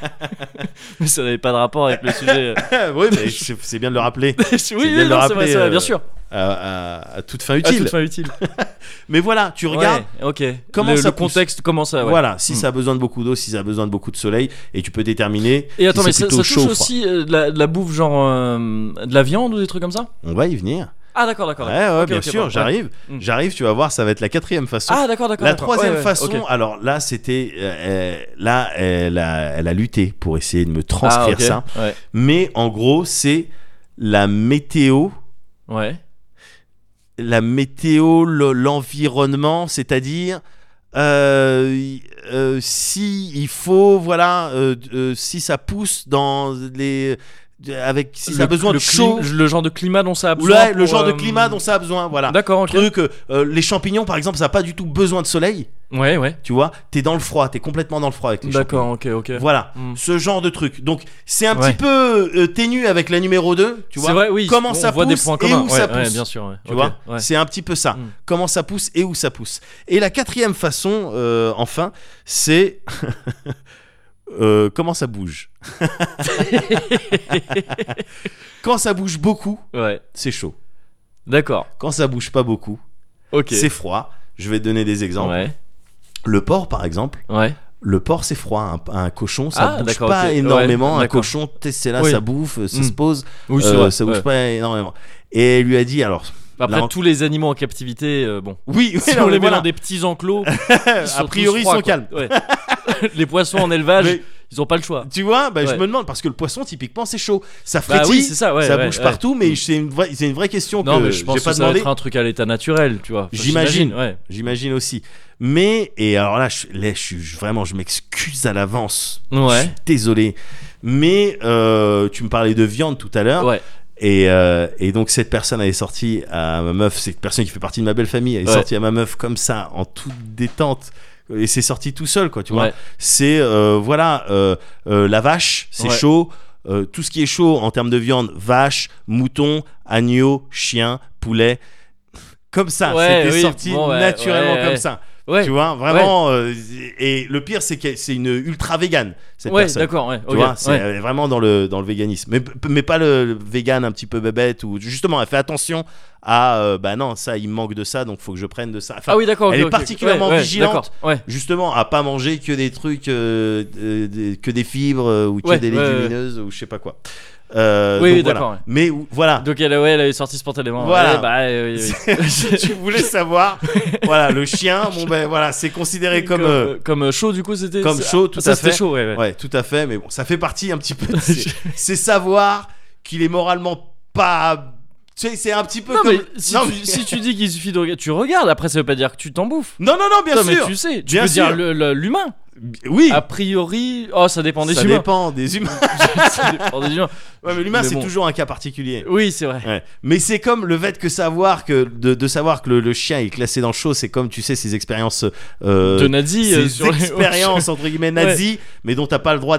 A: Mais ça n'avait pas de rapport avec le sujet.
B: oui, mais c'est c'est bien de le rappeler
A: oui, oui,
B: de
A: non,
B: le
A: c'est vrai,
B: rappeler,
A: c'est vrai,
B: euh,
A: bien sûr.
B: à, à- à toute fin
A: À
B: utile.
A: toute fin utile.
B: Mais voilà, tu regardes.
A: Ouais, ok.
B: Comment
A: le,
B: ça
A: le contexte, comment ça. ouais.
B: Voilà, si
A: Hmm.
B: ça a besoin de beaucoup d'eau, si ça a besoin de beaucoup de soleil, et tu peux déterminer.
A: Et attends,
B: si
A: mais
B: c'est
A: ça,
B: plutôt
A: ça
B: chaud,
A: touche
B: ou froid.
A: aussi euh, de, la, de la bouffe, genre euh, de la viande ou des trucs comme ça
B: On va y venir.
A: Ah, d'accord, d'accord.
B: Ouais,
A: d'accord.
B: ouais,
A: Ok,
B: bien
A: ok,
B: sûr,
A: ouais.
B: j'arrive.
A: Hmm.
B: J'arrive, tu vas voir, ça va être la quatrième façon.
A: Ah, d'accord, d'accord.
B: La
A: d'accord.
B: troisième
A: Ouais, ouais,
B: façon,
A: ok.
B: alors là, c'était. euh, euh, là, elle a, elle a lutté pour essayer de me transcrire
A: Ah, ok.
B: ça.
A: Ouais.
B: Mais en gros, c'est la météo,
A: Ouais.
B: la météo, le- l'environnement, c'est-à-dire. euh, y- euh, si il faut voilà euh, euh, si ça pousse dans les avec si ça a
A: Le-
B: besoin
A: le
B: de chaud
A: clim- le genre de climat dont ça a
B: ou
A: besoin.
B: là, le
A: pour,
B: genre de
A: euh,
B: climat dont ça a besoin voilà
A: D'accord, ok.
B: truc euh, euh, les champignons par exemple ça n'a pas du tout besoin de soleil
A: Ouais, ouais.
B: tu vois t'es dans le froid t'es complètement dans le froid avec les champignons
A: D'accord, ok, ok.
B: Voilà,
A: Mm.
B: ce genre de truc. Donc c'est un
A: Ouais.
B: petit peu euh, ténu avec la numéro 2, tu vois.
A: C'est vrai, oui.
B: Comment
A: on
B: ça
A: voit des
B: pousse
A: points
B: et
A: communs.
B: où
A: ouais,
B: ça pousse.
A: ouais, bien sûr, ouais.
B: Tu
A: Ok,
B: vois,
A: ouais.
B: c'est un petit peu ça.
A: Mm.
B: Comment ça pousse et où ça pousse. Et la quatrième façon, euh, enfin, c'est euh, comment ça bouge. Quand ça bouge beaucoup,
A: Ouais.
B: c'est chaud.
A: D'accord.
B: Quand ça bouge pas beaucoup,
A: Ok.
B: c'est hein. froid. Je vais te donner des exemples.
A: Ouais.
B: Le porc, par exemple,
A: Ouais.
B: le porc c'est froid. Un, un cochon, ça
A: Ah,
B: bouge
A: d'accord,
B: pas
A: ok. Ouais,
B: énormément. un
A: d'accord.
B: cochon, t'es- c'est là,
A: Oui.
B: ça bouffe, ça
A: Mm.
B: se pose.
A: Oui, c'est
B: Euh,
A: vrai.
B: ça bouge
A: ouais. Bah,
B: pas énormément. Et elle lui a dit alors
A: Après,
B: Là, on-
A: tous les animaux en captivité, euh, bon.
B: oui, oui
A: Si
B: non,
A: on
B: mais
A: les met
B: voilà.
A: dans des petits enclos, ils sont
B: a
A: tous
B: priori ils
A: froids,
B: sont
A: quoi. Ah,
B: calmes.
A: Ouais. les poissons en élevage,
B: Mais
A: ils ont pas le choix.
B: tu vois, bah, je
A: Ouais.
B: me demande parce que le poisson typiquement c'est chaud, ça
A: Bah
B: frétille,
A: oui, c'est ça, ouais, ouais,
B: bouge
A: ouais. Mm.
B: partout, mais c'est une vraie, c'est une vraie question
A: Non,
B: que
A: mais je pense
B: euh, j'ai pas
A: que ça va
B: demandé.
A: être un truc à l'état naturel, tu vois. Enfin,
B: J'imagine.
A: Ouais.
B: J'imagine aussi. Mais et alors là, je, là, je suis je- vraiment, je m'excuse à l'avance.
A: Ouais.
B: Je suis désolé. Mais euh, tu me parlais de viande tout à l'heure.
A: Ouais.
B: Et, euh, et donc cette personne elle est sortie à ma meuf, cette personne qui fait partie de ma belle famille, elle est
A: Ouais.
B: sortie à ma meuf comme ça, en toute détente. Et c'est sorti tout seul, quoi, tu vois.
A: Ouais.
B: C'est, euh, voilà, euh, euh, la vache,
A: Ouais.
B: c'est chaud. Euh, tout ce qui est chaud en termes de viande, vache, mouton, agneau, chien, poulet. Comme ça,
A: Ouais,
B: c'était
A: oui,
B: sorti
A: bon, ouais,
B: naturellement
A: ouais,
B: comme
A: ouais.
B: ça.
A: Ouais.
B: Tu vois, vraiment. euh, et le pire, c'est que c'est une ultra végane, cette
A: ouais,
B: personne.
A: d'accord, ouais.
B: Tu
A: ok,
B: vois, c'est euh,
A: ouais.
B: elle est vraiment dans le, dans le véganisme. Mais, mais pas le, le vegan un petit peu bébête ou justement, elle fait attention à euh, bah non, ça il me manque de ça donc faut que je prenne de ça. Enfin,
A: ah oui, d'accord. ok,
B: elle est
A: ok, ok.
B: particulièrement
A: Ouais, ouais,
B: vigilante.
A: d'accord, Ouais.
B: Justement, à pas manger que des trucs, euh, euh, des- que des fibres euh, ou que
A: Ouais,
B: des
A: ouais, ouais.
B: légumineuses ou je sais pas quoi.
A: Oui,
B: Euh, donc
A: oui,
B: voilà.
A: d'accord, ouais.
B: Mais ou- voilà.
A: Donc elle, ouais, elle est sortie spontanément.
B: Voilà.
A: Ouais, bah, euh, oui, oui.
B: Si tu voulais savoir, voilà, le chien, bon ben voilà, c'est considéré comme. euh,
A: euh, comme euh, chaud du coup c'était
B: comme
A: ça-
B: chaud, tout
A: ça,
B: à
A: c'était
B: fait.
A: chaud ouais, ouais.
B: Ouais, tout à fait, mais bon, ça fait partie un petit peu. de ces- C'est savoir qu'il est moralement pas. Tu sais, c'est un petit peu
A: non
B: comme.
A: mais, si,
B: non,
A: tu,
B: mais-
A: si tu dis qu'il suffit de regarder tu regardes après ça veut pas dire que tu t'en bouffes
B: non, non, non, bien
A: Non, mais
B: sûr.
A: tu sais tu
B: Bien
A: peux dire
B: sûr.
A: le- le- l'humain
B: Oui.
A: a priori oh ça dépend des
B: ça
A: humains
B: dépend des humains.
A: ça dépend des humains
B: Ouais, mais l'humain,
A: Mais
B: c'est
A: bon.
B: toujours un cas particulier.
A: oui c'est vrai
B: Ouais. Mais c'est comme le fait que savoir que de, de savoir que le, le chien est classé dans le chaud, c'est comme tu sais ces expériences euh,
A: de nazi euh,
B: ces
A: sur les-
B: expériences entre guillemets nazies, mais dont t'as pas le droit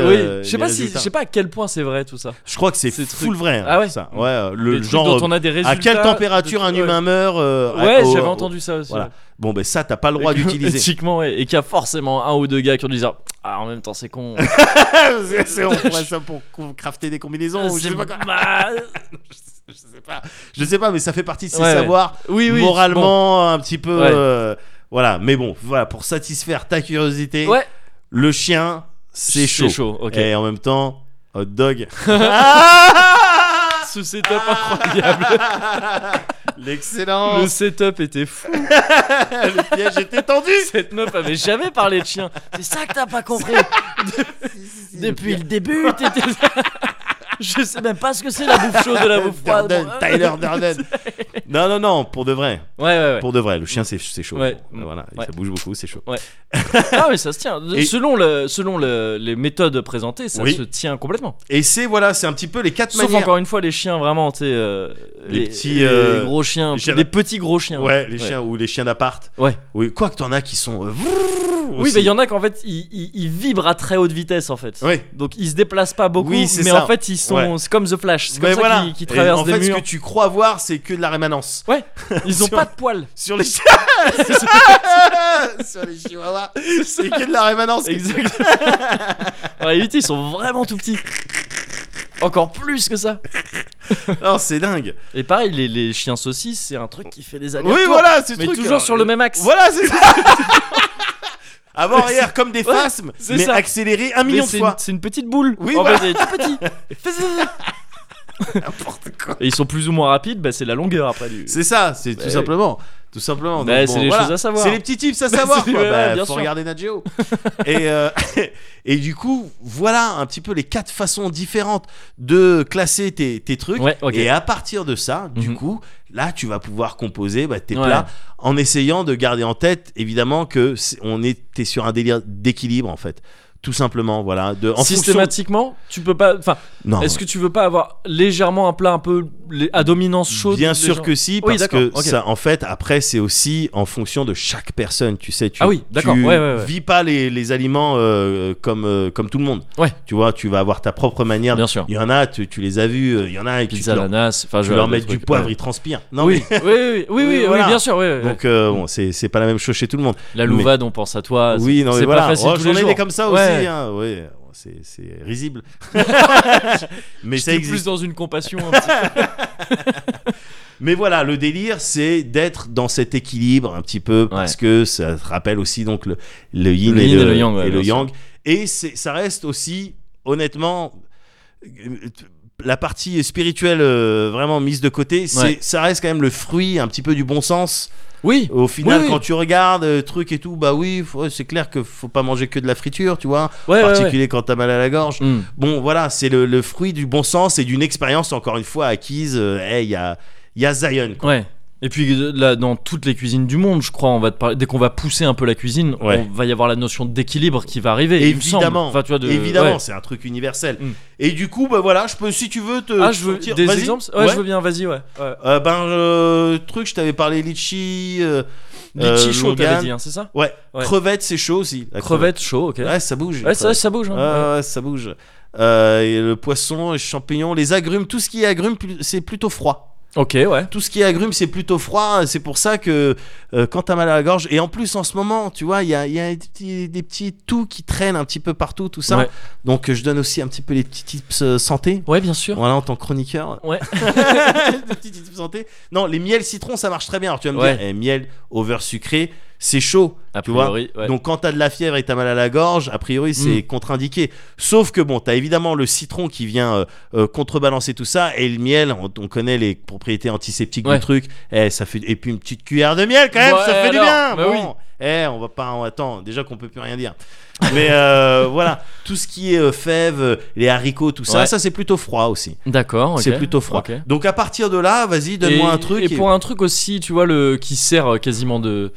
A: oui
B: euh,
A: je sais
B: les
A: pas si je
B: résultats.
A: sais pas à quel point c'est vrai tout ça
B: Je crois que c'est
A: Ces trucs.
B: full vrai. hein,
A: Ah ouais.
B: Ça. Ouais. euh, Le
A: Les trucs
B: genre. euh,
A: dont on a des résultats
B: À quelle température
A: de-
B: un
A: ouais.
B: humain meurt euh, à-
A: ouais
B: au-
A: j'avais
B: au-
A: entendu ça aussi
B: Voilà.
A: ouais.
B: Bon, ben ça, t'as pas le droit
A: Et que-
B: d'utiliser.
A: éthiquement ouais, et qu'il y a forcément un ou deux gars qui ont dit ça, ah en même temps c'est con
B: C'est- c'est- on pourrait ça pour co- crafter des combinaisons. ou
A: Ah, C'est-
B: je, sais pas quoi.
A: Bah,
B: je sais pas. Je sais pas, mais ça fait partie de ces
A: Ouais, ouais.
B: savoirs
A: oui oui bon.
B: moralement un petit peu.
A: Ouais.
B: euh, voilà. Mais bon, voilà pour satisfaire ta curiosité.
A: ouais
B: Le chien, c'est chaud.
A: chaud ok
B: Et en même temps, hot dog. Ah
A: ce setup incroyable.
B: L'excellent.
A: Le setup était fou.
B: Le piège était tendu.
A: Cette meuf avait jamais parlé de chien. C'est ça que t'as pas compris. Depuis le début, t'étais. Je sais même pas ce que c'est la bouffe chaude de la bouffe froide. euh,
B: Durden, Tyler Durden. Non, non, non, pour de vrai.
A: Ouais, ouais, ouais.
B: Pour de vrai, le chien c'est c'est chaud.
A: Ouais.
B: Voilà,
A: Ouais.
B: ça bouge beaucoup, c'est chaud.
A: Ah, mais ça se tient.
B: Et-
A: Selon, le, selon le- les méthodes présentées, ça
B: Oui.
A: se tient complètement.
B: Et c'est voilà, c'est un petit peu les quatre
A: Sauf
B: manières.
A: encore une fois, les chiens vraiment, tu sais. euh,
B: Les petits, euh,
A: les gros chiens.
B: les chiens-
A: Des petits gros chiens.
B: Ouais, les chiens ou les chiens d'appart.
A: Ouais.
B: Oui, quoi que t'en as qui sont. euh,
A: Oui,
B: aussi.
A: mais il y en a qu'en fait, ils, ils- ils vibrent à très haute vitesse en fait.
B: Ouais.
A: Donc ils se déplacent pas beaucoup,
B: Oui, c'est
A: mais
B: ça.
A: en fait ils sont.
B: Ouais.
A: C'est comme The Flash, c'est comme
B: Mais
A: ça
B: voilà.
A: qu'ils qu'ils
B: Et
A: traversent
B: en
A: des
B: fait,
A: murs.
B: ce que tu crois voir, c'est que de la rémanence.
A: Ouais, ils ont
B: Sur-
A: pas de poils.
B: Sur les chiens. Sur les chihuahuas. C'est que de la rémanence. que tu-
A: Exactement. en réalité, ils sont vraiment tout petits. Encore plus que ça.
B: Non, c'est dingue.
A: Et pareil, les, les chiens saucisses, c'est un truc qui fait des allers
B: Oui, voilà, c'est
A: Mais
B: truc. hein.
A: toujours sur le même axe.
B: Voilà, c'est ça. Avant-arrière comme des
A: Ouais,
B: phasmes,
A: c'est
B: mais
A: ça.
B: accéléré un
A: Mais
B: million de
A: c'est
B: fois.
A: une- C'est une petite boule.
B: Oui,
A: en
B: voilà.
A: fait, elle est tout petit.
B: N'importe quoi.
A: Et ils sont plus ou moins rapides, bah, c'est la longueur après du.
B: C'est ça, c'est tout
A: Ouais.
B: simplement. Tout simplement.
A: Bah,
B: Donc,
A: c'est
B: bon,
A: des
B: voilà.
A: choses à savoir.
B: C'est les petits tips à savoir.
A: c'est-
B: quoi.
A: ouais,
B: Bah,
A: ouais, bien
B: faut
A: sûr.
B: regarder Nat Geo. et, euh, et du coup, voilà un petit peu les quatre façons différentes de classer tes, tes trucs.
A: Ouais, ok.
B: Et à partir de ça, du
A: Mhm.
B: coup, là, tu vas pouvoir composer bah, tes
A: Ouais.
B: plats en essayant de garder en tête, évidemment, que c'est- on était sur un délire d'équilibre en fait. Tout simplement, voilà. De, en Ah
A: Systématiquement, tu peux pas. Enfin,
B: fonction- Non.
A: Est-ce que tu veux pas avoir légèrement un plat un peu lé- à dominance chaude
B: Bien
A: légère-
B: sûr que si,
A: Oui,
B: parce que
A: d'accord, ok.
B: ça, en fait, après, c'est aussi en fonction de chaque personne, tu sais. Tu,
A: Ah oui, d'accord,
B: tu
A: ouais, ouais, ouais.
B: vis pas les, les aliments euh, comme, euh, comme tout le monde.
A: Ouais.
B: Tu vois, tu vas avoir ta propre manière.
A: Bien sûr.
B: Il y en a, tu, tu les as vus, euh, il y en a, et tu
A: Pizza à
B: leur,
A: l'ananas, enfin
B: tu
A: je
B: leur
A: des
B: mets du
A: trucs,
B: poivre,
A: ouais.
B: ils transpirent. Non,
A: Oui, oui, oui, oui, oui, oui,
B: voilà.
A: bien sûr, oui, oui,
B: mais-
A: oui.
B: Donc, euh, bon, c'est c'est pas la même chose chez tout le monde.
A: la louvade, on pense à toi. Ah, c'est-
B: oui, non,
A: c'est
B: mais
A: pas
B: voilà.
A: facile
B: Oh,
A: tous
B: J'en
A: les
B: ai
A: jours.
B: des comme ça
A: Ouais.
B: aussi. hein, ouais. Bon, c'est- C'est risible. mais ça
A: J'étais plus
B: existe.
A: dans une compassion. un petit peu.
B: Mais voilà, le délire, c'est d'être dans cet équilibre un petit peu, parce
A: Ouais.
B: que ça te rappelle aussi donc le, le yin,
A: Le
B: et,
A: yin
B: le,
A: et le yang, ouais,
B: et, le
A: bien sûr.
B: yang. Et c'est- ça reste aussi, honnêtement, euh, la partie spirituelle euh, vraiment mise de côté, c'est
A: Ouais.
B: ça reste quand même le fruit un petit peu du bon sens.
A: oui,
B: Au final,
A: Oui, oui.
B: quand tu regardes euh, truc et tout, bah oui, faut- c'est clair que faut pas manger que de la friture, tu vois,
A: ouais,
B: en
A: ouais,
B: particulier quand t'as mal à la gorge.
A: ouais. Mm.
B: Bon, voilà, c'est le, le fruit du bon sens et d'une expérience, encore une fois, acquise. euh, hey, il y a, il y a Zion. quoi.
A: Ouais. Et puis euh, là, dans toutes les cuisines du monde, je crois, on va te parler- dès qu'on va pousser un peu la cuisine,
B: Ouais.
A: on va y avoir la notion d'équilibre qui va arriver. il me semble.
B: Évidemment.
A: Enfin, tu vois, de-
B: Évidemment,
A: ouais.
B: c'est un truc universel.
A: Mm.
B: Et du coup, bah voilà, je peux, si tu veux, te.
A: Ah, je veux
B: sortir-
A: des
B: vas-y.
A: exemples. Ouais, je veux bien. Vas-y, ouais. ouais.
B: Euh, ben, euh, truc, je t'avais parlé litchi. euh,
A: Litchi
B: euh,
A: chaud, t'avais
B: longan.
A: dit, hein, c'est ça
B: Ouais.
A: Ouais.
B: Crevette, c'est chaud aussi. la
A: Crevette chaud, ok.
B: crevette. Ouais, ça bouge.
A: Ouais,
B: la
A: ça, ça bouge. hein.
B: crevette. Ouais, ouais, ça bouge. Euh, et le poisson, les champignons, les agrumes, tout ce qui est agrumes, pl- c'est plutôt froid.
A: Ok, ouais.
B: tout ce qui est agrumes, c'est plutôt froid. C'est pour ça que euh, quand t'as mal à la gorge, et en plus en ce moment, tu vois, il y a, il y a des, petits, des petits tout qui traînent un petit peu partout, tout ça.
A: Ouais.
B: Donc euh, je donne aussi un petit peu les petits tips euh, santé.
A: Ouais, bien sûr.
B: Voilà, en tant que chroniqueur.
A: Ouais.
B: les petits tips santé. Non, les miels citron, ça marche très bien. Alors tu vas me
A: Ouais.
B: dire, eh, miel over sucré, c'est chaud.
A: A
B: tu vois,
A: priori, ouais. Mm.
B: Donc quand t'as de la fièvre et t'as mal à la gorge, a priori c'est contre-indiqué. Sauf que bon, t'as évidemment le citron qui vient euh, euh, contrebalancer tout ça et le miel. On, on connaît les propriétés antiseptiques
A: Ouais.
B: du truc. Eh, ça fait et puis une petite cuillère de miel quand même,
A: Ouais,
B: ça fait du
A: alors,
B: bien.
A: bah
B: bon. Eh, on va pas. On attend. Déjà qu'on peut plus rien dire. Mais euh, voilà, tout ce qui est euh, fèves, euh, les haricots, tout ça,
A: Ouais.
B: ça c'est plutôt froid aussi.
A: D'accord, ok.
B: C'est plutôt froid.
A: Ok.
B: Donc à partir de là, vas-y, donne-moi
A: Et-
B: un truc.
A: Et pour un truc aussi, tu vois, le, qui sert quasiment de,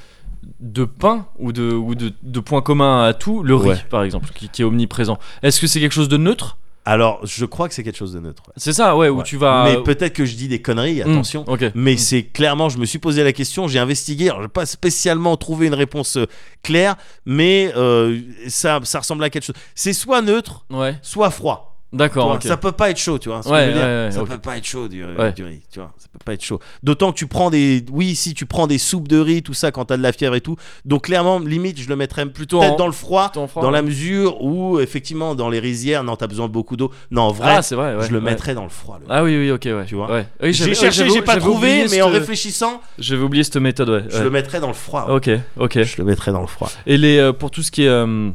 A: de pain ou, de, ou de, de point commun à tout, le riz,
B: Ouais.
A: par exemple, qui, qui est omniprésent. Est-ce que c'est quelque chose de neutre
B: Alors, je crois que c'est quelque chose de neutre.
A: C'est ça, ouais, où
B: Ouais.
A: tu vas. euh,
B: Mais peut-être que je dis des conneries.
A: Hmm,
B: Attention.
A: ok.
B: Mais c'est clairement, je me suis posé la question, j'ai investigué, alors j'ai pas spécialement trouvé une réponse euh, claire, mais euh, ça, ça ressemble à quelque chose. C'est soit neutre,
A: Ouais,
B: soit froid. tu
A: d'accord,
B: vois.
A: ok.
B: Ça peut pas être chaud, tu vois. ce que
A: Ouais,
B: je veux dire.
A: ouais, ouais,
B: ça
A: ok.
B: peut pas être chaud du, euh,
A: Ouais.
B: du riz, tu vois. Ça peut pas être chaud. D'autant que tu prends des, oui, si tu prends des soupes de riz, tout ça, quand t'as de la fièvre et tout. Donc clairement, limite, je le mettrais plutôt
A: Plutôt en-
B: dans le froid,
A: plutôt en froid,
B: dans la
A: ouais.
B: mesure où effectivement dans les rizières, non, t'as besoin de beaucoup d'eau. Non, en vrai,
A: ah, c'est vrai, ouais.
B: je le
A: ouais.
B: mettrais dans le froid. le-
A: Ah oui, oui, ok, ouais.
B: Tu vois.
A: Ouais. Oui, j'avais-
B: j'ai
A: ouais,
B: cherché,
A: j'avais-
B: j'ai pas
A: j'avais
B: trouvé,
A: oublié
B: mais en
A: cette- euh,
B: réfléchissant,
A: J'avais oublié cette méthode, ouais.
B: je
A: ouais.
B: le mettrais dans le froid. ouais.
A: Ok, ok.
B: Je le mettrais dans le froid.
A: Et les, euh, pour tout ce qui est euh,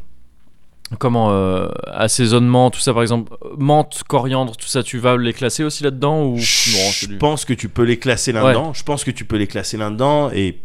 A: comment euh, assaisonnement, tout ça par exemple, menthe, coriandre, tout ça, tu vas les classer aussi là-dedans ou Non, c'est
B: Je
A: du-
B: pense que tu peux les classer là-dedans. Je pense que tu peux les classer là-dedans et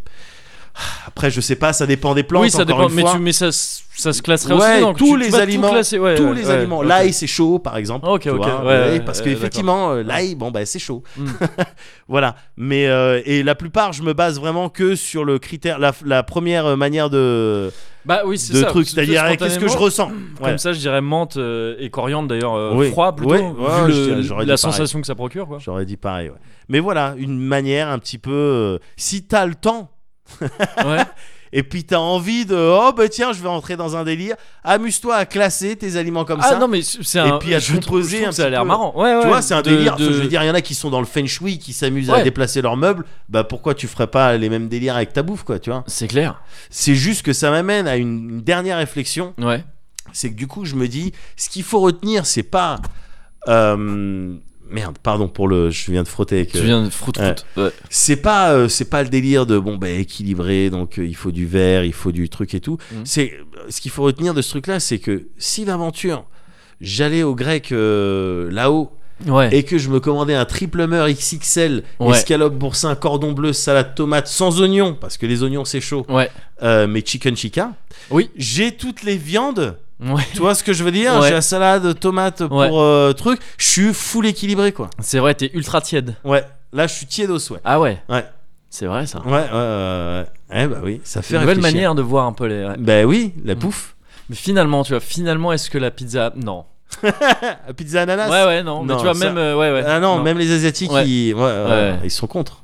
B: après je sais pas, ça dépend des plantes.
A: Oui, ça
B: encore
A: dépend,
B: une
A: mais,
B: fois.
A: tu, mais ça, s- ça se classerait
B: Ouais,
A: aussi donc
B: tous
A: tu- tu
B: les
A: vas tout
B: aliments,
A: classer, ouais,
B: tous
A: euh, ouais,
B: les
A: ouais,
B: aliments.
A: ok.
B: L'ail c'est chaud par exemple.
A: Ah, ok,
B: tu
A: ok,
B: vois,
A: ouais, ouais,
B: parce
A: ouais,
B: que
A: ouais,
B: effectivement euh,
A: d'accord.
B: l'ail bon bah c'est chaud.
A: Mm.
B: voilà. Mais euh, et la plupart je me base vraiment que sur le critère la, la première euh, manière de
A: Bah oui, c'est
B: de
A: ça.
B: truc,
A: tout
B: c'est-à-dire eh, qu'est-ce que je
A: spontanément.
B: ressens.
A: Comme
B: Ouais.
A: ça, je dirais menthe euh, et coriandre d'ailleurs euh,
B: Oui.
A: froid plutôt,
B: Ouais,
A: vu
B: ouais,
A: le-
B: je dirais- j'aurais
A: la
B: dit pareil.
A: sensation que ça procure quoi.
B: J'aurais dit pareil. ouais. Mais voilà, une manière un petit peu euh, si t'as le temps
A: Ouais.
B: Et puis t'as envie de oh bah tiens je vais entrer dans un délire. Amuse-toi à classer tes aliments comme
A: ah
B: ça.
A: non mais c'est un.
B: Et puis à
A: je trouve-
B: creuser
A: je trouve
B: un
A: que ça a
B: petit
A: l'air
B: peu.
A: marrant. Ouais, ouais,
B: tu vois c'est un
A: de-
B: délire.
A: de-
B: Je veux dire il y en a qui sont dans le feng shui qui s'amusent
A: Ouais.
B: à déplacer leurs meubles. Bah pourquoi tu ferais pas les mêmes délires avec ta bouffe quoi tu vois.
A: C'est clair.
B: C'est juste que ça m'amène à une une dernière réflexion.
A: Ouais.
B: C'est que du coup je me dis ce qu'il faut retenir c'est pas euh, merde pardon pour le je viens de frotter avec.
A: Tu
B: euh,
A: viens de froute
B: Ouais.
A: froute. Ouais.
B: c'est pas euh, c'est pas le délire de bon ben équilibré donc euh, il faut du verre il faut du truc et tout
A: Mhm.
B: c'est euh, ce qu'il faut retenir de ce truc là c'est que si d'aventure j'allais au grec euh, là-haut
A: Ouais.
B: et que je me commandais un triple meur XXL
A: Ouais.
B: escalope boursin cordon bleu salade tomate sans oignons parce que les oignons c'est chaud
A: Ouais.
B: euh, mais chicken chica
A: Oui.
B: j'ai toutes les viandes
A: Ouais.
B: tu vois ce que je veux dire
A: Ouais.
B: j'ai la salade tomate pour
A: Ouais.
B: euh, truc je suis full équilibré quoi
A: C'est vrai, t'es ultra tiède.
B: ouais là je suis tiédos ouais
A: Ah ouais.
B: Ouais.
A: C'est vrai ça.
B: Ouais, ouais, ouais, ouais. Eh bah oui, ça fait
A: Une nouvelle
B: réfléchir.
A: manière Mm. de voir un peu les. ouais.
B: Bah oui, la pouffe.
A: Mais finalement, tu vois, finalement, est-ce que la pizza. Non.
B: La Pizza ananas.
A: Ouais, ouais, non. mais
B: Ah, Non,
A: tu vois,
B: ça-
A: même. euh, ouais, ouais.
B: Ah non, même les Asiatiques,
A: Ouais.
B: Ils... ouais, ouais,
A: Ouais.
B: ils sont contre.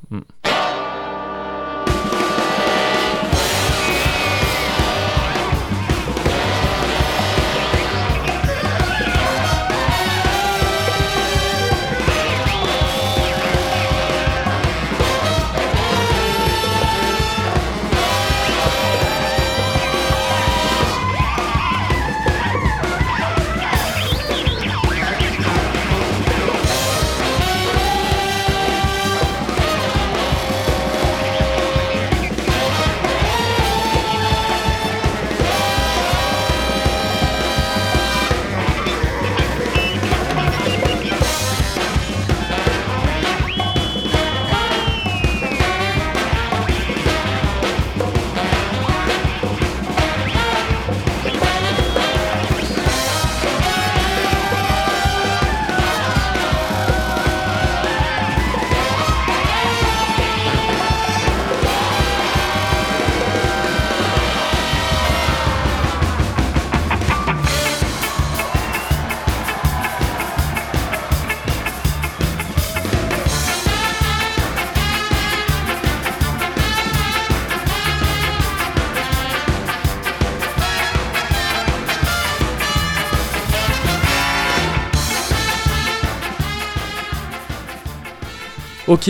A: Ok.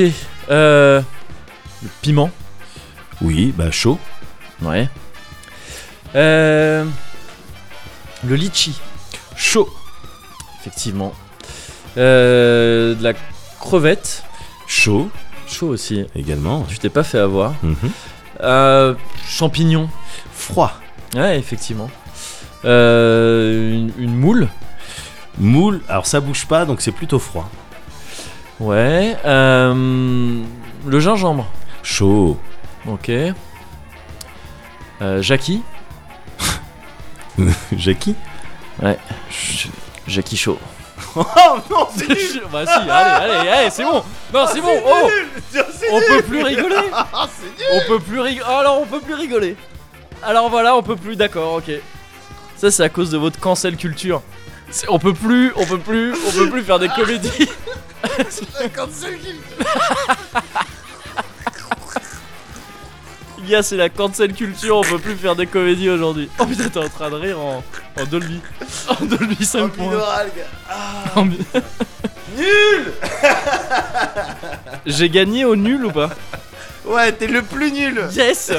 A: Euh. Le piment.
B: Oui, bah chaud.
A: Ouais. Euh, le litchi. Chaud. Effectivement. Euh, de la crevette.
B: Chaud
A: Chaud aussi.
B: également. Mhm.
A: Tu t'es pas fait avoir. Euh, champignons.
B: Froid.
A: Ouais, effectivement. Euh, une, une moule.
B: Moule, alors ça bouge pas, donc c'est plutôt froid.
A: Ouais. Euh, le gingembre.
B: Chaud.
A: Ok. Euh, Jackie.
B: Jackie
A: Jackie chaud.
B: Oh non, c'est
A: bah si, allez, allez, allez, c'est bon. Non, c'est bon. Oh, on peut plus rigoler. On peut plus rigoler. Alors on peut plus rigoler. Alors voilà, on peut plus. D'accord, ok. Ça c'est à cause de votre cancel culture. C'est- On peut plus, on peut plus, on peut plus faire des comédies. Il y a c'est la cancel culture. On peut plus faire des comédies aujourd'hui. Oh putain, t'es en train de rire en, en Dolby, en Dolby 5 points. En bi-
B: Nul
A: J'ai gagné au nul ou pas
B: Ouais, t'es le plus nul
A: Yes.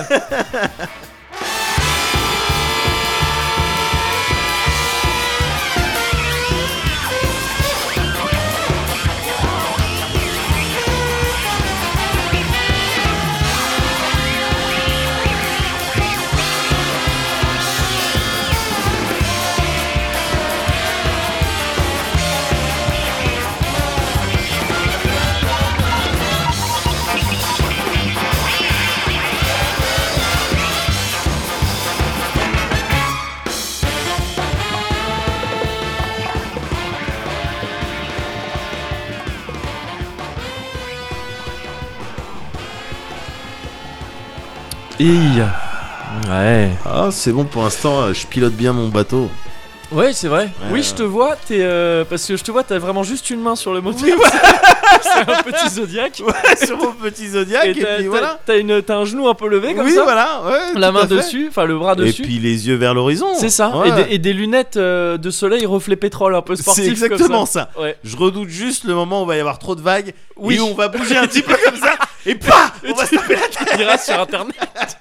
D: Thank
A: Hi. Ouais.
B: Ah, c'est bon pour l'instant, euh, je pilote bien mon bateau.
A: Ouais, c'est vrai. oui, je te vois, t'es. euh, parce que je te vois, t'as vraiment juste une main sur le moteur. c'est un petit zodiaque.
B: Sur mon petit Zodiac, et,
A: Et t'as-
B: puis
A: t'as-
B: voilà.
A: t'as une- t'as un genou un peu levé comme
B: oui,
A: ça.
B: voilà. ouais,
A: La
B: tout
A: main
B: à fait.
A: dessus, enfin le bras dessus.
B: Et puis les yeux vers l'horizon.
A: c'est ça.
B: Ouais.
A: Et, des, et des lunettes euh, de soleil reflet pétrole un peu sportif.
B: C'est exactement
A: Comme
B: ça.
A: ça. Ouais.
B: Je redoute juste le moment où il va y avoir trop de vagues.
A: Oui.
B: Et où on va bouger un petit peu comme ça. Et paf On va se taper la tête
A: Il ira sur internet.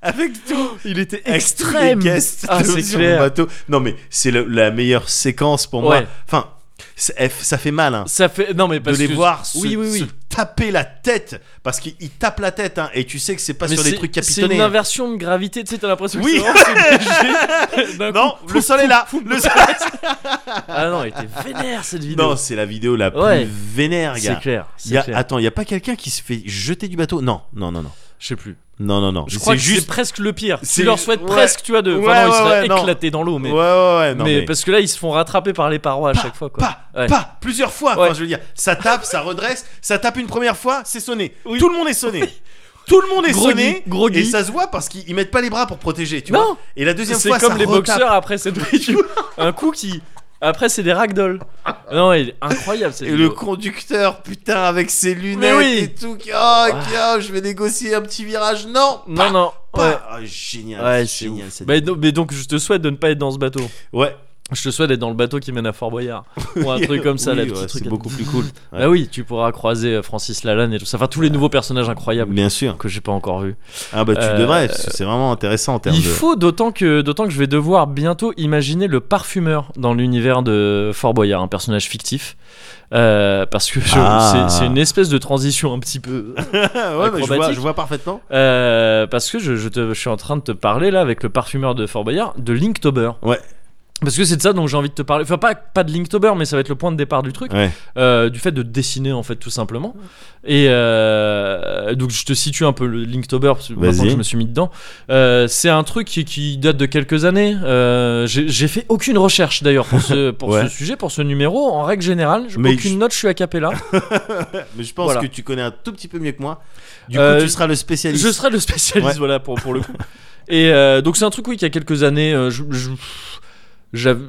B: avec tout.
A: Il était
B: Avec tous les
A: extrême.
B: guests
A: Ah,
B: de-
A: c'est
B: sur
A: clair.
B: mon bateau. Non, mais c'est le- la meilleure séquence pour
A: Ouais.
B: moi. Enfin, c'est- elle f- ça fait mal. hein.
A: Ça fait non mais
B: de
A: parce
B: les
A: que-
B: voir se,
A: oui oui oui.
B: se taper la tête parce qu'ils tapent la tête hein, et tu sais que c'est pas
A: Mais
B: sur des
A: c'est-
B: trucs
A: C'est
B: capitonnés.
A: une
B: hein.
A: inversion de gravité, tu sais, t'as l'impression que
B: Oui.
A: c'est vraiment- c'est d'un
B: Non,
A: coup,
B: le
A: pouf,
B: soleil est là. Le soleil-
A: pouf. Ah non, elle était vénère cette vidéo.
B: Non, c'est la vidéo la plus
A: Ouais.
B: vénère,
A: c'est
B: gars.
A: clair.
B: Y
A: c'est
B: a-
A: clair.
B: Attends, il y a pas quelqu'un qui se fait jeter du bateau Non, non, non, non.
A: Je sais plus.
B: Non, non, non.
A: Je crois
B: C'est
A: que c'est
B: juste.
A: presque le pire. Tu
B: c'est-
A: leur souhaites
B: ouais.
A: presque, tu vois, de.
B: Ouais,
A: Enfin, non, ils
B: ouais,
A: seraient
B: ouais, non.
A: éclatés dans l'eau, mais.
B: Ouais, ouais, ouais. Non,
A: mais,
B: mais-
A: parce que là, ils se font rattraper par les parois à
B: Pas,
A: chaque fois, quoi.
B: Pas,
A: Ouais.
B: pas, plusieurs fois.
A: Ouais.
B: Enfin, je veux dire, ça tape, ça redresse, ça tape une première fois, c'est sonné.
A: Oui.
B: Tout le monde est sonné. Tout le monde est
A: Groggy,
B: sonné.
A: groggy.
B: Et ça se voit parce qu'ils ils mettent pas les bras pour protéger, tu
A: Non.
B: vois. Et la deuxième
A: C'est
B: fois,
A: comme
B: ça
A: les
B: retape.
A: boxeurs après cette Un coup qui. Après, c'est des ragdoll. Non, il est incroyable cette
B: Et le
A: vidéo.
B: conducteur, putain, avec ses lunettes
A: oui. Ah.
B: et tout, qui, oh, qui, oh, je vais négocier un petit virage. Non,
A: Non,
B: Bah,
A: non. Ouais.
B: bah, oh, génial,
A: Ouais, c'est
B: génial.
A: ouf.
B: cette-
A: Mais, do- mais donc, je te souhaite de ne pas être dans ce bateau.
B: Ouais,
A: Je te souhaite d'être dans le bateau qui mène à Fort Boyard. Ou un truc comme ça,
B: Oui,
A: là,
B: ouais,
A: petit truc.
B: c'est
A: à-
B: beaucoup plus cool. Ouais.
A: Ah oui, tu pourras croiser euh, Francis Lalanne et tout ça. Enfin, tous les nouveaux personnages incroyables
B: Bien sûr.
A: que j'ai pas encore vus.
B: Ah bah tu
A: Euh,
B: devrais, parce que c'est vraiment intéressant en termes
A: Il
B: de.
A: faut d'autant que d'autant que je vais devoir bientôt imaginer le parfumeur dans l'univers de Fort Boyard, un personnage fictif, Euh, parce que je-
B: Ah.
A: c'est- c'est une espèce de transition un petit peu.
B: ouais, mais je vois,
A: acrobatique.
B: je vois parfaitement.
A: Euh, parce que je, je te- je suis en train de te parler là avec le parfumeur de Fort Boyard de Linktober.
B: Ouais.
A: Parce que c'est de ça dont j'ai envie de te parler. Enfin, pas, pas de Linktober, mais ça va être le point de départ du truc.
B: Ouais.
A: Euh, du fait de dessiner en fait tout simplement et euh, donc je te situe un peu le Linktober parce que maintenant
B: Vas-y.
A: que je me suis mis dedans Euh, c'est un truc qui, qui date de quelques années Euh, j'ai j'ai fait aucune recherche d'ailleurs pour, ce, pour
B: Ouais.
A: ce sujet pour ce numéro en règle générale j'ai
B: Mais
A: aucune
B: je-
A: note je suis a cappella
B: Mais je pense
A: Voilà.
B: que tu connais un tout petit peu mieux que moi. Du coup,
A: Euh,
B: tu seras le spécialiste.
A: je serai le spécialiste
B: Ouais.
A: voilà pour, pour le coup et euh, donc c'est un truc oui qui a quelques années euh, je, je, j'avais-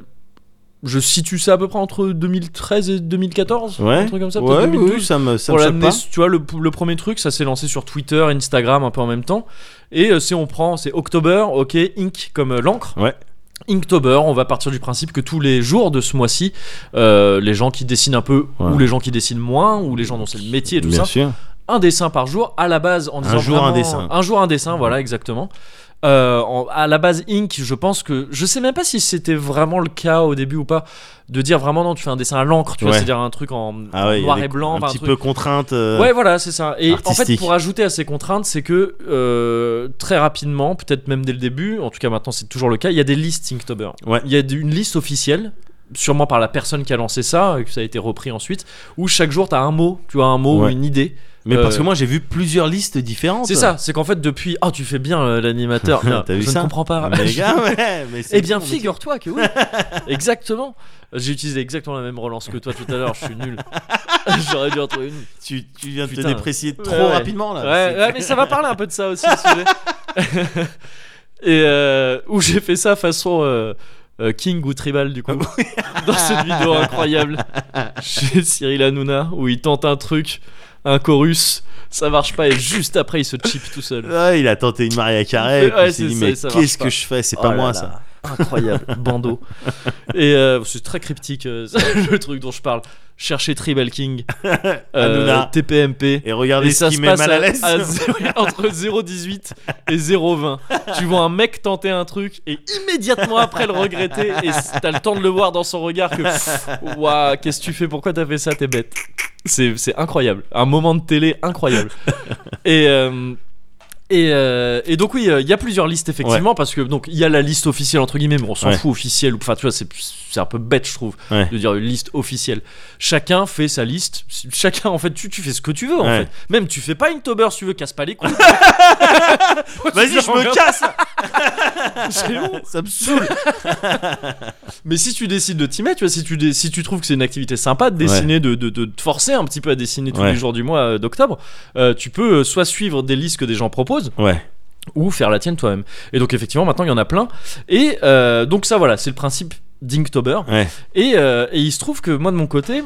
A: je situe ça à peu près entre 2013 et 2014 un truc comme ça peut-être
B: ouais,
A: 2012
B: oui, ça me, ça
A: pour
B: me choque
A: l'amener,
B: pas.
A: tu vois, le, le premier truc, ça s'est lancé sur Twitter, Instagram, un peu en même temps. Et euh, c'est on prend, c'est October, ok, ink comme euh, l'encre.
B: Ouais.
A: Inktober, on va partir du principe que tous les jours de ce mois-ci, euh, les gens qui dessinent un peu,
B: Ouais.
A: ou les gens qui dessinent moins, ou les gens dont c'est le métier et tout
B: Bien
A: ça,
B: sûr.
A: un dessin par jour, à la base, en disant
B: jour, un
A: vraiment-
B: dessin.
A: Un jour, un dessin, voilà, exactement. Euh, en- à la base, Ink, je pense que. Je sais même pas si c'était vraiment le cas au début ou pas, de dire vraiment non, tu fais un dessin à l'encre, tu vois,
B: Ouais.
A: c'est-à-dire un truc en,
B: Ah
A: en
B: ouais, il y a
A: noir
B: des-
A: et blanc,
B: Un
A: enfin,
B: petit
A: bah, truc-
B: peu contrainte. euh,
A: Ouais, voilà, c'est ça. Et en fait,
B: artistique.
A: pour ajouter à ces contraintes, c'est que euh, très rapidement, peut-être même dès le début, en tout cas maintenant c'est toujours le cas, il y a des listes Inktober.
B: Ouais.
A: Il y a d- une liste officielle, sûrement par la personne qui a lancé ça, et que ça a été repris ensuite, où chaque jour t'as un mot, tu as un mot ou
B: Ouais.
A: une idée.
B: Mais parce
A: euh,
B: que moi, j'ai vu plusieurs listes différentes.
A: C'est ça, c'est qu'en fait depuis. Ah, tu fais bien euh, l'animateur.
B: T'as
A: Non,
B: vu
A: je
B: ça
A: ne comprends pas.
B: Ah, mais les gars, ouais, mais c'est
A: Eh bien,
B: bon,
A: figure-toi que oui. exactement. J'ai utilisé exactement la même relance que toi tout à l'heure, je suis nul. J'aurais dû en trouver une.
B: mais Tu, tu viens de te
A: Putain.
B: déprécier trop
A: Ouais, ouais.
B: rapidement là.
A: Ouais,
B: Ah, C'est-
A: ouais, mais ça va parler un peu de ça aussi, le sujet. Et euh, où j'ai fait ça façon euh, euh, King ou Tribal, du coup,
B: Ah
A: dans cette vidéo incroyable chez Cyril Hanouna, où il tente un truc, un chorus, ça marche pas, et juste après il se chip tout seul.
B: Ouais, il a tenté une Maria Carré.
A: Ouais,
B: et puis il s'est
A: c'est
B: dit,
A: ça,
B: mais
A: ça marche
B: qu'est-ce
A: pas.
B: que je fais C'est
A: Oh
B: pas
A: là
B: moi
A: là.
B: ça.
A: Incroyable, bandeau. Et euh, c'est très cryptique euh, le truc dont je parle. Cherchez Tribal King, euh,
B: Hanouna.
A: TPMP.
B: Et regardez
A: et
B: ce
A: ça
B: qui
A: se
B: met
A: passe
B: mal à l'aise.
A: à- à zéro- entre 0,18 et 0,20. Tu vois un mec tenter un truc et immédiatement après le regretter et s- t'as le temps de le voir dans son regard que pff, ouah qu'est-ce que tu fais pourquoi t'as fait ça t'es bête. C'est c'est incroyable, un moment de télé incroyable. Et euh, et, euh, et donc oui, euh, il y a plusieurs listes effectivement parce que donc il y a la liste officielle entre guillemets, mais on s'en
B: Ouais.
A: fout officielle. ou- Enfin tu vois, c'est c'est un peu bête je trouve
B: Ouais.
A: de dire une liste officielle. Chacun fait sa liste. Chacun en fait tu, tu fais ce que tu veux en
B: Ouais.
A: fait. Même tu fais pas une tober si tu veux casse pas les couilles.
B: Vas-y, je me casse.
A: C'est bon.
B: Ça me saoule.
A: Mais si tu décides de t'y mettre, tu vois, si tu dé- si tu trouves que c'est une activité sympa de dessiner, de, de, de te forcer un petit peu à dessiner tous
B: Ouais.
A: les jours du mois euh, d'octobre, euh, tu peux euh, soit suivre des listes que des gens proposent.
B: Ouais.
A: ou faire la tienne toi-même. Et donc effectivement, maintenant il y en a plein. Et euh, donc ça, voilà, c'est le principe d'Inktober.
B: Ouais.
A: Et, euh, et il se trouve que moi de mon côté,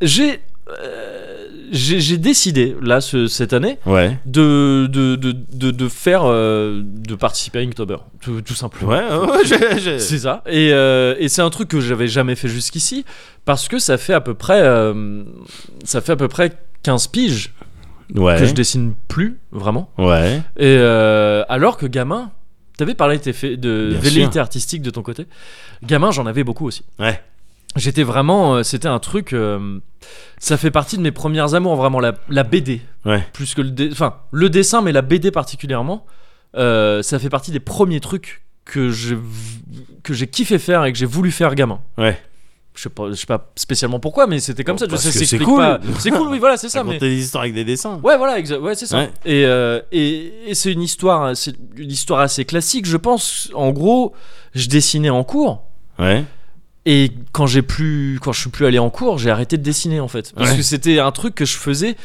A: j'ai euh, j'ai j'ai décidé là ce- cette année
B: Ouais.
A: de de, de, de, de faire euh, de participer à Inktober, tout, tout
B: Ouais,
A: simplement.
B: ouais, ouais, j'ai- j'ai-
A: C'est ça. Et, euh, et c'est un truc que j'avais jamais fait jusqu'ici parce que ça fait à peu près euh, ça fait à peu près 15 piges que
B: Ouais.
A: je dessine plus vraiment.
B: Ouais.
A: Et euh, alors que gamin, t'avais parlé de, tes fé- de
B: Bien
A: velléité
B: sûr.
A: artistique de ton côté. Gamin, j'en avais beaucoup aussi.
B: Ouais.
A: J'étais vraiment, euh, c'était un truc. euh, ça fait partie de mes premières amours, vraiment la, la BD,
B: Ouais.
A: plus que le, dé- enfin le dessin, mais la BD particulièrement. euh, ça fait partie des premiers trucs que j'ai que j'ai kiffé faire et que j'ai voulu faire gamin.
B: Ouais.
A: Je sais pas, je sais pas spécialement pourquoi, mais c'était comme
B: Bon,
A: ça. Je
B: parce
A: sais,
B: que
A: ça
B: c'est
A: s'explique
B: cool.
A: pas. C'est cool, oui, voilà, c'est ça. mais-
B: Raconter des histoires avec des dessins.
A: Ouais, voilà, exa- ouais, c'est ça.
B: Ouais.
A: Et, euh, et, et c'est une histoire, hein, c'est une histoire assez classique, je pense. En gros, je dessinais en cours.
B: Ouais.
A: Et quand j'ai plus, quand je suis plus allé en cours, j'ai arrêté de dessiner en fait, parce
B: Ouais.
A: que c'était un truc que je faisais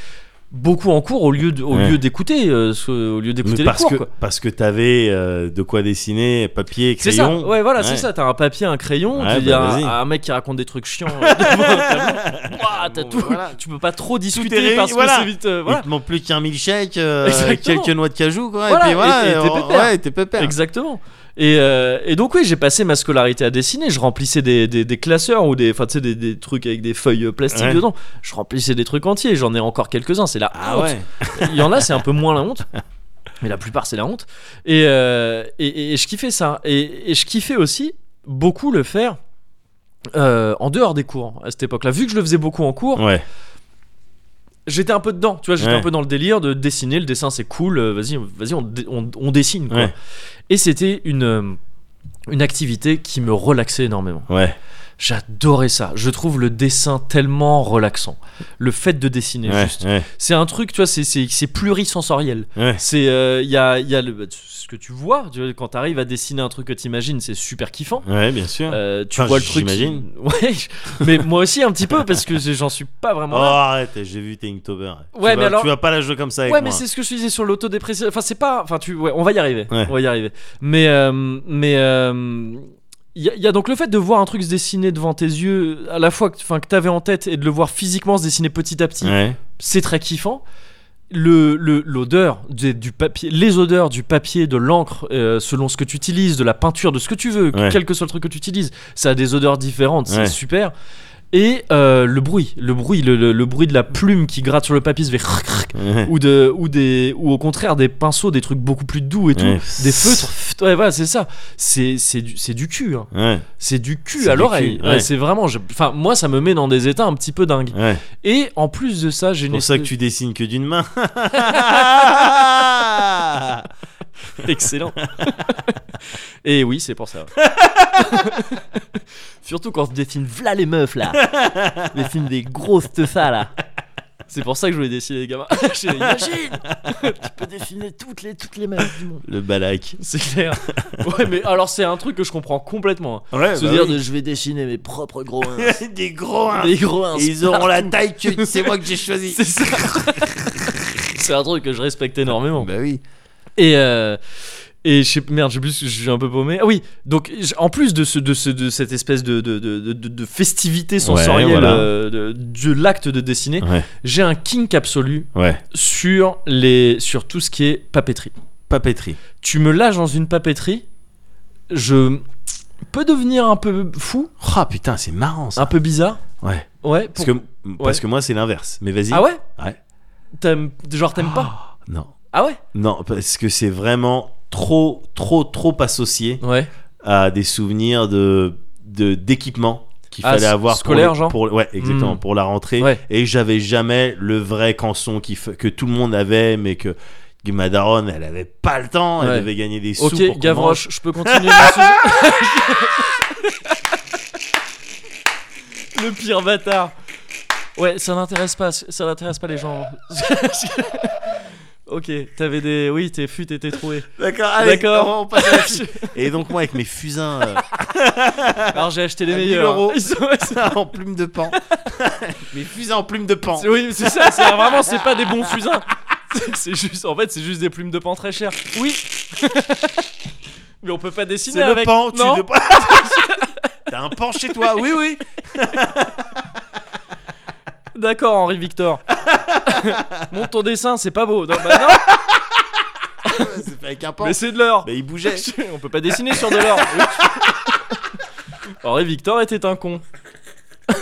A: beaucoup en cours au lieu de- au
B: Ouais.
A: lieu d'écouter, euh, ce- au lieu
B: Mais
A: d'écouter les
B: parce,
A: cours.
B: que,
A: quoi.
B: parce que t'avais euh, de quoi dessiner, papier,
A: C'est
B: crayon.
A: ça. Ouais, voilà, c'est
B: Ouais.
A: ça. T'as un papier, un crayon.
B: Ouais,
A: il y a
B: bah,
A: un-
B: vas-y.
A: un, mec qui raconte des trucs chiants. euh, devant un tableau. Ouah, t'as
B: Bon,
A: tout.
B: bah, voilà.
A: Tu peux pas trop discuter
B: réuni,
A: parce que
B: voilà.
A: c'est vite. euh, voilà.
B: Il te manque plus qu'un milkshake, euh,
A: Exactement.
B: quelques noix de cajou, quoi.
A: Voilà,
B: et puis voilà,
A: et- et t'es
B: euh,
A: pépère.
B: ouais, t'es pépère.
A: Exactement. Et, euh, et donc oui, j'ai passé ma scolarité à dessiner. Je remplissais des, des, des classeurs ou des, enfin, tu sais, des, des trucs avec des feuilles euh, plastiques
B: Ouais.
A: dedans. Je remplissais des trucs entiers. J'en ai encore quelques-uns. C'est la
B: Ah
A: honte.
B: ouais.
A: Il y en a, c'est un peu moins la honte. Mais la plupart, c'est la honte. Et, euh, et, et- et je kiffais ça. Et, et je kiffais aussi beaucoup le faire euh, en dehors des cours à cette époque-là. Vu que je le faisais beaucoup en cours,
B: Ouais.
A: j'étais un peu dedans, tu vois, j'étais
B: Ouais.
A: un peu dans le délire de dessiner, le dessin c'est cool, euh, vas-y, vas-y, on, dé- on- on dessine quoi.
B: Ouais.
A: Et c'était une euh, une activité qui me relaxait énormément.
B: Ouais.
A: J'adorais ça. Je trouve le dessin tellement relaxant. Le fait de dessiner,
B: Ouais.
A: juste.
B: Ouais.
A: C'est un truc, tu vois, c'est, c'est, c'est plurisensoriel.
B: Ouais.
A: C'est, euh, il y a, il y a le- bah, ce que tu vois, tu vois, quand t'arrives à dessiner un truc que t'imagines, c'est super kiffant.
B: Ouais, bien sûr.
A: Euh, tu
B: Enfin,
A: vois le truc. qui-
B: j'imagine.
A: Ouais, mais moi aussi un petit peu, parce que j'en suis pas vraiment
B: Oh,
A: là.
B: arrête, j'ai vu Tanktober.
A: Ouais, mais
B: tu vas,
A: alors-
B: Tu vas pas la jouer comme ça avec
A: ouais,
B: moi.
A: mais c'est ce que je disais sur l'autodépressif. Enfin, c'est pas. Enfin, tu. Ouais, on va y arriver.
B: Ouais.
A: On va y arriver. Mais. euh, mais. euh, Il y, a- il y a donc le fait de voir un truc se dessiner devant tes yeux, à la fois que, enfin, que t'avais en tête et de le voir physiquement se dessiner petit à petit,
B: Ouais.
A: c'est très kiffant. Le le- l'odeur des- du papier, les odeurs du papier, de l'encre, euh, selon ce que tu utilises, de la peinture, de ce que tu veux,
B: Ouais.
A: quel que soit le truc que tu utilises, ça a des odeurs différentes, c'est
B: Ouais.
A: super. Et euh, le bruit, le bruit, le, le- le bruit de la plume qui gratte sur le papier, ça fait crrr, crrr,
B: Ouais.
A: ou de ou des ou au contraire des pinceaux des trucs beaucoup plus doux et tout
B: Ouais.
A: des feutres pff, ouais voilà c'est ça c'est c'est du c'est du cul hein.
B: Ouais.
A: c'est du cul
B: C'est
A: à
B: du
A: l'oreille
B: cul,
A: Ouais,
B: ouais.
A: c'est vraiment je- enfin moi ça me met dans des états un petit peu dingues
B: Ouais.
A: et en plus de ça j'ai
B: C'est
A: une
B: pour ça que
A: espèce-
B: tu dessines que d'une main.
A: excellent et oui c'est pour ça surtout quand on dessine v'là les meufs là On dessine des grosses teufas là c'est pour ça que je voulais dessiner les gamins J'ai- imagine tu peux dessiner toutes les toutes les meufs du monde
B: Le balak.
A: C'est clair. Ouais, mais alors c'est un truc que je comprends complètement. hein.
B: Ouais, bah
A: Se dire de je vais dessiner mes propres gros uns.
B: Des gros hein.
A: Des gros uns.
B: Et ils auront la taille que c'est moi que j'ai choisi.
A: C'est ça. c'est un truc que je respecte énormément.
B: Bah oui.
A: Et euh, et je sais merde, je sais plus, je suis un peu paumé. Ah oui, donc j- en plus de ce de ce de cette espèce de de, de, de- de festivité sensorielle
B: voilà.
A: euh, de, de l'acte de dessiner,
B: Ouais.
A: j'ai un kink absolu
B: Ouais.
A: sur les sur tout ce qui est papeterie.
B: Papeterie.
A: Tu me lâches dans une papeterie, je peux devenir un peu fou.
B: Ah putain, c'est marrant ça.
A: Un peu bizarre
B: Ouais.
A: Ouais.
B: Parce
A: pour-
B: que, parce que moi, c'est l'inverse. Mais vas-y.
A: Ah ouais
B: Ouais.
A: T'aimes... Genre t'aimes pas
B: Non.
A: Ah ouais
B: Non, parce que c'est vraiment trop, trop, trop associé
A: Ouais.
B: à des souvenirs de de- d'équipement qu'il
A: Ah,
B: fallait
A: s-
B: avoir pour
A: scolaire,
B: les-
A: genre
B: pour, ouais exactement
A: Hmm.
B: pour la rentrée
A: Ouais.
B: et j'avais jamais le vrai canson qui f- que tout le monde avait mais que que ma daronne elle avait pas le temps elle
A: Ouais.
B: devait gagner des sous pour
A: Ok,
B: qu'on
A: Gavroche, je peux continuer mon sujet Le pire bâtard. Ouais, ça n'intéresse pas, ça n'intéresse pas les gens. ok, t'avais des... Oui, tes fûts étaient troués.
B: mange. d'accord allez,
A: D'accord.
B: on passe à la suite. et donc moi avec mes fusains euh,
A: Alors j'ai acheté les
B: À 1000
A: meilleurs.
B: euros.
A: Ils sont- ouais, c'est-
B: en plume de pan mes fusains en plume de pan
A: oui, c'est ça, c'est vraiment, c'est pas des bons fusains. c'est juste, en fait, c'est juste des plumes de pan très chères. Oui. Mais on peut pas dessiner
B: C'est le
A: avec.
B: pan, tu
A: non
B: le pan. T'as un pan chez toi, oui, oui.
A: D'accord, Henri Victor. Monte ton dessin, c'est pas beau. Non, bah non,
B: C'est fait avec un pan.
A: mais c'est de l'or.
B: Mais il bougeait.
A: On peut pas dessiner sur de l'or. Henri Victor était un con.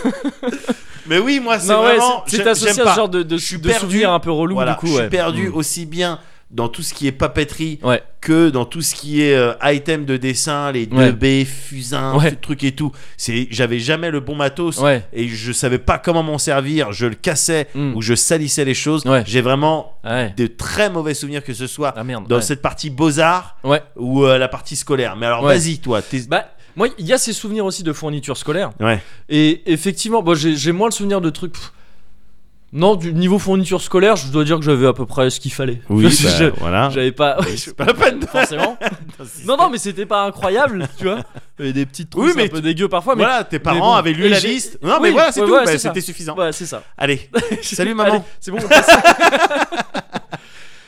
B: Mais oui, moi, c'est
A: Non, ouais,
B: vraiment.
A: c'est
B: j'aime-
A: c'est associé
B: j'aime
A: à
B: pas.
A: ce genre de, de,
B: Je suis
A: de
B: perdu.
A: souvenir un peu relou
B: Voilà,
A: du coup.
B: je
A: ouais.
B: suis perdu
A: Mm.
B: aussi bien dans tout ce qui est papeterie
A: Ouais.
B: que dans tout ce qui est euh, item de dessin, les
A: Ouais.
B: 2B, fusain,
A: Ouais.
B: tout truc et tout. C'est, j'avais jamais le bon matos.
A: Ouais.
B: Et je savais pas comment m'en servir, je le cassais
A: Mm.
B: ou je salissais les choses.
A: Ouais.
B: J'ai vraiment
A: Ouais.
B: de très mauvais souvenirs que ce soit
A: Ah merde.
B: dans
A: ouais.
B: cette partie beaux-arts
A: Ouais.
B: ou euh, la partie scolaire. Mais alors
A: Ouais.
B: vas-y toi, t'es...
A: Bah, moi, il y a ces souvenirs aussi de fourniture scolaire.
B: Ouais.
A: Et effectivement, bon, j'ai j'ai moins le souvenir de trucs. pff. Non, du niveau fourniture scolaire, je dois dire que j'avais à peu près ce qu'il fallait. Je- je-
B: voilà.
A: J'avais pas.
B: C'est pas la peine de...
A: forcément. Non, non, mais c'était pas incroyable, tu vois. Il y avait des petites trucs
B: Oui,
A: un
B: mais
A: peu dégueu parfois, mais.
B: Voilà, tes parents
A: bon.
B: avaient lu
A: Et
B: la
A: j'ai-
B: liste. Non, mais
A: Oui,
B: voilà, c'est
A: ouais,
B: tout.
A: voilà,
B: Bah,
A: c'est ça.
B: c'était suffisant.
A: Voilà, c'est ça.
B: Allez, salut
A: Allez,
B: maman.
A: c'est bon, on passe.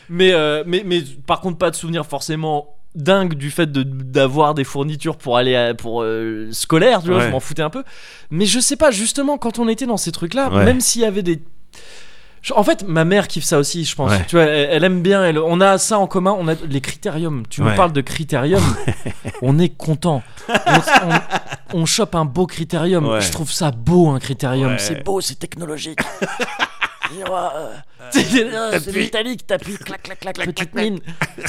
A: mais, euh, mais, mais par contre, pas de souvenir forcément dingue du fait de- d'avoir des fournitures pour aller à- pour euh, scolaire, tu vois,
B: Ouais.
A: je m'en foutais un peu. Mais je sais pas, justement, quand on était dans ces trucs-là,
B: Ouais.
A: même s'il y avait des. Je- En fait, ma mère kiffe ça aussi, je pense.
B: Ouais.
A: Tu vois, elle, elle aime bien. elle- on a ça en commun. On a les critériums. Tu
B: Ouais.
A: me parles de critérium. on est content. On, on- on chope un beau critérium.
B: Ouais.
A: Je trouve ça beau un critérium.
B: Ouais.
A: C'est beau, c'est technologique. Et, euh, c'est euh, c'est
B: t'appuies.
A: métallique, t'appuies, clac, clac, clac, petite mine.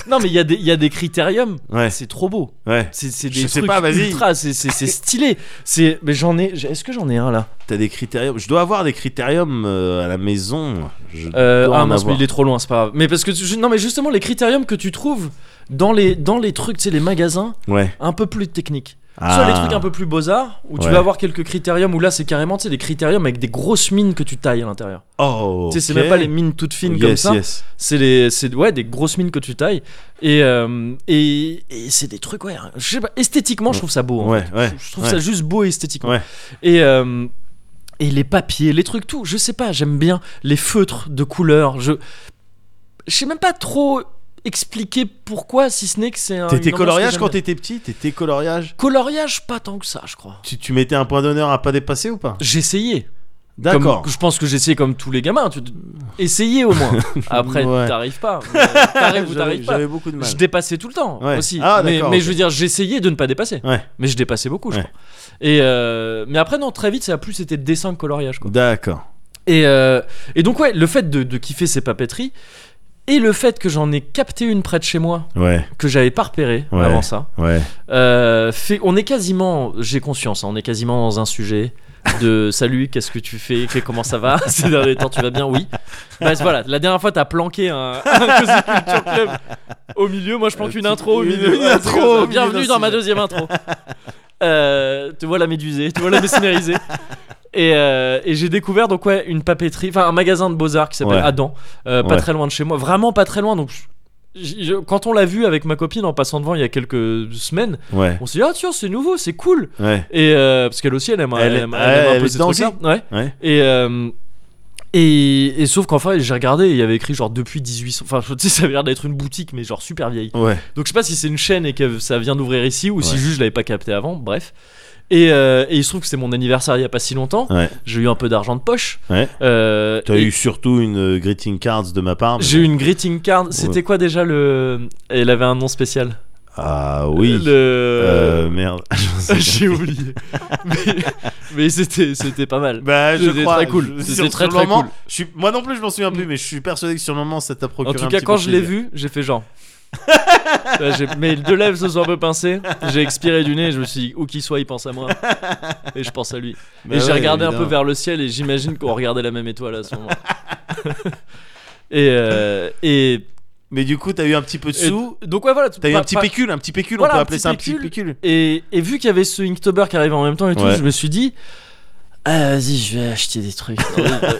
A: Non, mais il y, a des- il y a des critériums.
B: Ouais,
A: C'est trop beau.
B: ouais.
A: C'est c'est
B: Je
A: des
B: sais
A: trucs
B: pas, vas-y.
A: ultra. C'est c'est- c'est stylé. C'est. Mais j'en ai. j'ai- Est-ce que j'en ai un là
B: T'as des critériums. Je dois avoir des critériums euh, à la maison. Je
A: Euh,
B: dois
A: Ah
B: en
A: mince, mais
B: avoir.
A: il est trop loin, c'est pas grave. Mais parce que tu- je- non, mais justement, les critériums que tu trouves dans les dans les trucs, tu sais, les magasins,
B: Ouais.
A: un peu plus techniques. Soit
B: Ah.
A: les trucs un peu plus beaux arts, où tu
B: Ouais.
A: vas avoir quelques critériums où là c'est carrément, tu sais, des critériums avec des grosses mines que tu tailles à l'intérieur.
B: Oh.
A: Tu sais, c'est
B: ok. Oh,
A: même pas les mines toutes fines
B: Yes,
A: comme ça.
B: yes.
A: C'est les, c'est ouais, des grosses mines que tu tailles et euh, et, et c'est des trucs ouais. Je sais pas, esthétiquement, je trouve ça beau. en
B: Ouais, ouais.
A: fait. Je trouve
B: ouais.
A: ça juste beau esthétiquement.
B: Ouais.
A: Et euh, et les papiers, les trucs tout, je sais pas, j'aime bien les feutres de couleur. Je je sais même pas trop expliquer pourquoi, si ce n'est que c'est un.
B: T'étais
A: une ambiance
B: coloriage
A: que
B: quand
A: j'aime bien.
B: t'étais petit T'étais coloriage
A: coloriage pas tant que ça, je crois.
B: tu, tu mettais un point d'honneur à pas dépasser ou pas
A: J'essayais.
B: D'accord.
A: Comme- Je pense que j'essayais comme tous les gamins. Tu... Essayez au moins. Après,
B: Ouais.
A: t'arrives pas. Mais T'arrives ou
B: J'avais-
A: t'arrives pas.
B: J'avais beaucoup de mal.
A: Je dépassais tout le temps
B: Ouais.
A: aussi.
B: Ah,
A: mais
B: d'accord,
A: mais
B: ok.
A: je veux dire, j'essayais de ne pas dépasser.
B: Ouais.
A: Mais je dépassais beaucoup, je
B: Ouais.
A: crois. Et euh, mais après, non, très vite, ça a plus c'était dessin que coloriage. Quoi.
B: D'accord.
A: Et, euh, et donc, ouais, le fait de, de kiffer ces papeteries et le fait que j'en ai capté une près de chez moi
B: Ouais,
A: que j'avais pas repérée
B: Ouais.
A: avant ça.
B: ouais.
A: Euh, fait, on est quasiment, j'ai conscience, hein, on est quasiment dans un sujet de salut, qu'est-ce que tu fais, que- comment ça va ces derniers temps, tu vas bien, oui. Bah, voilà, la dernière fois, t'as planqué un, un Cozy Culture Club au milieu. Moi, je planque
B: Euh,
A: une
B: tu-
A: intro au
B: une-
A: milieu.
B: une
A: Ouais,
B: intro
A: c'est comme ça.
B: au milieu
A: Bienvenue
B: d'un
A: dans ma
B: sujet.
A: deuxième intro. Euh, te voilà médusé, te voilà dessinérisé. Et, euh, et j'ai découvert donc ouais une papeterie, enfin un magasin de beaux arts qui s'appelle
B: Ouais.
A: Adam, euh, pas
B: Ouais.
A: très loin de chez moi, vraiment pas très loin. Donc j- j- quand on l'a vu avec ma copine en passant devant il y a quelques semaines,
B: Ouais,
A: on s'est dit ah tiens c'est nouveau c'est cool
B: ouais.
A: et euh, parce qu'elle aussi elle aime elle,
B: Elle-
A: aime,
B: ouais,
A: elle aime un
B: elle
A: peu
B: est
A: ces
B: dedans
A: trucs là ouais
B: Ouais.
A: et euh, et, et sauf qu'enfin j'ai regardé et il y avait écrit genre depuis 1800 enfin je- tu sais ça avait l'air d'être une boutique mais genre super vieille
B: Ouais.
A: donc je sais pas si c'est une chaîne et que ça vient d'ouvrir ici ou si
B: Ouais.
A: juste je l'avais pas capté avant bref et, euh, et il se trouve que c'est mon anniversaire il y a pas si longtemps
B: Ouais.
A: j'ai eu un peu d'argent de poche
B: Ouais.
A: Euh,
B: T'as
A: et
B: eu surtout une euh, greeting cards de ma part. mais-
A: j'ai eu une greeting card c'était quoi déjà le elle avait un nom spécial
B: Ah oui.
A: le
B: Euh, merde. J'en sais
A: J'ai oublié. mais mais c'était, c'était pas mal.
B: Bah, je
A: C'était
B: crois.
A: très cool.
B: je-
A: C'était
B: sur-
A: très,
B: sur le
A: très
B: moment,
A: cool.
B: je suis- moi non plus, je m'en souviens plus, mais je suis persuadé que sur le moment, ça t'a
A: En
B: procuré.
A: tout
B: un
A: cas,
B: petit
A: quand
B: peu
A: je l'ai
B: plaisir.
A: vu, j'ai fait genre. Là, j'ai- mes deux lèvres se sont un peu pincées. J'ai expiré du nez. Je me suis dit, où qu'il soit, il pense à moi. Et je pense à lui.
B: Bah
A: et j'ai
B: ouais,
A: regardé un peu
B: évidemment.
A: vers le ciel et j'imagine qu'on regardait la même étoile à ce moment. et, euh, et,
B: Mais du coup, t'as eu un petit peu de
A: et-
B: sous.
A: donc, ouais, voilà.
B: T'as eu
A: pas-
B: un petit
A: pas-
B: pécule, un petit pécule,
A: Voilà,
B: on peut
A: un
B: appeler
A: petit
B: ça un petit
A: pécule.
B: pécule.
A: Et, et vu qu'il y avait ce Inktober qui arrivait en même temps et tout,
B: Ouais.
A: je me suis dit, ah, vas-y, je vais acheter des trucs.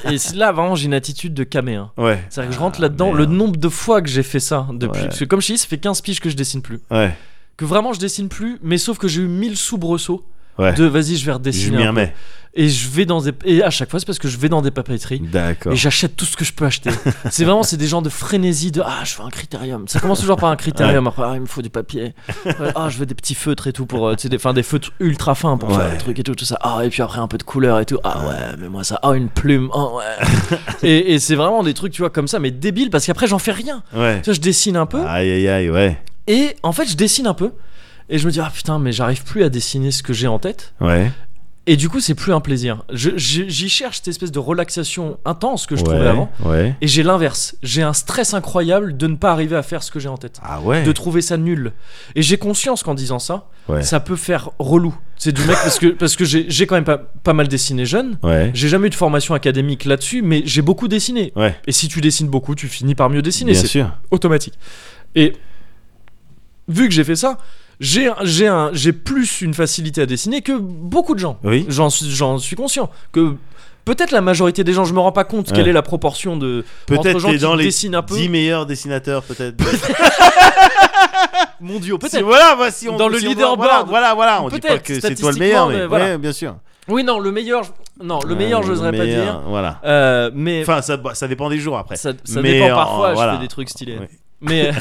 A: et là, vraiment, j'ai une attitude de camé. hein.
B: Ouais.
A: C'est-à-dire que je
B: Ah,
A: rentre là-dedans,
B: merde.
A: le nombre de fois que j'ai fait ça depuis.
B: Ouais.
A: Parce que comme je te dis, ça fait 15 piges que je dessine plus.
B: Ouais.
A: Que vraiment je dessine plus, mais sauf que j'ai eu 1000 soubresauts
B: Ouais.
A: de vas-y, je vais
B: Je
A: redessiner.
B: m'y
A: un peu.
B: remets.
A: Et je vais dans des et à chaque fois c'est parce que je vais dans des papeteries
B: D'accord.
A: et j'achète tout ce que je peux acheter. c'est vraiment c'est des gens de frénésie de ah je veux un critérium. Ça commence toujours par un critérium après ah, il me faut du papier. Ouais, ah je veux des petits feutres et tout pour euh, tu sais des, enfin, des feutres ultra fins pour faire
B: Ouais.
A: des trucs et tout tout ça. Ah et puis après un peu de couleur et tout. Ah ouais mais moi ça ah une plume. Ah ouais. et et c'est vraiment des trucs tu vois comme ça mais débile parce qu'après j'en fais rien.
B: Ouais.
A: Tu vois je dessine un peu
B: Aïe aïe aïe, ouais.
A: et en fait je dessine un peu et je me dis ah putain mais j'arrive plus à dessiner ce que j'ai en tête.
B: Ouais.
A: Et du coup, c'est plus un plaisir. Je- je- J'y cherche cette espèce de relaxation intense que je
B: ouais.
A: trouvais avant.
B: Ouais.
A: Et j'ai l'inverse. J'ai un stress incroyable de ne pas arriver à faire ce que j'ai en tête.
B: Ah ouais.
A: De trouver ça nul. Et j'ai conscience qu'en disant ça,
B: Ouais.
A: ça peut faire relou. C'est du mec parce que, parce que j'ai j'ai quand même pas, pas mal dessiné jeune.
B: Ouais.
A: J'ai jamais eu de formation académique là-dessus, mais j'ai beaucoup dessiné.
B: Ouais.
A: Et si tu dessines beaucoup, tu finis par mieux dessiner.
B: Bien
A: C'est
B: sûr.
A: automatique. Et vu que j'ai fait ça, j'ai un- j'ai un- j'ai plus une facilité à dessiner que beaucoup de gens.
B: Oui.
A: J'en suis, j'en suis conscient que peut-être la majorité des gens, je me rends pas compte quelle
B: Ouais.
A: est la proportion de entre
B: Peut-être
A: gens
B: t'es
A: qui
B: dans les
A: dessinent un peu.
B: 10 meilleurs dessinateurs peut-être.
A: mondiaux,
B: Si-
A: peut-être.
B: voilà, voici on
A: Dans le
B: si on-
A: leaderboard.
B: Voilà, voilà, voilà, on dit pas
A: Peut-être,
B: que c'est toi le meilleur, mais,
A: statistiquement, mais voilà.
B: ouais, bien sûr.
A: Oui, non, le meilleur, je- non, le meilleur,
B: je
A: j'oserais pas dire.
B: Voilà.
A: Euh, mais
B: Euh, Enfin, ça, bah, ça dépend des jours après.
A: ça, ça
B: mais
A: dépend
B: en-
A: parfois.
B: voilà.
A: Je fais des trucs stylés.
B: Ouais.
A: Mais euh,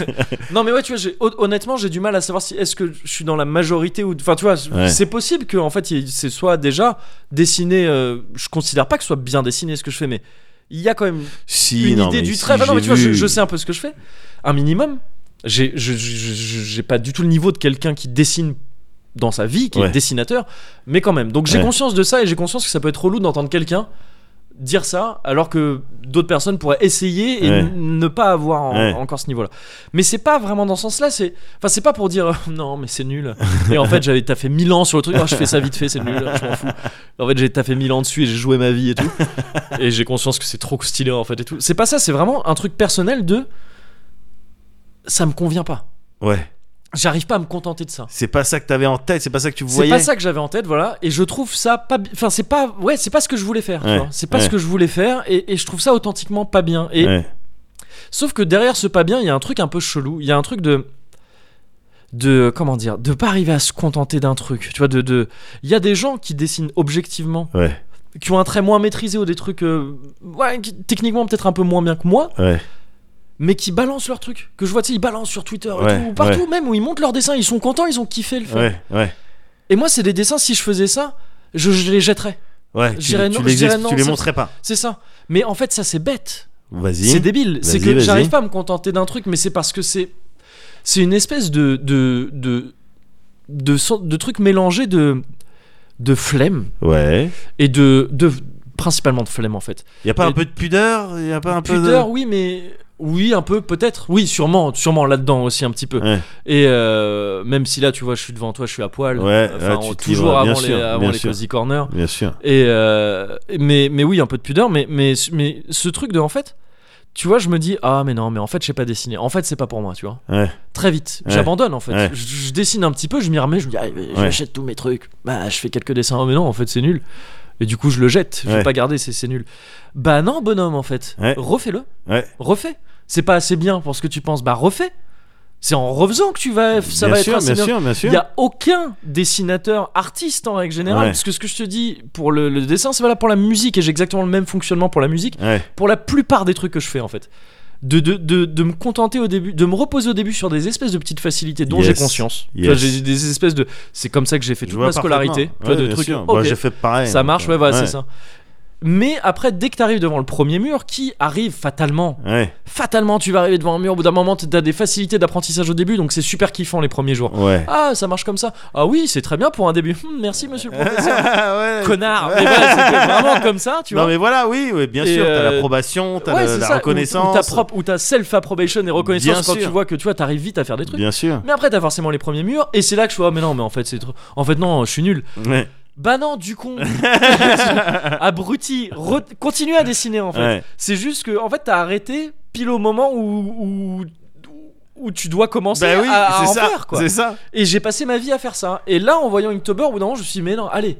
A: non, mais ouais, tu vois, j'ai- hon- honnêtement, j'ai du mal à savoir si est-ce que je suis dans la majorité ou. Enfin, tu vois,
B: Ouais.
A: c'est possible que en fait, il- c'est soit déjà dessiné. euh, je considère pas que ce soit bien dessiné ce que je fais, mais il y a quand même
B: Si,
A: une
B: non,
A: idée
B: mais
A: du
B: si,
A: travail. non, mais
B: j'ai
A: tu vois, je,
B: vu.
A: je sais un peu ce que je fais, un minimum. J'ai, je, je- je- j'ai pas du tout le niveau de quelqu'un qui dessine dans sa vie, qui
B: Ouais.
A: est dessinateur, mais quand même. Donc j'ai
B: Ouais.
A: conscience de ça et j'ai conscience que ça peut être relou d'entendre quelqu'un dire ça alors que d'autres personnes pourraient essayer et
B: Ouais.
A: n- ne pas avoir en-
B: Ouais.
A: encore ce niveau-là. Mais c'est pas vraiment dans ce sens-là. C'est, enfin, c'est pas pour dire euh, non, mais c'est nul. Et en fait, j'avais taffé 1000 ans sur le truc. Oh, je fais ça vite fait, c'est nul. Je m'en fous. En fait, j'ai taffé 1000 ans dessus et j'ai joué ma vie et tout. Et j'ai conscience que c'est trop stylé en fait et tout. C'est pas ça. C'est vraiment un truc personnel de ça me convient pas.
B: Ouais,
A: J'arrive pas à me contenter de ça.
B: c'est pas ça que t'avais en tête, c'est pas ça que tu
A: C'est
B: voyais.
A: pas ça que j'avais en tête, voilà. Et je trouve ça pas. bi- Enfin, c'est pas. Ouais, c'est pas ce que je voulais faire. tu
B: Ouais,
A: vois. C'est pas
B: ouais.
A: ce que je voulais faire. Et, et je trouve ça authentiquement pas bien. Et
B: Ouais.
A: sauf que derrière ce pas bien, il y a un truc un peu chelou. Il y a un truc de de comment dire, de pas arriver à se contenter d'un truc. Tu vois, de de. Il y a des gens qui dessinent objectivement,
B: Ouais,
A: qui ont un trait moins maîtrisé ou des trucs, euh, ouais, qui- techniquement peut-être un peu moins bien que moi,
B: ouais,
A: mais qui balancent leur truc. Que je vois, tu sais, ils balancent sur Twitter, et
B: Ouais,
A: tout, partout même où ils montent leur dessin, ils sont contents, ils ont kiffé le fait.
B: ouais, ouais.
A: Et moi, c'est des dessins, si je faisais ça, je, je les jetterais.
B: Ouais,
A: Je
B: tu,
A: dirais
B: tu
A: non,
B: les,
A: je dirais
B: ex-
A: non,
B: tu les
A: ça-
B: montrais pas.
A: C'est ça. Mais en fait, ça, c'est bête.
B: Vas-y.
A: C'est débile. C'est
B: Vas-y,
A: que
B: vas-y.
A: j'arrive pas à me contenter d'un truc, mais c'est parce que c'est. C'est une espèce de. de. de. de, so- de truc mélangé de. de flemme
B: Ouais.
A: et de. de principalement de flemme en fait.
B: Y a pas
A: Et-
B: un peu de pudeur Y a pas un peu
A: Pudeur, oui, mais. Oui, un peu, peut-être. Oui, sûrement, sûrement là-dedans aussi un petit peu.
B: Ouais.
A: Et euh, même si là, tu vois, je suis devant toi, je suis à poil.
B: Ouais,
A: Enfin,
B: ouais, tu te
A: toujours
B: livres, bien
A: avant les,
B: sûr,
A: avant
B: bien
A: les
B: sûr.
A: cozy corners.
B: de. Bien sûr.
A: Et euh, mais, mais oui, un peu de pudeur, mais, mais, mais ce truc de en fait, tu vois, je me dis ah mais non, mais en fait, je sais pas dessiner. En fait, c'est pas pour moi, tu vois.
B: Ouais.
A: Très vite,
B: Ouais.
A: j'abandonne en fait.
B: Ouais.
A: Je, je dessine un petit peu, je m'y remets, je me dis ah, mais j'achète tous mes trucs. Bah, je fais quelques dessins, oh, mais non, en fait, c'est nul. Et du coup, je le jette. Je vais
B: Ouais.
A: pas garder, c'est c'est nul. Bah non, bonhomme, en fait,
B: Ouais.
A: refais-le,
B: Ouais.
A: refais. C'est pas assez bien pour ce que tu penses. Bah refais. C'est en refaisant que tu vas, ça
B: bien
A: va
B: sûr,
A: être assez
B: bien
A: bien.
B: sûr, bien sûr.
A: Il n'y a aucun dessinateur artiste en règle générale.
B: Ouais.
A: Parce que ce que je te dis pour le, le dessin, c'est valable pour la musique. Et j'ai exactement le même fonctionnement pour la musique.
B: Ouais,
A: Pour la plupart des trucs que je fais, en fait. De, de, de, de me contenter au début, de me reposer au début sur des espèces de petites facilités dont
B: Yes.
A: j'ai conscience. Tu
B: Yes.
A: vois, J'ai des espèces de. C'est comme ça que j'ai fait
B: je
A: toute
B: vois
A: ma scolarité.
B: parfaitement.
A: Tu vois,
B: Ouais,
A: de
B: bien
A: trucs.
B: sûr.
A: ok,
B: Moi, j'ai fait pareil.
A: ça
B: donc,
A: marche,
B: euh,
A: ouais, voilà, c'est ça. Mais après, dès que tu arrives devant le premier mur, qui arrive fatalement,
B: Ouais,
A: fatalement, tu vas arriver devant un mur. Au bout d'un moment, tu as des facilités d'apprentissage au début, donc c'est super kiffant les premiers jours.
B: ouais.
A: Ah, ça marche comme ça. Ah oui, c'est très bien pour un début. Hum, merci, monsieur le professeur.
B: Ouais.
A: Connard. Mais voilà, c'était vraiment comme ça, tu
B: Non
A: vois.
B: mais voilà, oui, oui bien
A: Et,
B: sûr, t'as
A: euh,
B: l'approbation, t'as
A: Ouais,
B: le-
A: c'est
B: la
A: ça, ou- Ou,
B: reconnaissance.
A: ta propre, ou ta self-approbation et reconnaissance
B: Bien
A: quand tu
B: sûr.
A: vois que tu vois, t'arrives vite à faire des trucs.
B: Bien sûr.
A: Mais après, t'as forcément les premiers murs, et c'est là que je vois, mais non, mais en fait, c'est trop... En fait, non, je suis nul.
B: Ouais.
A: Bah non, du con. Abruti. Re- Continue à dessiner, en fait.
B: Ouais.
A: C'est juste que, en fait, t'as arrêté pile au moment où. où où tu dois commencer
B: Bah oui,
A: à, à en
B: c'est ça.
A: faire quoi.
B: C'est ça.
A: Et j'ai passé ma vie à faire ça. Et là, en voyant Inktober, au bout d'un moment, je me suis dit, mais non, allez,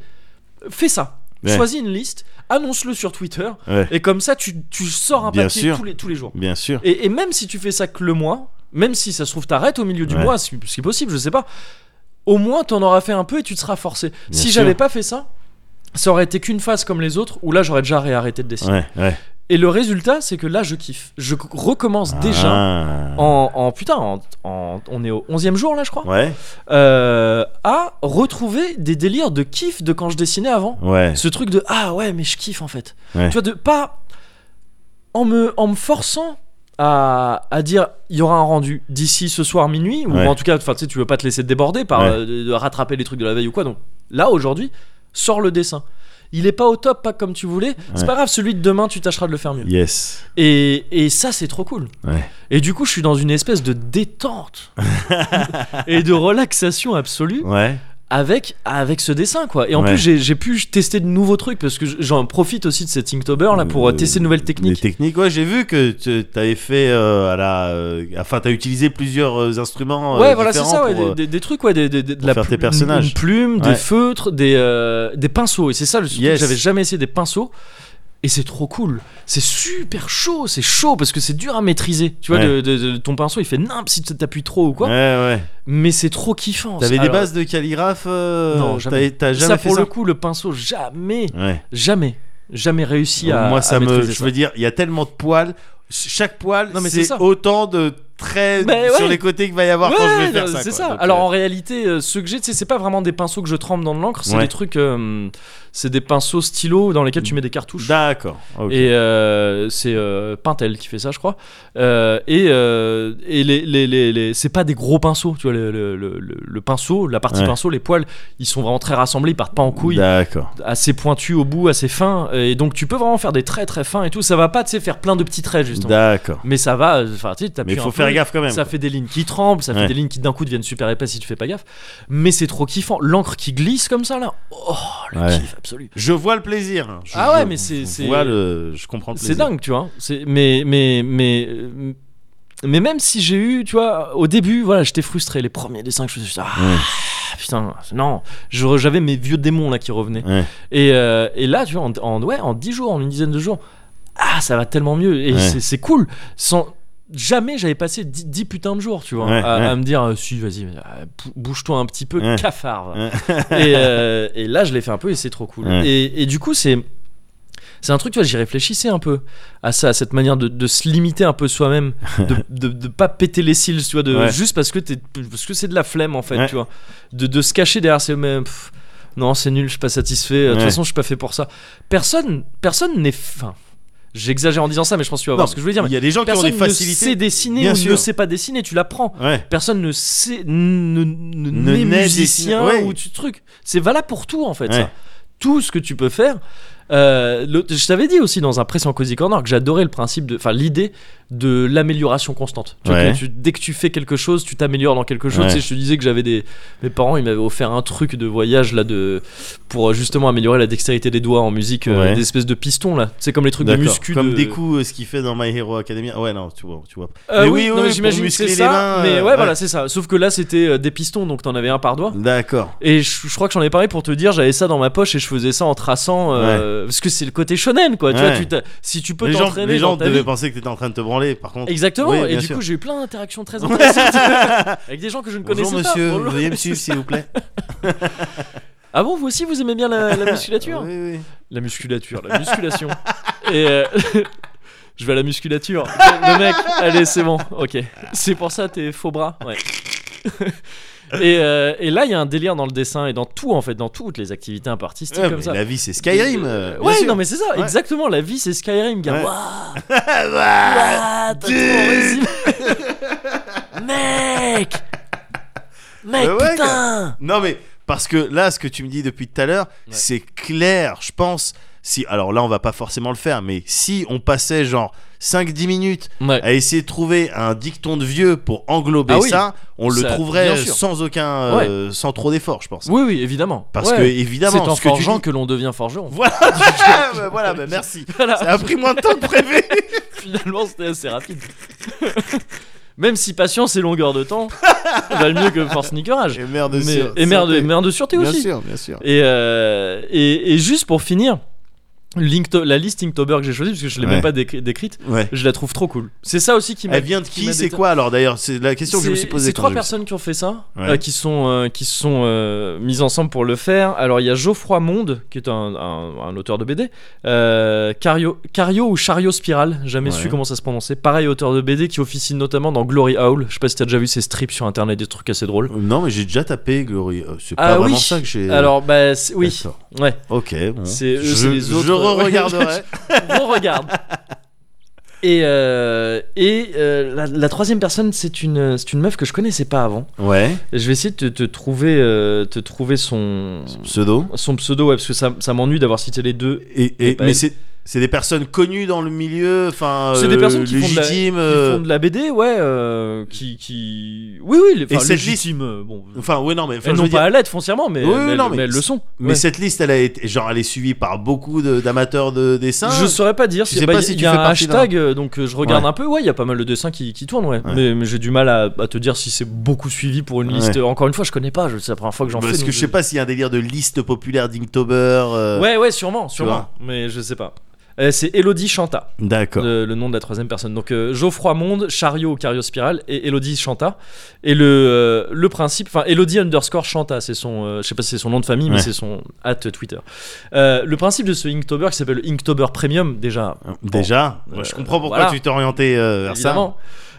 A: fais ça.
B: Ouais.
A: Choisis une liste, annonce-le sur Twitter,
B: Ouais.
A: et comme ça, tu, tu sors un
B: Bien
A: papier
B: sûr.
A: tous les, tous les jours.
B: Bien sûr.
A: Et, et même si tu fais ça que le mois, même si ça se trouve, t'arrêtes au milieu du
B: Ouais.
A: mois, ce qui ce qui est possible, je sais pas. au moins t'en auras fait un peu et tu te seras forcé.
B: Bien
A: si
B: sûr.
A: j'avais pas fait ça, ça aurait été qu'une phase comme les autres où là j'aurais déjà réarrêté de dessiner.
B: Ouais, ouais.
A: Et le résultat, c'est que là je kiffe. Je recommence déjà
B: Ah.
A: en, en- putain, en, en- on est au 11e jour là, je crois,
B: Ouais,
A: euh, à retrouver des délires de kiff de quand je dessinais avant.
B: ouais.
A: Ce truc de ah ouais, mais je kiffe en fait.
B: Ouais.
A: Tu vois, de pas en me, en me forçant. À, à dire il y aura un rendu d'ici ce soir minuit ou
B: Ouais.
A: en tout cas enfin tu sais tu veux pas te laisser déborder par
B: Ouais.
A: euh, de, de rattraper les trucs de la veille ou quoi donc là aujourd'hui sors le dessin il est pas au top pas comme tu voulais c'est
B: Ouais.
A: pas grave celui de demain tu tâcheras de le faire mieux
B: Yes.
A: et, et ça, c'est trop cool.
B: Ouais.
A: Et du coup, je suis dans une espèce de détente et de relaxation absolue
B: Ouais.
A: avec, avec ce dessin, quoi. Et en
B: Ouais.
A: plus, j'ai- j'ai pu tester de nouveaux trucs parce que j'en profite aussi de cet Inktober là pour euh,
B: Euh,
A: tester de nouvelles techniques.
B: Les techniques, ouais, j'ai vu que tu avais fait euh, à la. euh, enfin, tu as utilisé plusieurs euh, instruments. euh,
A: Ouais, voilà, c'est
B: différents
A: ça, ouais,
B: pour, euh,
A: des, des- des trucs, ouais, des, des- des- de
B: pour faire tes
A: plu-
B: personnages.
A: Une plume, des
B: Ouais.
A: feutres, des, euh, des pinceaux. Et c'est ça, le truc
B: Yes.
A: que j'avais jamais essayé, des pinceaux. Et c'est trop cool. C'est super chaud, c'est chaud parce que c'est dur à maîtriser. Tu vois, de,
B: Ouais.
A: de- de- ton pinceau, il fait nimp si tu t'appuies trop ou quoi.
B: Ouais, ouais.
A: mais c'est trop kiffant.
B: T'avais des
A: Alors,
B: bases de calligraphe euh,
A: Non, jamais.
B: t'avais- T'as jamais
A: ça
B: fait
A: pour
B: ça
A: le coup, le pinceau, jamais,
B: Ouais.
A: jamais, jamais réussi à.
B: Moi,
A: à
B: ça me.
A: maîtriser
B: Je veux dire, il y a tellement de poils. Chaque poil,
A: Non, mais c'est
B: c'est
A: ça.
B: autant de traits
A: Mais ouais.
B: sur les côtés qu'il va y avoir quand je vais
A: Ouais,
B: faire
A: non,
B: ça.
A: c'est
B: quoi.
A: ça.
B: Donc,
A: Alors
B: euh,
A: en réalité, euh, ce que j'ai, tu sais, c'est pas vraiment des pinceaux que je trempe dans de l'encre, c'est
B: Ouais.
A: des trucs, euh, c'est des pinceaux stylos dans lesquels tu mets des cartouches.
B: D'accord. ok.
A: Et euh, c'est euh, Pintel qui fait ça, je crois. Euh, et euh, et les, les, les, les- c'est pas des gros pinceaux, tu vois. Le, le, le, le- le pinceau, la partie
B: Ouais.
A: pinceau, les poils, ils sont vraiment très rassemblés, ils partent pas en couille.
B: D'accord.
A: assez pointu au bout, assez fin, et donc tu peux vraiment faire des traits très fins et tout. Ça va pas, tu sais, faire plein de petits traits justement.
B: D'accord.
A: Mais ça va, euh, enfin, tu sais,
B: Mais
A: t'appuies
B: il
A: un
B: faut
A: peu,
B: faire gaffe quand même.
A: Ça fait des lignes qui tremblent, ça fait
B: Ouais.
A: des lignes qui d'un coup deviennent super épaisses si tu fais pas gaffe. Mais c'est trop kiffant. L'encre qui glisse comme ça là, oh le
B: Ouais.
A: kiff absolu.
B: Je vois le plaisir. Je-
A: Ah ouais,
B: je-
A: mais c'est-
B: je
A: c'est-
B: vois le- Je comprends le
A: C'est
B: plaisir.
A: dingue, tu vois. C'est mais mais mais euh, mais même si j'ai eu, tu vois, au début, voilà, j'étais frustré. Les premiers dessins que je faisais, j'étais, ah,
B: Ouais.
A: putain, non, Je re- j'avais mes vieux démons là qui revenaient.
B: Ouais.
A: Et, euh, et là, tu vois, en, en, ouais, en 10 jours, en une dizaine de jours, ah, ça va tellement mieux. Et
B: Ouais.
A: c'est- c'est cool. Sans, jamais j'avais passé 10, putains de jours, tu vois,
B: Ouais,
A: à, à
B: ouais.
A: me dire, euh, si, vas-y, euh, pou- bouge-toi un petit peu,
B: Ouais.
A: cafard. va.
B: Ouais.
A: et, euh, et là, je l'ai fait un peu et c'est trop cool.
B: Ouais.
A: Et, et du coup, c'est. C'est un truc, tu vois, j'y réfléchissais un peu à ça, à cette manière de, de se limiter un peu soi-même, de, de, de pas péter les cils, tu vois, de,
B: Ouais.
A: juste parce que, t'es- parce que c'est de la flemme en fait,
B: Ouais.
A: tu vois, de, de se cacher derrière ces mêmes. pff, non, c'est nul, je suis pas satisfait, euh, de toute
B: Ouais.
A: façon, je suis pas fait pour ça. Personne personne n'est. Enfin, j'exagère en disant ça, mais je pense que tu vas voir
B: Non,
A: ce que je voulais dire.
B: Il
A: mais
B: y a des gens qui ont
A: personne
B: des
A: ne sait
B: facilités.
A: dessiner
B: Bien
A: ou ne
B: sûr.
A: sait pas dessiner, tu l'apprends
B: Ouais.
A: personne ne sait ne, ne,
B: Ne
A: n'est
B: naît
A: musicien
B: dessin- ouais.
A: ou tu truc c'est valable pour tout en fait
B: Ouais.
A: ça. tout ce que tu peux faire Euh, le- je t'avais dit aussi dans un précédent Cozy Corner que j'adorais le principe de enfin l'idée de l'amélioration constante Tu vois,
B: Ouais.
A: que tu- dès que tu fais quelque chose tu t'améliores dans quelque chose
B: Ouais.
A: Tu sais, je te disais que j'avais des mes parents ils m'avaient offert un truc de voyage là de pour euh, justement améliorer la dextérité des doigts en musique euh,
B: Ouais.
A: des espèces de pistons là c'est comme les trucs de
B: D'accord.
A: muscu
B: Comme
A: de-
B: des coups, euh, ce qu'il fait dans My Hero Academia. Ouais, non, tu vois, tu vois.
A: Euh,
B: Mais
A: oui,
B: oui,
A: non,
B: oui,
A: mais
B: pour
A: j'imagine que
B: muscler
A: c'est
B: les
A: ça
B: mains,
A: mais
B: euh,
A: ouais,
B: ouais.
A: voilà c'est ça sauf que là c'était euh, des pistons donc t'en avais un par doigt
B: D'accord.
A: Et je, je crois que j'en ai parlé pour te dire, j'avais ça dans ma poche et je faisais ça en traçant. euh, Parce que c'est le côté shonen, quoi. Tu vois,
B: Ouais.
A: tu t'as- si tu peux
B: Les gens,
A: t'entraîner
B: les gens
A: dans ta vie.
B: devaient penser que t'étais en train de te branler, par contre.
A: Exactement,
B: Oui,
A: et
B: bien
A: du
B: sûr.
A: coup j'ai eu plein d'interactions très intéressantes avec des gens que je ne
B: Bonjour
A: connaissais
B: monsieur,
A: pas. Bonjour.
B: veuillez me suivre s'il vous plaît.
A: Ah bon, vous aussi vous aimez bien la, la musculature
B: Oui, oui.
A: La musculature, la musculation. et euh, je vais à la musculature. Le mec, allez, c'est bon, ok. C'est pour ça tes faux bras Ouais. et, euh, et là, il y a un délire dans le dessin et dans tout, en fait, dans toutes les activités un peu artistiques
B: Ouais,
A: comme
B: mais
A: ça.
B: La vie, c'est Skyrim.
A: Euh,
B: euh, bien
A: ouais,
B: sûr.
A: non, mais c'est ça,
B: Ouais.
A: exactement. La vie, c'est Skyrim, gars.
B: Ouais.
A: Waouh,
B: Ah,
A: t'as trop
B: dude.
A: résumé. Mec Mec,
B: Bah ouais,
A: putain
B: Non, mais parce que là, ce que tu me dis depuis tout à l'heure, c'est clair, je pense. Si, alors là, on va pas forcément le faire, mais si on passait genre 5-10 minutes
A: Ouais.
B: à essayer de trouver un dicton de vieux pour englober
A: Ah oui.
B: ça, on le
A: Ça,
B: trouverait
A: bien sûr.
B: sans aucun, euh, sans trop d'effort, je pense.
A: Oui, oui, évidemment.
B: Parce
A: Ouais.
B: que évidemment,
A: c'est en
B: ce que tu
A: forgeant
B: dis-
A: que l'on devient forgeron.
B: Voilà, Ah, bah, voilà, bah, merci. Ça
A: Voilà,
B: a pris moins de temps que prévu.
A: finalement, c'était assez rapide. Même si patience et longueur de temps valent mieux que force niquerage.
B: Et merde de
A: Mais-
B: sûr-
A: et merde,
B: sûreté.
A: et merde de sûreté
B: Bien
A: aussi.
B: sûr, bien sûr.
A: Et, euh, et, et juste pour finir, Linkto- la liste Inktober que j'ai choisie, parce que je l'ai
B: Ouais.
A: même pas décri- décrite,
B: Ouais.
A: je la trouve trop cool. C'est ça aussi qui m'a.
B: Elle vient de
A: m'a
B: qui C'est
A: déteint-
B: quoi alors d'ailleurs C'est la question que je me
A: C'est-
B: suis posée.
A: C'est
B: quand
A: trois
B: j'ai vu ça.
A: personnes qui ont fait ça,
B: Ouais.
A: euh, qui sont, euh, qui se sont euh, mises ensemble pour le faire. Alors il y a Geoffroy Monde, qui est un, un- un auteur de BD, euh, Cario, Cario ou Chario Spiral, jamais
B: Ouais.
A: su comment ça se prononçait. Pareil, auteur de BD qui officie notamment dans Glory Howl. Je sais pas si t'as déjà vu ses strips sur internet, des trucs assez drôles.
B: Euh, Non, mais j'ai déjà tapé Glory. Euh, C'est
A: Ah
B: pas
A: oui.
B: vraiment ça que j'ai.
A: Alors, bah, c'est- oui,
B: D'accord.
A: ouais,
B: Ok. Bon.
A: C'est eux,
B: je,
A: c'est les autres.
B: Je re-regarderai.
A: on regarde. Et, euh, et euh, la, la troisième personne, c'est une, c'est une meuf que je connaissais pas avant.
B: ouais.
A: Je vais essayer de te, te trouver, euh, te trouver son,
B: Pseudo.
A: son pseudo, ouais, parce que ça, ça m'ennuie d'avoir cité les deux.
B: Et, et-
A: pas
B: mais
A: elle.
B: c'est c'est des personnes connues dans le milieu. Enfin.
A: C'est des
B: euh,
A: personnes qui font de la-
B: légitimes.
A: Qui
B: euh,
A: font de la BD, ouais, euh, qui, qui. Oui, oui, les,
B: Et
A: enfin,
B: cette
A: légitimes, euh, bon.
B: Enfin, ouais, non, mais. enfin,
A: elles
B: je
A: n'ont
B: veux
A: pas
B: dire-
A: à l'être foncièrement, mais,
B: Oui,
A: mais,
B: oui, non,
A: mais
B: mais
A: elles le sont.
B: Mais
A: ouais.
B: cette liste, elle a été, genre, elle est suivie par beaucoup de- d'amateurs de dessin.
A: Je saurais pas dire.
B: Je
A: si-
B: sais
A: bah,
B: pas
A: y-
B: si
A: y
B: tu
A: a
B: fais
A: un
B: partie d'un-
A: hashtag, euh, donc euh, je regarde
B: Ouais.
A: un peu. Ouais, il y a pas mal de dessins qui, qui tournent, ouais.
B: Ouais.
A: Mais, mais j'ai du mal à, à te dire si c'est beaucoup suivi pour une liste.
B: Ouais.
A: Encore une fois, je connais pas. je- C'est la première fois que j'en fais.
B: Parce
A: donc
B: que je sais pas s'il y a un délire de liste populaire d'Inktober. euh,
A: Ouais, ouais, sûrement, sûrement.
B: vois.
A: Mais je sais pas. Euh, c'est Elodie Chanta,
B: D'accord.
A: le, le nom de la troisième personne. Donc euh, Geoffroy Monde, Chariot, Cario Spiral et Elodie Chanta. Et le, euh, le principe, enfin Elodie underscore Chanta, c'est son, euh, je sais pas si c'est son nom de famille, mais
B: Ouais.
A: c'est son at Twitter. Euh, le principe de ce Inktober qui s'appelle Inktober Premium, déjà,
B: Déjà,
A: Bon,
B: moi,
A: euh,
B: je comprends pourquoi
A: voilà.
B: tu t'es orienté euh, vers
A: évidemment.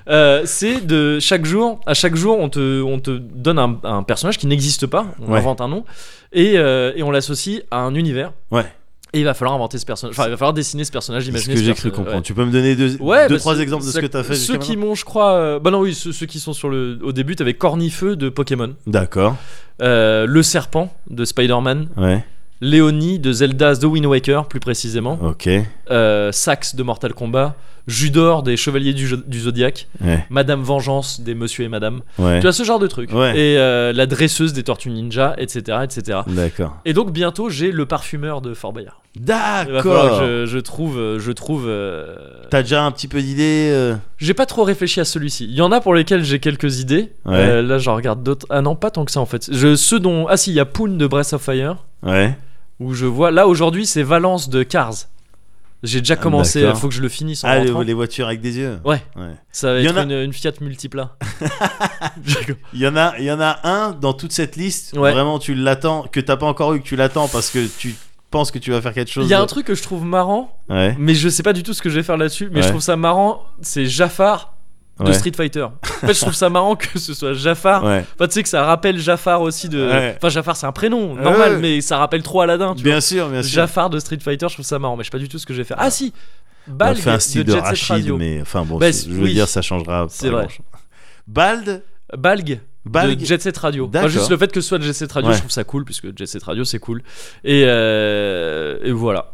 A: Euh, c'est de chaque jour, à chaque jour, on te, on te donne un, un personnage qui n'existe pas, on
B: Ouais.
A: invente un nom, et, euh, et on l'associe à un univers.
B: Ouais.
A: Et il va falloir inventer ce personnage, enfin il va falloir dessiner ce personnage,
B: ça. C'est ce
A: imaginer
B: que
A: ce
B: j'ai cru
A: perso-
B: comprendre.
A: ouais.
B: Tu peux me donner deux,
A: Ouais,
B: deux
A: bah,
B: trois
A: c'est-
B: exemples de ce
A: ça-
B: que t'as fait
A: Ceux
B: jusqu'à
A: qui
B: maintenant
A: m'ont, je crois. euh, bah non, oui, ceux, ceux qui sont sur le, au début, t'avais Cornifeu de Pokémon,
B: D'accord.
A: euh, Le Serpent de Spider-Man,
B: Ouais.
A: Léonie de Zelda's The Wind Waker, plus précisément,
B: Ok. Ouais.
A: euh, Sax de Mortal Kombat, Judor des Chevaliers du, Jo- du Zodiaque,
B: Ouais.
A: Madame Vengeance des Monsieur et Madame. Tu as ce genre de truc.
B: Ouais.
A: Et euh, la dresseuse des Tortues Ninja, etc. etc.
B: D'accord.
A: Et donc bientôt j'ai le parfumeur de Fort Boyard. Il va falloir
B: D'accord.
A: que je, je trouve, euh, je trouve. euh,
B: T'as déjà un petit peu d'idées. euh,
A: J'ai pas trop réfléchi à celui-ci. Il y en a pour lesquels j'ai quelques idées.
B: Ouais.
A: Euh, là, j'en regarde d'autres. Ah non, pas tant que ça en fait. Je, ceux dont. Ah si, il y a Poon de Breath of Fire,
B: Ouais.
A: où je vois. Là, aujourd'hui, c'est Valence de Cars. J'ai déjà commencé,
B: Ah, d'accord.
A: faut que je le finisse en
B: Ah, les,
A: rentrant.
B: les voitures avec des yeux.
A: Ouais,
B: Ouais.
A: ça va
B: Il y
A: être
B: en a-
A: une, une Fiat Multipla.
B: Il y en a, il y en a un dans toute cette liste.
A: Ouais.
B: Vraiment, tu l'attends, que t'as pas encore eu, que tu l'attends parce que tu penses que tu vas faire quelque chose.
A: Il y a un
B: de-
A: truc que je trouve marrant,
B: Ouais.
A: mais je sais pas du tout ce que je vais faire là-dessus, mais je
B: Ouais.
A: trouve ça marrant, c'est Jafar de
B: Ouais.
A: Street Fighter. En fait, je trouve ça marrant que ce soit Jafar
B: Ouais.
A: Enfin, tu sais que ça rappelle Jafar aussi de.
B: Ouais.
A: Enfin, Jafar, c'est un prénom,
B: Ouais,
A: normal,
B: ouais.
A: mais ça rappelle trop Aladdin, tu
B: Bien sûr, bien
A: vois.
B: sûr.
A: Jafar de Street Fighter, je trouve ça marrant, mais je sais pas du tout ce que je vais faire. Ah, si
B: On a
A: Balg
B: fait un style
A: de
B: de,
A: Jet Set
B: Rachid,
A: Radio.
B: mais enfin bon,
A: Bah,
B: je
A: c'est-
B: veux
A: oui.
B: dire, ça changera.
A: C'est
B: pas
A: vrai.
B: grand-chose. Bald,
A: Balg,
B: Balg,
A: de Jet Set Radio. Enfin,
B: D'accord.
A: juste le fait que ce soit de Jet Set Radio,
B: Ouais.
A: je trouve ça cool, puisque Jet Set Radio, c'est cool. Et, euh, et voilà.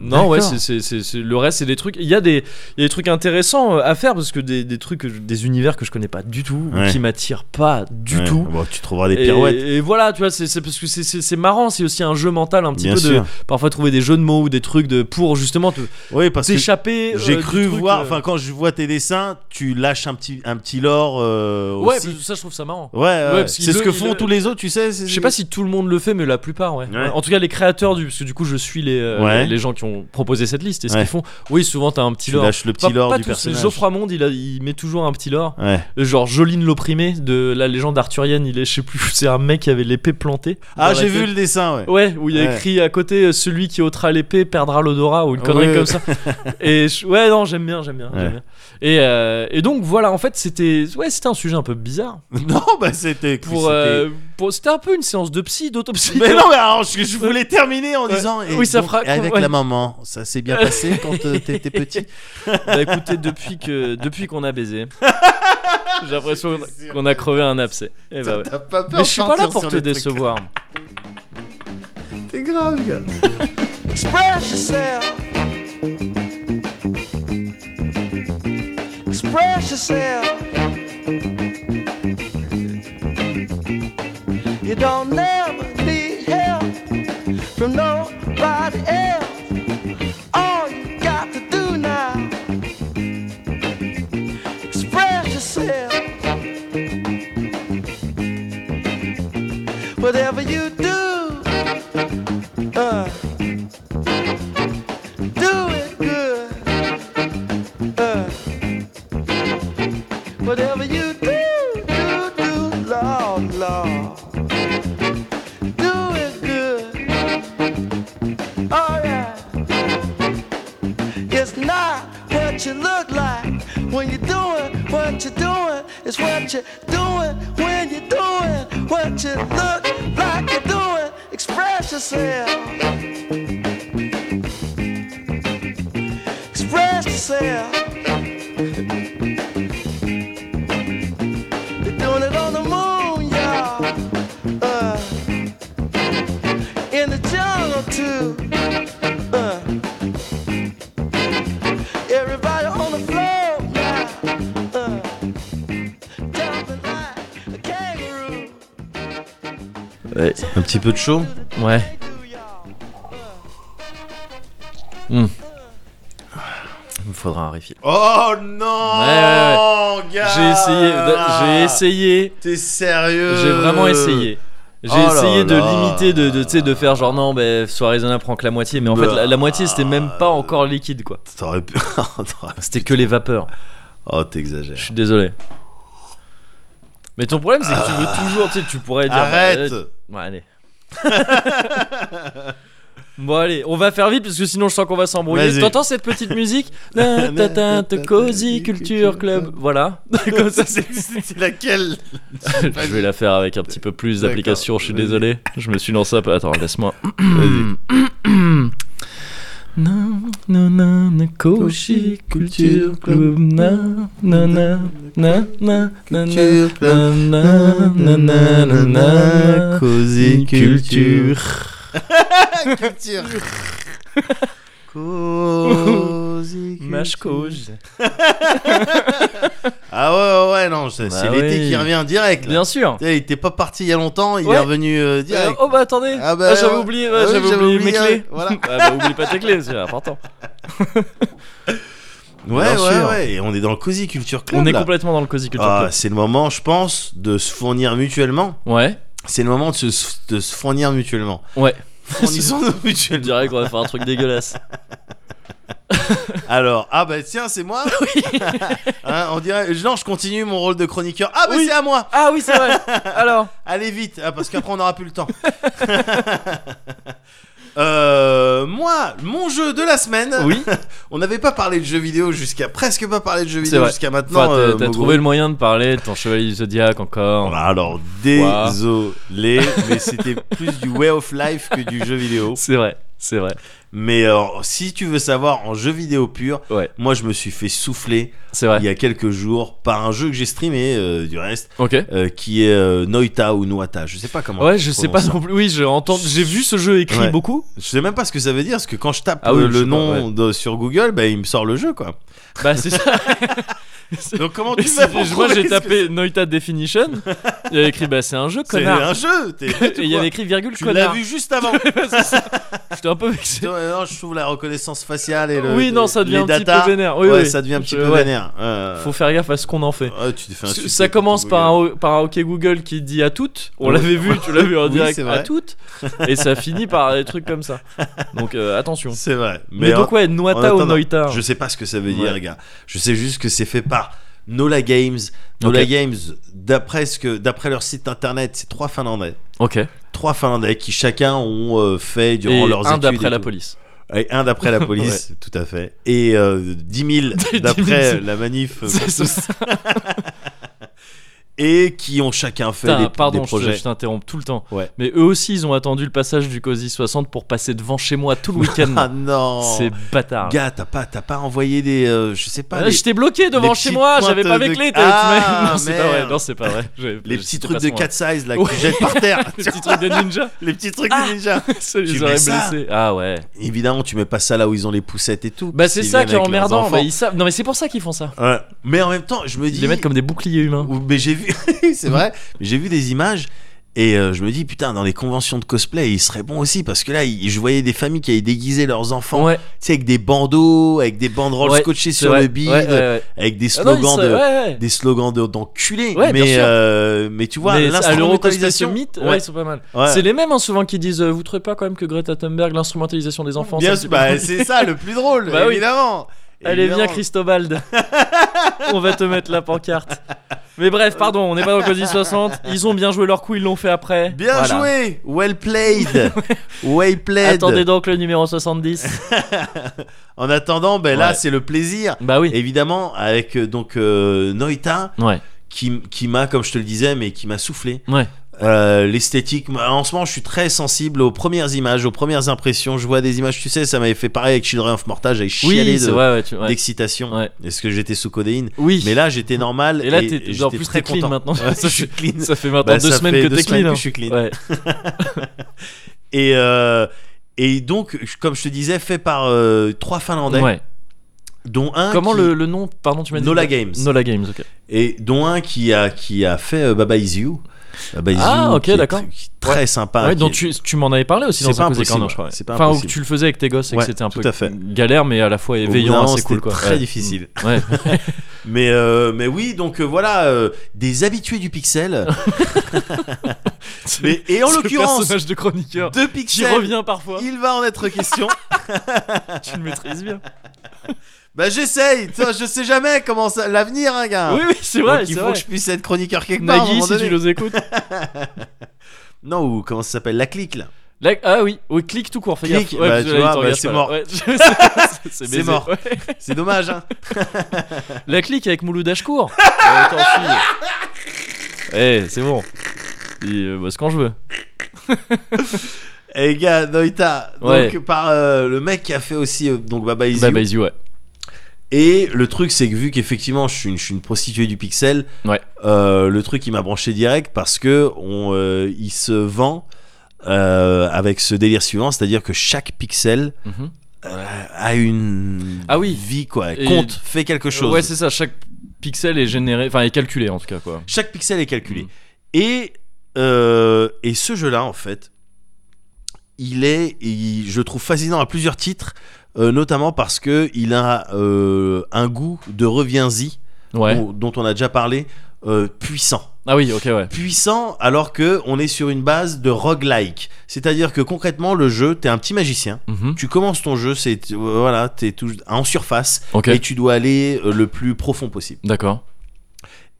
A: Non,
B: D'accord.
A: ouais, c'est, c'est- c'est- c'est- le reste, c'est des trucs. Il y, a des, il y a des trucs intéressants euh, à faire parce que des, des trucs, que je- des univers que je connais pas du tout, ou
B: Ouais.
A: qui m'attirent pas du
B: Ouais,
A: tout.
B: Bon, tu trouveras des
A: Et-
B: pirouettes.
A: Et, voilà, tu vois, c'est c'est parce que c'est- c'est c'est marrant, c'est aussi un jeu mental un petit
B: Bien
A: peu de
B: sûr.
A: parfois trouver des jeux de mots ou des trucs de pour justement te-
B: Oui, parce que
A: t'échapper. euh,
B: j'ai
A: du
B: cru
A: truc,
B: voir.
A: euh,
B: Enfin, quand je vois tes dessins, tu lâches un petit, un petit lore euh,
A: ouais,
B: aussi.
A: parce que ça je trouve ça marrant.
B: Ouais, ouais,
A: parce qu'il
B: c'est ce
A: le-
B: que
A: il
B: font
A: le-
B: tous les autres, tu sais.
A: Je sais pas si tout le monde le fait, mais la plupart, ouais.
B: Ouais.
A: En tout cas, les créateurs du, parce que du coup, je suis les euh,
B: Ouais.
A: les- les gens qui ont proposé cette liste et ce
B: Ouais.
A: qu'ils font. Oui, souvent t'as un petit
B: tu
A: lore.
B: lâches le petit
A: Pas-
B: lore
A: pas
B: du
A: tous, mais
B: personnage.
A: Geoffroy Monde, il, a- il met toujours un petit lore.
B: Ouais.
A: Euh, Genre Joline l'opprimé de la légende arthurienne, il est, je sais plus, c'est un mec qui avait l'épée plantée.
B: Ah,
A: dans la tête.
B: j'ai vu le dessin, ouais.
A: Ouais, où il y a
B: Ouais.
A: écrit à côté euh, celui qui ôtera l'épée perdra l'odorat ou une connerie
B: Ouais.
A: comme ça. Et je- ouais, non, j'aime bien, j'aime bien,
B: Ouais.
A: j'aime bien. Et, euh, et donc voilà, en fait, c'était ouais, c'était un sujet un peu bizarre.
B: Non, bah c'était.
A: Pour
B: c'était-
A: euh, pour- c'était un peu une séance de psy, d'autopsie.
B: Mais non, mais alors, je, je voulais terminer en
A: Ouais.
B: disant. et
A: Oui, ça
B: donc,
A: fera-
B: et Avec
A: ouais.
B: la maman, ça s'est bien passé quand euh, t'étais petit.
A: Bah écoutez, depuis que depuis qu'on a baisé, j'ai l'impression qu'on a crevé un abcès. Eh bah ouais.
B: T'as pas peur
A: Mais je suis
B: de
A: pas là
B: sortir
A: pour
B: sur
A: te
B: les trucs.
A: décevoir.
B: T'es grave, gars.
D: Express yourself. Express yourself. You don't never need help from nobody else. All you got to do now, express yourself. Whatever you do, uh. uh, Oh, what you look like when you're doing what you're doing. It's what you're doing when you're doing what you look like you're doing. Express yourself. Express yourself. You're doing it on the moon, y'all. Uh, in the jungle too. Uh, everybody on the floor now. Uh, jumping like a kangaroo.
B: Ouais, un petit peu de chaud.
A: Ouais.
D: Do y'all?
A: Il me faudra un refill.
B: Oh non,
A: Ouais,
B: gars.
A: J'ai essayé. J'ai essayé.
B: T'es sérieux
A: J'ai vraiment essayé. J'ai
B: Euh, Oh là
A: essayé de
B: là.
A: limiter, de, de, tu sais, de faire genre non, ben, sois raisonnable, prends que la moitié. Mais en
B: Bah.
A: fait, la, la moitié, c'était même pas encore liquide, quoi.
B: T'aurais pu.
A: C'était que les vapeurs.
B: oh,
A: Je
B: t'exagères.
A: suis désolé. Mais ton problème, c'est que tu veux toujours, tu sais, tu pourrais dire. bah,
B: Ah. Arrête
A: euh, Bon, allez. bon, allez, on va faire vite parce que sinon je sens qu'on va s'embrouiller.
B: Vas-y.
A: T'entends cette petite musique Na, ta, ta, ta, Cozy Culture Club. Voilà. Comme ça, c'est-
B: C'est laquelle
A: je vais la faire avec un petit peu plus d'application. Je suis
B: D'accord, vas-y.
A: désolé. Je me suis lancé un peu. Attends, laisse-moi. Na, na, na, na, Cozy Culture Club. Na, na, na, na, na, na, na. Nanana,
B: Cosy
A: culture.
B: culture. Cosy
A: Mash
B: culture.
A: cause.
B: Ah ouais, ouais, ouais, non, c'est
A: Bah
B: c'est l'été
A: oui.
B: qui revient direct. Là.
A: Bien sûr.
B: Tu sais, Il était pas parti il y a longtemps, il
A: Ouais.
B: est revenu euh, direct.
A: Oh bah attendez,
B: Ah bah,
A: Ah, j'avais
B: ouais.
A: oublié, ouais,
B: Ah oui,
A: j'avais
B: j'avais
A: oublié, mes
B: oublié, hein.
A: clés.
B: ouais, voilà.
A: Ah bah oublie pas tes clés, c'est important.
B: ouais,
A: bien
B: ouais,
A: sûr.
B: ouais. Et on est dans le Cosy Culture Club.
A: On est
B: là.
A: complètement dans le cosy culture.
B: Ah,
A: club.
B: c'est le moment, je pense, de se fournir mutuellement.
A: Ouais,
B: C'est le moment de se, de se fournir mutuellement.
A: ouais.
B: Fournissons-nous
A: Je
B: mutuellement.
A: dirais qu'on va faire un truc dégueulasse.
B: Alors, ah bah tiens, c'est moi. Hein, on dirait, non, je continue mon rôle de chroniqueur. Ah bah
A: Oui.
B: c'est à moi.
A: Ah oui, c'est vrai. Alors,
B: Allez vite, ah, parce qu'après on n'aura plus le temps. Euh, moi, mon jeu de la semaine.
A: oui,
B: On n'avait pas parlé de jeux vidéo jusqu'à presque pas parlé de jeux vidéo
A: vrai.
B: jusqu'à maintenant.
A: Enfin, t'as-
B: euh,
A: t'as
B: Mogo.
A: trouvé le moyen de parler de ton chevalier du zodiaque encore.
B: Alors désolé, mais c'était plus du way of life que du jeu vidéo.
A: C'est vrai, c'est vrai.
B: Mais euh, si tu veux savoir en jeu vidéo pur,
A: Ouais.
B: moi je me suis fait souffler
A: C'est vrai.
B: il y a quelques jours par un jeu que j'ai streamé euh, du reste,
A: Ok.
B: euh, qui est euh, Noita ou Noata, je sais pas comment.
A: Ouais,
B: on
A: je sais pas
B: prononce ça.
A: non plus. Oui, j'ai entendu, j'ai vu ce jeu écrit
B: Ouais.
A: beaucoup.
B: Je sais même pas ce que ça veut dire parce que quand je tape
A: Ah oui,
B: euh,
A: je sais
B: le
A: pas,
B: nom de- sur Google, bah, il me sort le jeu quoi.
A: Bah c'est ça.
B: Donc comment tu
A: Et
B: fais
A: c'est-
B: pour
A: Moi
B: trouver
A: j'ai
B: ce que
A: tapé Noita Definition. Il y avait écrit bah c'est un jeu
B: C'est
A: connard.
B: un jeu. t'es-
A: Et il y
B: quoi
A: avait écrit virgule
B: Tu l'as
A: connard.
B: vu juste avant.
A: Ouais, c'est ça. J'étais un peu vexé.
B: Putain, ouais, non, je trouve la reconnaissance faciale et le.
A: oui, non, ça devient
B: les
A: un petit
B: data,
A: peu vénère. Oui,
B: ouais,
A: oui.
B: ça devient un petit
A: Je-
B: peu
A: ouais.
B: vénère. Euh,
A: Faut faire gaffe à ce qu'on en fait.
B: ouais, tu t'es fait un
A: Parce que
B: succès
A: ça
B: pour
A: commence
B: ton
A: par
B: Google.
A: un, par un OK Google qui dit à toutes. On
B: Ouais.
A: l'avait vu, tu l'as vu en
B: Oui,
A: direct.
B: c'est vrai.
A: à toutes. Et ça finit par des trucs comme ça. Donc euh, attention.
B: C'est vrai.
A: Mais,
B: Mais, en-
A: donc, ouais,
B: en
A: Noita ou
B: attendant,
A: Noita.
B: Je sais pas ce que ça veut dire,
A: Ouais.
B: gars. Je sais juste que c'est fait par Nola Games. Nola
A: Ok.
B: Games, d'après ce que, d'après leur site internet, c'est trois Finlandais.
A: Ok.
B: Trois Finlandais qui chacun ont euh, fait durant
A: et
B: leurs
A: un
B: études. et
A: d'après la
B: tout.
A: police.
B: Et un d'après la police, tout à fait. Et euh, 10 000 d'après la manif. euh,
A: C'est ça.
B: Et qui ont chacun fait
A: Putain,
B: des,
A: pardon,
B: des
A: je-
B: projets.
A: je t'interromps tout le temps.
B: Ouais.
A: Mais eux aussi, ils ont attendu le passage du COSI 60 pour passer devant chez moi tout le
B: Ah
A: week-end.
B: non
A: C'est bâtard.
B: Gars, t'as pas, t'as pas envoyé des. euh, je sais pas.
A: Ah,
B: des-
A: J'étais bloqué devant
B: les
A: chez
B: petites
A: moi, j'avais
B: pointes
A: pas mes
B: de-
A: clés.
B: Ah,
A: non, c'est pas vrai.
B: merde.
A: Non, c'est pas vrai. J'ai-
B: les
A: je-
B: petits
A: c'était
B: trucs
A: pas
B: de
A: son-
B: cat size là, que
A: Ouais.
B: tu jettes par terre.
A: Les petits trucs de ninja.
B: les petits trucs
A: Ah.
B: de ninja.
A: Ça les
B: Tu
A: aurait
B: mets ça
A: blessés. Ah ouais.
B: Évidemment, tu mets pas ça là où ils ont les poussettes et tout.
A: Bah
B: parce
A: c'est
B: qu'ils
A: ça
B: viennent
A: qui est
B: avec leurs
A: emmerdant.
B: enfants.
A: Bah, ils savent. Non mais c'est pour ça qu'ils font ça.
B: Ouais. Mais en même temps, je me dis.
A: Ils les mettent comme Mhm. des boucliers humains.
B: Ou- Mais j'ai vu, c'est vrai, mais j'ai vu des images et euh, je me dis putain dans les conventions de cosplay il serait bon aussi parce que là il- je voyais des familles qui avaient déguisé leurs enfants,
A: Ouais.
B: tu sais avec des bandeaux, avec des banderoles
A: Ouais,
B: scotchées
A: c'est
B: sur
A: vrai.
B: le bide,
A: Ouais, ouais, ouais.
B: avec des
A: Ah non, ils
B: slogans
A: se-
B: de,
A: ouais, ouais.
B: des slogans de- d'enculés.
A: Ouais, bien
B: mais
A: sûr.
B: euh, mais tu vois
A: Mais à l'eurocosmétisation
B: l'instrumentalisation
A: mythe, ouais,
B: ouais,
A: ils sont pas mal.
B: ouais.
A: C'est les mêmes hein, souvent qui disent euh, Vous trouvez pas quand même que Greta Thunberg, l'instrumentalisation des enfants
B: Bien
A: ça,
B: sûr,
A: pas-
B: bah, c'est ça le plus drôle
A: Bah oui.
B: évidemment.
A: Allez, viens,
B: Évidemment.
A: Christobald. On va te mettre la pancarte. Mais bref, pardon, on n'est pas dans le Cosy 60. Ils ont bien joué leur coup, ils l'ont fait après.
B: Bien
A: Voilà.
B: joué, well played, well played.
A: Attendez donc le numéro 70.
B: en attendant, ben là
A: Ouais.
B: c'est le plaisir.
A: bah oui.
B: Évidemment, avec euh, donc euh, Noita
A: Ouais,
B: qui, qui m'a, comme je te le disais, mais qui m'a soufflé.
A: ouais.
B: Euh, l'esthétique moi, en ce moment je suis très sensible aux premières images aux premières impressions je vois des images tu sais ça m'avait fait pareil avec Children of Morta j'avais chialé
A: Oui, c'est
B: de-
A: vrai, ouais, tu- ouais.
B: d'excitation
A: Ouais.
B: est-ce que j'étais sous codéine
A: Oui.
B: mais là j'étais normal
A: et là, t'es-
B: j'étais
A: en plus,
B: très
A: t'es clean
B: content.
A: maintenant.
B: Ouais,
A: Ça
B: je suis clean
A: Ça fait maintenant
B: Bah,
A: deux
B: ça
A: semaines
B: fait
A: que
B: deux
A: t'es
B: semaines
A: clean.
B: que
A: hein.
B: je suis clean.
A: Ouais.
B: et euh, et donc je- comme je te disais fait par euh, trois finlandais
A: Ouais.
B: dont un
A: Comment
B: qui-
A: le, le nom Pardon, tu m'as dit
B: Nola Games
A: Nola Games, ok.
B: et dont un qui a qui a fait euh, Baba Is You Baba Is
A: Ah,
B: You,
A: ok,
B: qui est
A: d'accord.
B: tr- qui est très sympa
A: ouais,
B: qui
A: donc
B: est-
A: tu, tu m'en avais parlé aussi
B: C'est
A: dans
B: pas
A: un Cosy
B: impossible,
A: Corner, je crois.
B: c'est pas
A: enfin, où
B: impossible.
A: tu le faisais avec tes gosses et
B: Ouais,
A: que c'était un
B: tout
A: peu
B: à fait.
A: galère, mais à la fois
B: Au bout d'un
A: éveillant,
B: moment,
A: assez cool
B: c'était
A: quoi.
B: très
A: Ouais.
B: difficile.
A: Ouais.
B: Mais, euh, mais oui, donc euh, voilà, euh, des habitués du pixel. Mais- et en
A: Ce
B: l'occurrence,
A: personnage de chroniqueur
B: de
A: qui
B: pixel,
A: revient parfois.
B: il va en être question.
A: Tu le maîtrises bien.
B: bah j'essaye, Tiens, je sais jamais comment ça, l'avenir, hein, gars.
A: Oui, oui, c'est
B: Donc,
A: vrai,
B: il
A: c'est
B: faut
A: vrai.
B: que je puisse être chroniqueur quelque part. à un
A: Nagui,
B: moment
A: si tu
B: donné.
A: nous écoutes.
B: Non, ou comment ça s'appelle La clique là.
A: Là- ah oui, oui, clique tout court, fais
B: Clique,
A: gaffe.
B: bah,
A: parce
B: tu
A: que là,
B: vois,
A: il te regarde
B: bah, c'est
A: pas,
B: mort.
A: ouais. c'est c'est baisé,
B: mort.
A: ouais.
B: C'est dommage, hein.
A: La clique avec Mouloud Ashkour. Euh, tant pis. Eh, c'est bon. Il euh, bosse quand je veux.
B: Et Eh, gars, Noita,
A: Ouais.
B: donc par euh, le mec qui a fait aussi euh, donc Baba Is
A: Bye
B: You.
A: bye, you, ouais.
B: Et le truc, c'est que vu qu'effectivement, je suis une, je suis une prostituée du pixel,
A: Ouais.
B: euh, le truc, il m'a branché direct parce que on, euh, il se vend euh, avec ce délire suivant, c'est-à-dire que chaque pixel
A: Mhm.
B: euh, a une
A: Ah oui.
B: vie, quoi,
A: Et-
B: compte, fait quelque chose.
A: Ouais, c'est ça. Chaque pixel est généré, enfin est calculé en tout cas quoi.
B: chaque pixel est calculé.
A: Mhm.
B: Et, euh, et ce jeu-là, en fait, il est, il- je le trouve fascinant à plusieurs titres, euh, notamment parce que il a euh, un goût de reviens-y.
A: Ouais.
B: dont, dont on a déjà parlé, euh, puissant.
A: Ah oui, ok, ouais.
B: Puissant alors que on est sur une base de roguelike. C'est-à-dire que concrètement, le jeu, t'es un petit magicien.
A: Mhm.
B: Tu commences ton jeu, c'est tu- euh, voilà, t'es tout en surface
A: Ok.
B: et tu dois aller euh, le plus profond possible.
A: D'accord.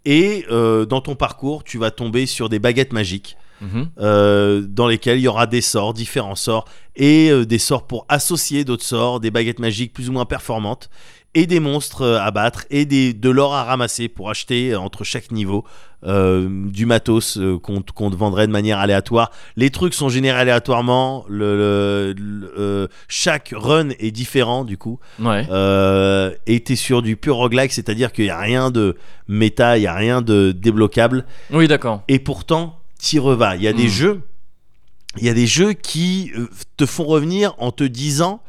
B: Et euh, dans ton parcours, tu vas tomber sur des baguettes magiques
A: Mhm.
B: euh, dans lesquelles il y aura des sorts, différents sorts et euh, des sorts pour associer d'autres sorts, des baguettes magiques plus ou moins performantes et des monstres euh, à battre et des, de l'or à ramasser pour acheter euh, entre chaque niveau euh, du matos euh, qu'on te- qu'on te vendrait de manière aléatoire. Les trucs sont générés aléatoirement, le, le- le- euh, chaque run est différent du coup
A: Ouais.
B: euh, et t'es sur du pur roguelike, c'est-à-dire qu'il n'y a rien de méta, il n'y a rien de débloquable
A: Oui, d'accord.
B: et pourtant t'y revas. Il y a des
A: Mm.
B: jeux, il y a des jeux qui euh, te font revenir en te disant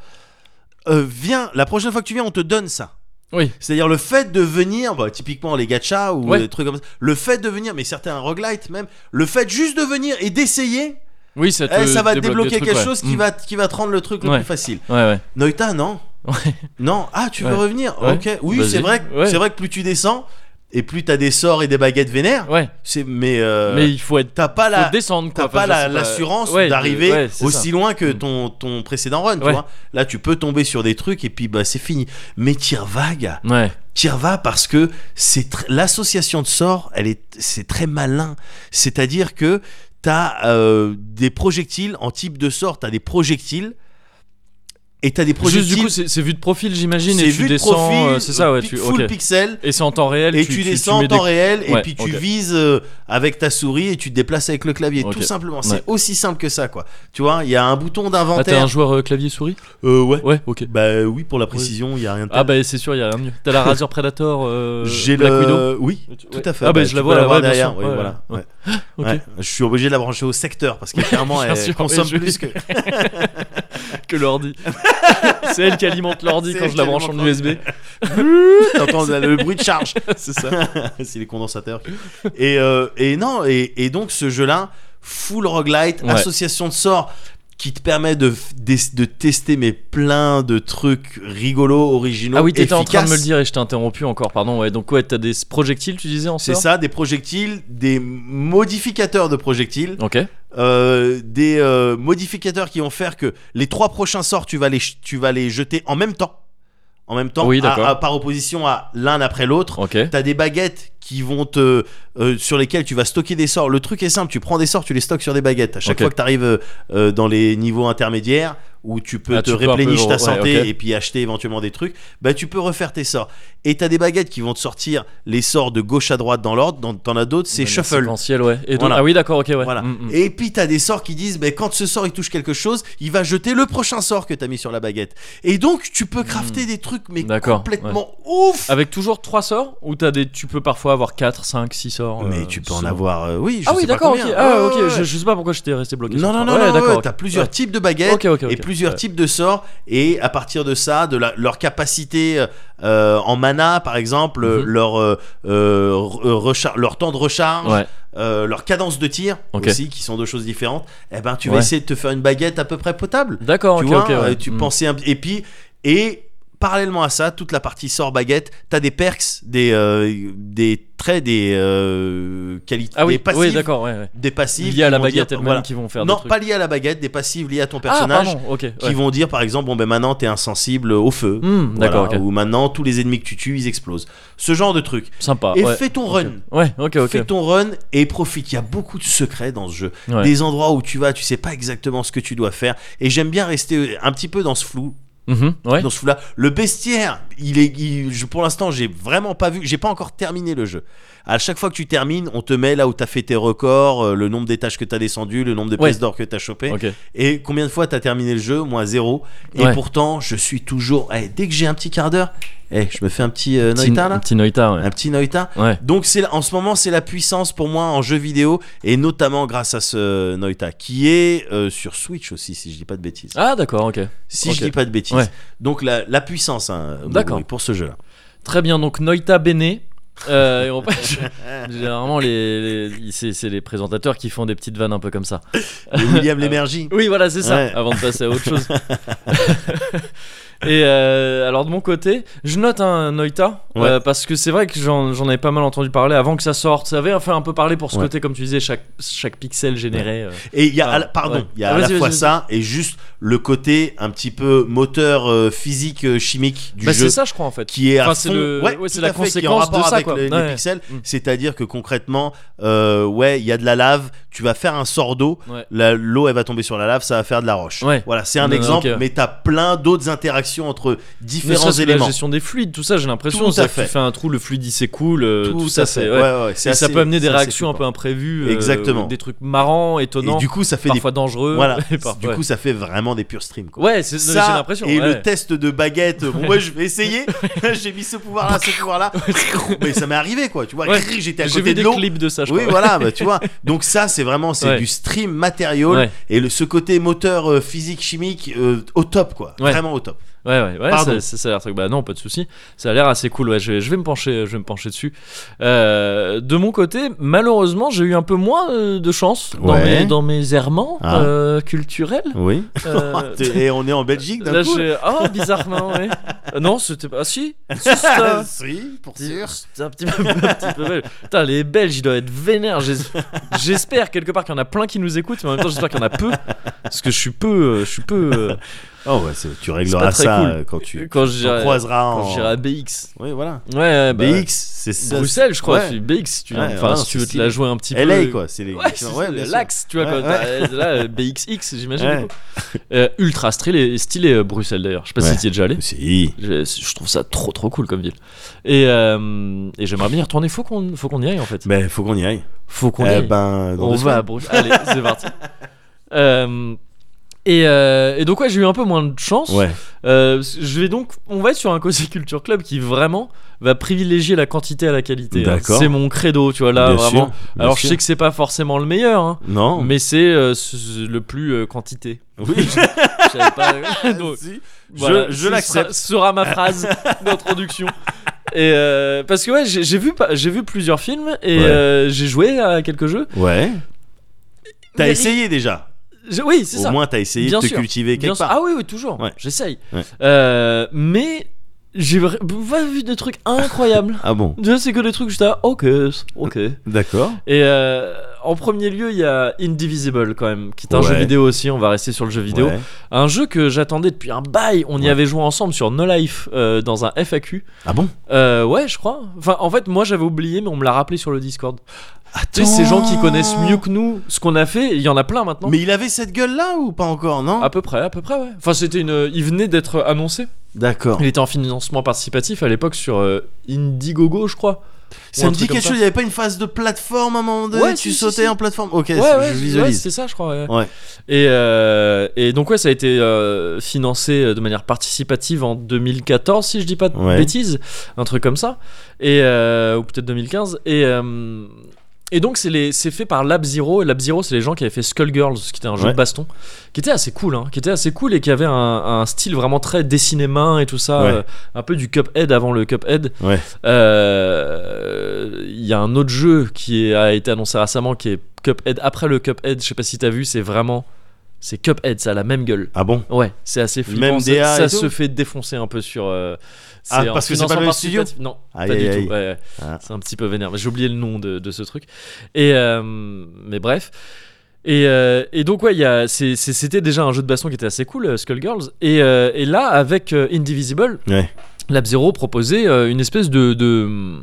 B: euh, viens, la prochaine fois que tu viens, on te donne ça.
A: Oui.
B: C'est-à-dire le fait de venir, bah, typiquement les gachas ou
A: Ouais.
B: des trucs comme ça, le fait de venir, mais certains roguelite même, le fait juste de venir et d'essayer,
A: Oui, ça, te
B: eh, ça va te
A: débloque
B: débloquer
A: des trucs,
B: quelque
A: ouais.
B: chose qui,
A: Mm.
B: va, qui va te rendre le truc le
A: Ouais.
B: plus facile.
A: Ouais, ouais.
B: Noita, non
A: Ouais.
B: Non Ah, tu veux
A: Ouais.
B: revenir
A: Ouais.
B: Ok, oui,
A: Vas-y.
B: c'est vrai, que-
A: Ouais.
B: c'est vrai que plus tu descends et plus t'as des sorts et des baguettes vénères,
A: Ouais.
B: c'est mais, euh,
A: Mais il faut être.
B: t'as pas
A: Faut
B: la,
A: descendre quoi.
B: T'as
A: Enfin,
B: pas
A: je
B: la-
A: sais
B: l'assurance
A: Ouais,
B: d'arriver
A: ouais, c'est
B: aussi
A: ça. Mm.
B: loin que ton, ton précédent run, tu
A: Ouais.
B: vois. Là, tu peux tomber sur des trucs et puis bah c'est fini. Mais tire vague,
A: Ouais.
B: tire va parce que c'est tr- l'association de sorts, elle est c'est très malin. C'est-à-dire que t'as euh, des projectiles en type de sort, t'as des projectiles et t'as des projectiles.
A: Juste du coup, c'est c'est vu de profil, j'imagine,
B: c'est
A: et tu
B: vu de
A: descends.
B: profil,
A: euh, c'est ça, ouais.
B: pic-
A: Tu,
B: full
A: ok.
B: pixel.
A: Et c'est en temps réel.
B: Et
A: tu,
B: tu, descends
A: mets
B: en temps
A: des-
B: réel et
A: Ouais,
B: puis tu
A: ok.
B: vises euh, avec ta souris et tu te déplaces avec le clavier.
A: Ok.
B: Tout simplement,
A: Ouais.
B: c'est aussi simple que ça, quoi. Tu vois, il y a un
A: Ah,
B: bouton
A: t'es un
B: d'inventaire.
A: joueur euh, clavier-souris
B: Euh, ouais.
A: Ouais, ok.
B: Bah oui, pour la précision, il y a rien. De
A: Ah, bah c'est sûr, il y a rien de mieux. T'as la Razor Predator. euh,
B: j'ai
A: Black
B: le.
A: Widow.
B: Oui,
A: Ouais.
B: tout à fait.
A: Ah, bah,
B: Bah,
A: je
B: tu
A: la
B: peux
A: vois, ouais, bien
B: derrière.
A: sûr.
B: Oui,
A: Ouais,
B: voilà.
A: ouais.
B: Ouais.
A: Ok.
B: Ouais. Je suis obligé de la brancher au secteur parce que clairement,
A: Bien
B: elle
A: sûr,
B: consomme
A: oui, je-
B: plus que.
A: que l'ordi. c'est elle qui alimente l'ordi
B: C'est
A: quand
B: elle
A: je la
B: qui
A: branche en
B: alimente l'ordi.
A: USB.
B: T'entends le bruit de charge.
A: c'est ça.
B: c'est les condensateurs. qui- Et, euh, et non, et, et donc ce jeu-là, full roguelite,
A: Ouais.
B: association de sorts qui te permet de, f- de, de tester mais plein de trucs rigolos, originaux,
A: Ah oui, t'étais
B: efficaces.
A: en train de me le dire et je t'ai interrompu encore, pardon. Ouais, donc ouais, t'as des projectiles, tu disais en
B: C'est
A: sort
B: ça, des projectiles, des modificateurs de projectiles,
A: Ok.
B: euh, des euh, modificateurs qui vont faire que les trois prochains sorts, tu vas les, ch- tu vas les jeter en même temps. en même temps,
A: Oui,
B: à-
A: d'accord.
B: à- par opposition à l'un après l'autre.
A: Ok.
B: T'as des baguettes qui vont te euh, sur lesquelles tu vas stocker des sorts. Le truc est simple, tu prends des sorts, tu les stockes sur des baguettes. À chaque
A: Ok.
B: fois que tu arrives dans les niveaux intermédiaires où tu peux
A: Ah,
B: te
A: tu peux un
B: replénish
A: peu-
B: ta
A: ouais,
B: santé
A: ok.
B: et puis acheter éventuellement des trucs, bah tu peux refaire tes sorts. Et t'as des baguettes qui vont te sortir les sorts de gauche à droite dans l'ordre. Dans- T'en as d'autres, c'est
A: Manière
B: shuffle.
A: séquentielle, ouais. Et donc-
B: Voilà.
A: Ah oui, d'accord, ok, ouais.
B: Voilà.
A: Mm, mm.
B: Et puis t'as des sorts qui disent, ben quand ce sort il touche quelque chose, il va jeter le prochain sort que t'as mis sur la baguette. Et donc tu peux crafter des trucs mais
A: Hmm. D'accord,
B: complètement ouf.
A: Avec toujours 3 sorts ou t'as des... tu peux parfois avoir 4, 5, 6 sorts
B: mais
A: euh,
B: tu peux en
A: selon-
B: avoir, euh, oui. Je
A: Ah
B: sais
A: oui,
B: pas
A: d'accord, ok.
B: combien.
A: Ah,
B: Ouais,
A: ok,
B: ouais, ouais.
A: Je, je sais pas pourquoi j'étais resté bloqué.
B: Non,
A: sur trois.
B: non, non,
A: ouais,
B: non,
A: d'accord.
B: ouais,
A: ok.
B: t'as plusieurs
A: Ouais.
B: types de baguettes
A: Ok, ok, ok.
B: et plusieurs
A: Ouais.
B: types de sorts, et à partir de ça, de la- leur capacité euh, en mana, par exemple, euh,
A: Mhm.
B: leur, euh, euh, re- rechar- leur temps de recharge,
A: Ouais.
B: euh, leur cadence de tir
A: Ok.
B: aussi, qui sont deux choses différentes, eh ben, tu vas
A: Ouais.
B: essayer de te faire une baguette à peu près potable.
A: D'accord,
B: tu
A: ok,
B: vois,
A: ok. ouais.
B: euh, tu
A: Mm.
B: pensais un- Et puis, et parallèlement à ça, toute la partie sort baguette, t'as des perks, des, euh, des traits, des euh, qualités,
A: Ah oui,
B: des passifs.
A: oui, d'accord, ouais. ouais.
B: des passifs
A: Liés à
B: qui
A: la
B: vont dire-
A: baguette elle-même
B: voilà.
A: qui vont faire
B: non,
A: des trucs.
B: pas lié à la baguette, des passives liées à ton
A: ah,
B: personnage
A: pardon, ok.
B: qui
A: ouais.
B: vont dire par exemple bon ben maintenant t'es insensible au feu.
A: Hmm,
B: Voilà,
A: D'accord, ok.
B: Ou maintenant tous les ennemis que tu tues ils explosent. Ce genre de truc.
A: Sympa.
B: Et
A: Ah, ouais.
B: fais ton
A: Ok.
B: run.
A: Ouais, ok, ok.
B: Fais ton run et profite. Il y a beaucoup de secrets dans ce jeu.
A: Ouais.
B: Des endroits où tu vas, tu sais pas exactement ce que tu dois faire. Et j'aime bien rester euh, un petit peu dans ce flou.
A: Mhm, ouais.
B: Dans ce flou-là. Le bestiaire, il est, il- je, pour l'instant, j'ai vraiment pas vu, j'ai pas encore terminé le jeu. À chaque fois que tu termines, on te met là où t'as fait tes records, euh, le nombre d'étages que t'as descendu, le nombre de
A: Ouais.
B: pièces d'or que t'as chopé.
A: Ok.
B: Et combien de fois t'as terminé le jeu Moi zéro. Et
A: Ouais.
B: pourtant, je suis toujours. Eh, dès que j'ai un petit quart d'heure, eh, je me fais un petit euh,
A: Petit-
B: Noita là,
A: Petit Noita, ouais.
B: un petit Noita.
A: Ouais.
B: Donc c'est en ce moment c'est la puissance pour moi en jeu vidéo et notamment grâce à ce Noita qui est euh, sur Switch aussi si je dis pas de bêtises.
A: Ah, d'accord, ok.
B: si
A: ok.
B: je dis pas de bêtises.
A: Ouais.
B: Donc la, la puissance hein,
A: D'accord.
B: Moguri, pour ce jeu là.
A: Très bien, donc Noita Bene. Euh, et on- Généralement, les, les- c'est c'est les présentateurs qui font des petites vannes un peu comme ça.
B: William l'énergie.
A: Oui, voilà, c'est ça,
B: Ouais.
A: avant de passer à autre chose. Et euh, alors, de mon côté, je note un Noita, euh, parce que c'est vrai que j'en j'en avais pas mal entendu parler avant que ça sorte. Ça avait fait un peu parler pour ce
B: Ouais.
A: côté, comme tu disais, chaque, chaque pixel généré. euh.
B: Et il y a,
A: Ah,
B: à la- pardon,
A: ouais.
B: il y a
A: Ah,
B: à la
A: vas-y,
B: fois
A: vas-y,
B: ça et juste le côté un petit peu moteur euh, physique euh, chimique du
A: Bah,
B: jeu.
A: c'est ça, je crois, en fait.
B: qui est à
A: Enfin, c'est
B: fond-
A: le- ouais, c'est
B: tout
A: la
B: à fait, qui est en
A: conséquence
B: rapport
A: de ça,
B: avec
A: quoi.
B: les, les
A: Ouais.
B: pixels
A: Mm.
B: c'est-à-dire que concrètement euh, ouais il y a de la lave tu vas faire un sort d'eau
A: Ouais.
B: la- l'eau elle va tomber sur la lave ça va faire de la roche
A: Ouais.
B: voilà c'est un
A: Non, non,
B: exemple
A: ok.
B: mais t'as plein d'autres interactions entre
A: Ne
B: différents
A: serait-ce que la
B: éléments
A: gestion des fluides, tout ça, j'ai l'impression.
B: Tout à
A: c'est-à-dire que
B: fait.
A: Tu fais un trou, le fluide il s'écoule, euh, tout, ça,
B: à
A: c'est.
B: fait.
A: ouais.
B: Ouais, ouais, c'est
A: Et ça
B: assez-
A: peut amener des
B: c'est assez
A: réactions un peu
B: flippant.
A: imprévues, euh,
B: Exactement.
A: des trucs marrants, étonnants,
B: et du coup ça fait des
A: parfois dangereux.
B: voilà
A: et par-
B: du
A: ouais.
B: coup ça fait vraiment des purs streams quoi
A: ouais, c'est- non, mais j'ai
B: ça
A: l'impression.
B: et
A: ouais.
B: le test de baguette bon moi je vais essayer j'ai mis ce pouvoir là ce pouvoir là mais ça m'est arrivé quoi tu vois
A: Ouais.
B: j'étais à
A: J'ai vu
B: côté de
A: des
B: l'eau
A: clips de ça, je
B: oui,
A: crois.
B: voilà, bah, tu vois. Donc ça, c'est vraiment c'est
A: Ouais.
B: du stream matériel
A: Ouais.
B: et le, ce côté moteur euh, physique chimique euh, au top quoi,
A: Ouais.
B: vraiment au top.
A: Ouais, ouais, ouais,
B: Pardon.
A: ça, ça, ça a l'air truc. Bah non, pas de souci. Ça a l'air assez cool. Ouais, je vais, je vais me pencher, je vais me pencher dessus. Euh, de mon côté, malheureusement, j'ai eu un peu moins euh, de chance dans,
B: Ouais.
A: mes, dans mes errements
B: Ah.
A: euh, culturels.
B: Oui.
A: Euh,
B: et on est en Belgique d'un
A: Là,
B: coup.
A: j'ai... Oh, bizarrement, oui. Euh, non, c'était pas. Ah, si Si, c'était un-
B: Ah, si, pour sûr.
A: c'était un petit peu, un petit peu belge. Putain, les Belges, ils doivent être vénères. J'es- J'espère quelque part qu'il y en a plein qui nous écoutent, mais en même temps, j'espère qu'il y en a peu. Parce que je suis peu. euh, Je suis peu euh,
B: Oh ouais, c'est- tu régleras
A: très
B: ça
A: cool.
B: euh, quand tu
A: quand
B: t'en
A: j'irai
B: croiseras
A: quand
B: en-
A: j'irai à BX.
B: Oui, voilà.
A: Ouais, ouais, bah,
B: BX, c'est ça.
A: Bruxelles, je crois.
B: Ouais.
A: tu- BX, si tu,
B: Ouais,
A: enfin,
B: ouais,
A: si
B: c'est
A: tu veux te
B: stylé.
A: la jouer un petit peu.
B: LA quoi, c'est les
A: Ouais, c'est
B: ouais, bien sûr.
A: l'axe, tu vois.
B: Ouais,
A: quoi, t'as- Là, euh, BXX, j'imagine.
B: Ouais.
A: du coup. Euh, ultra stylé, stylé euh, Bruxelles d'ailleurs. Je sais pas si
B: Ouais.
A: tu y es déjà allé.
B: Si.
A: Je, je trouve ça trop trop cool comme ville. Et, euh, et j'aimerais bien y retourner. Faut qu'on faut qu'on y aille en fait.
B: Ben faut qu'on y aille.
A: Faut qu'on y
B: Eh
A: aille.
B: ben, dans
A: On va à
B: deux semaines.
A: Bruxelles. Allez, c'est parti. Euh, et, euh, et donc ouais, j'ai eu un peu moins de chance.
B: Ouais.
A: Euh, je vais donc, on va être sur un Cozy Culture Club qui vraiment va privilégier la quantité à la qualité. hein.
B: D'accord.
A: C'est mon credo, tu vois là
B: bien
A: vraiment.
B: sûr, bien
A: Alors je
B: sûr.
A: sais que c'est pas forcément le meilleur, hein,
B: non.
A: mais c'est euh, ce- ce- le plus euh, quantité.
B: Oui.
A: Je savais pas. Donc,
B: Si. Je-
A: voilà,
B: je
A: ce
B: l'accepte.
A: sera, sera ma phrase d'introduction. Et euh, parce que ouais, j'ai j'ai vu pas- j'ai vu plusieurs films et
B: Ouais.
A: euh, j'ai joué à quelques jeux.
B: Ouais. T'as
A: Mais-
B: essayé déjà.
A: Je- oui, c'est
B: Au
A: ça.
B: moins, t'as essayé
A: Bien
B: de te
A: sûr.
B: cultiver
A: Bien
B: quelque
A: sûr.
B: part.
A: Ah oui, oui, toujours.
B: Ouais.
A: J'essaye.
B: Ouais.
A: Euh, mais j'ai vra- pas vu de trucs incroyables.
B: Ah bon
A: Tu vois, c'est que des trucs juste à ok, ok.
B: D'accord.
A: Et euh, en premier lieu, il y a Indivisible quand même, qui est un
B: Ouais.
A: jeu vidéo aussi. On va rester sur le jeu vidéo.
B: Ouais.
A: Un jeu que j'attendais depuis un bail. On y
B: Ouais.
A: avait joué ensemble sur No Life euh, dans un FAQ.
B: Ah bon
A: Euh, ouais, je crois. Enfin, en fait, moi j'avais oublié, mais on me l'a rappelé sur le Discord. Tu sais, ces gens qui connaissent mieux que nous ce qu'on a fait, il y en a plein maintenant.
B: Mais il avait cette gueule là ou pas encore, non
A: À peu près, à peu près, ouais. Enfin, c'était une. Il venait d'être annoncé.
B: D'accord.
A: Il était en financement participatif à l'époque sur euh, Indiegogo, je crois. Ou un
B: Ça me dit
A: truc comme
B: quelque
A: ça.
B: chose, il y avait pas une phase de plateforme à un moment donné
A: Ouais,
B: Tu
A: si, si,
B: sautais
A: si.
B: en plateforme Ok,
A: Ouais,
B: ça,
A: ouais,
B: je
A: ouais,
B: visualise.
A: c'était ça, je crois. ouais.
B: Ouais.
A: Et, euh, et donc, ouais, ça a été euh, financé euh, de manière participative en 2014, si je dis pas de
B: Ouais.
A: bêtises, un truc comme ça, et, euh, ou peut-être 2015. Et, euh, et donc, c'est les- c'est fait par Lab Zero. Et Lab Zero, c'est les gens qui avaient fait Skullgirls, qui était un jeu
B: Ouais.
A: de baston, qui était assez cool, hein, qui était assez cool et qui avait un, un style vraiment très dessiné main et tout ça,
B: Ouais.
A: euh, un peu du Cuphead avant le Cuphead.
B: Ouais.
A: Euh, Il y a un autre jeu qui est- a été annoncé récemment qui est Cuphead. Après le Cuphead, je sais pas si t'as vu, c'est vraiment. C'est Cuphead, ça a la même gueule.
B: Ah bon
A: Ouais, c'est assez flippant.
B: Même
A: ça-
B: DA
A: ça
B: et
A: se
B: tout
A: fait défoncer un peu sur. euh,
B: Ah,
A: c'est en
B: parce que c'est pas
A: financement
B: le même studio
A: participatif. Non,
B: Aïe,
A: pas du
B: aïe,
A: tout. ouais, ouais.
B: Ah.
A: C'est un petit peu vénère. J'ai oublié le nom de, de ce truc. Et, euh, mais bref. Et, euh, et donc, ouais, il y a- c'est- c'est- c'était déjà un jeu de baston qui était assez cool, euh, Skullgirls. Et, euh, et là, avec euh, Indivisible,
B: Ouais.
A: Lab Zero proposait euh, une espèce de. de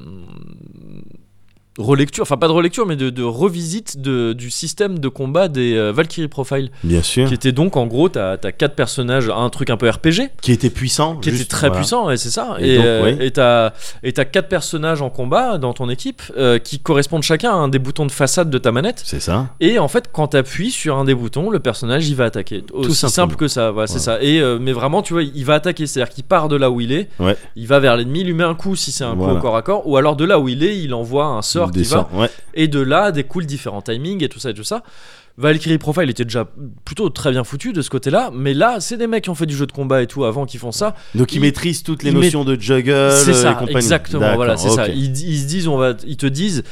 A: relecture, enfin pas de relecture mais de, de revisite de- du système de combat des euh, Valkyrie Profile
B: Bien sûr.
A: qui était donc en gros t'as as quatre personnages un truc un peu RPG
B: Qui était puissant.
A: qui
B: juste,
A: était très
B: voilà.
A: puissant et c'est ça
B: Et
A: et
B: donc,
A: euh,
B: ouais.
A: et t'as et t'as quatre personnages en combat dans ton équipe euh, qui correspondent chacun à un des boutons de façade de ta manette
B: C'est ça.
A: et en fait quand t'appuies sur un des boutons le personnage il va attaquer aussi
B: simplement.
A: simple que ça voilà, c'est ça et euh, mais vraiment tu vois il va attaquer c'est à dire qu'il part de là où il est
B: Ouais.
A: il va vers l'ennemi il lui met un coup si c'est un coup
B: Voilà.
A: au corps à corps ou alors de là où il est il envoie un sort qui va
B: Descend, Ouais.
A: et de là découlent différents timings et tout ça et tout ça. Valkyrie Profile était déjà plutôt très bien foutu de ce côté-là, mais là, c'est des mecs qui ont fait du jeu de combat et tout avant qui font ça.
B: Donc il,
A: Il-
B: maîtrise toutes les
A: il met-
B: notions de juggle
A: c'est
B: Euh, et
A: ça,
B: compagnie.
A: exactement.
B: D'accord,
A: Voilà, c'est ça.
B: ok.
A: Ils, ils se disent, on va, ils te disent,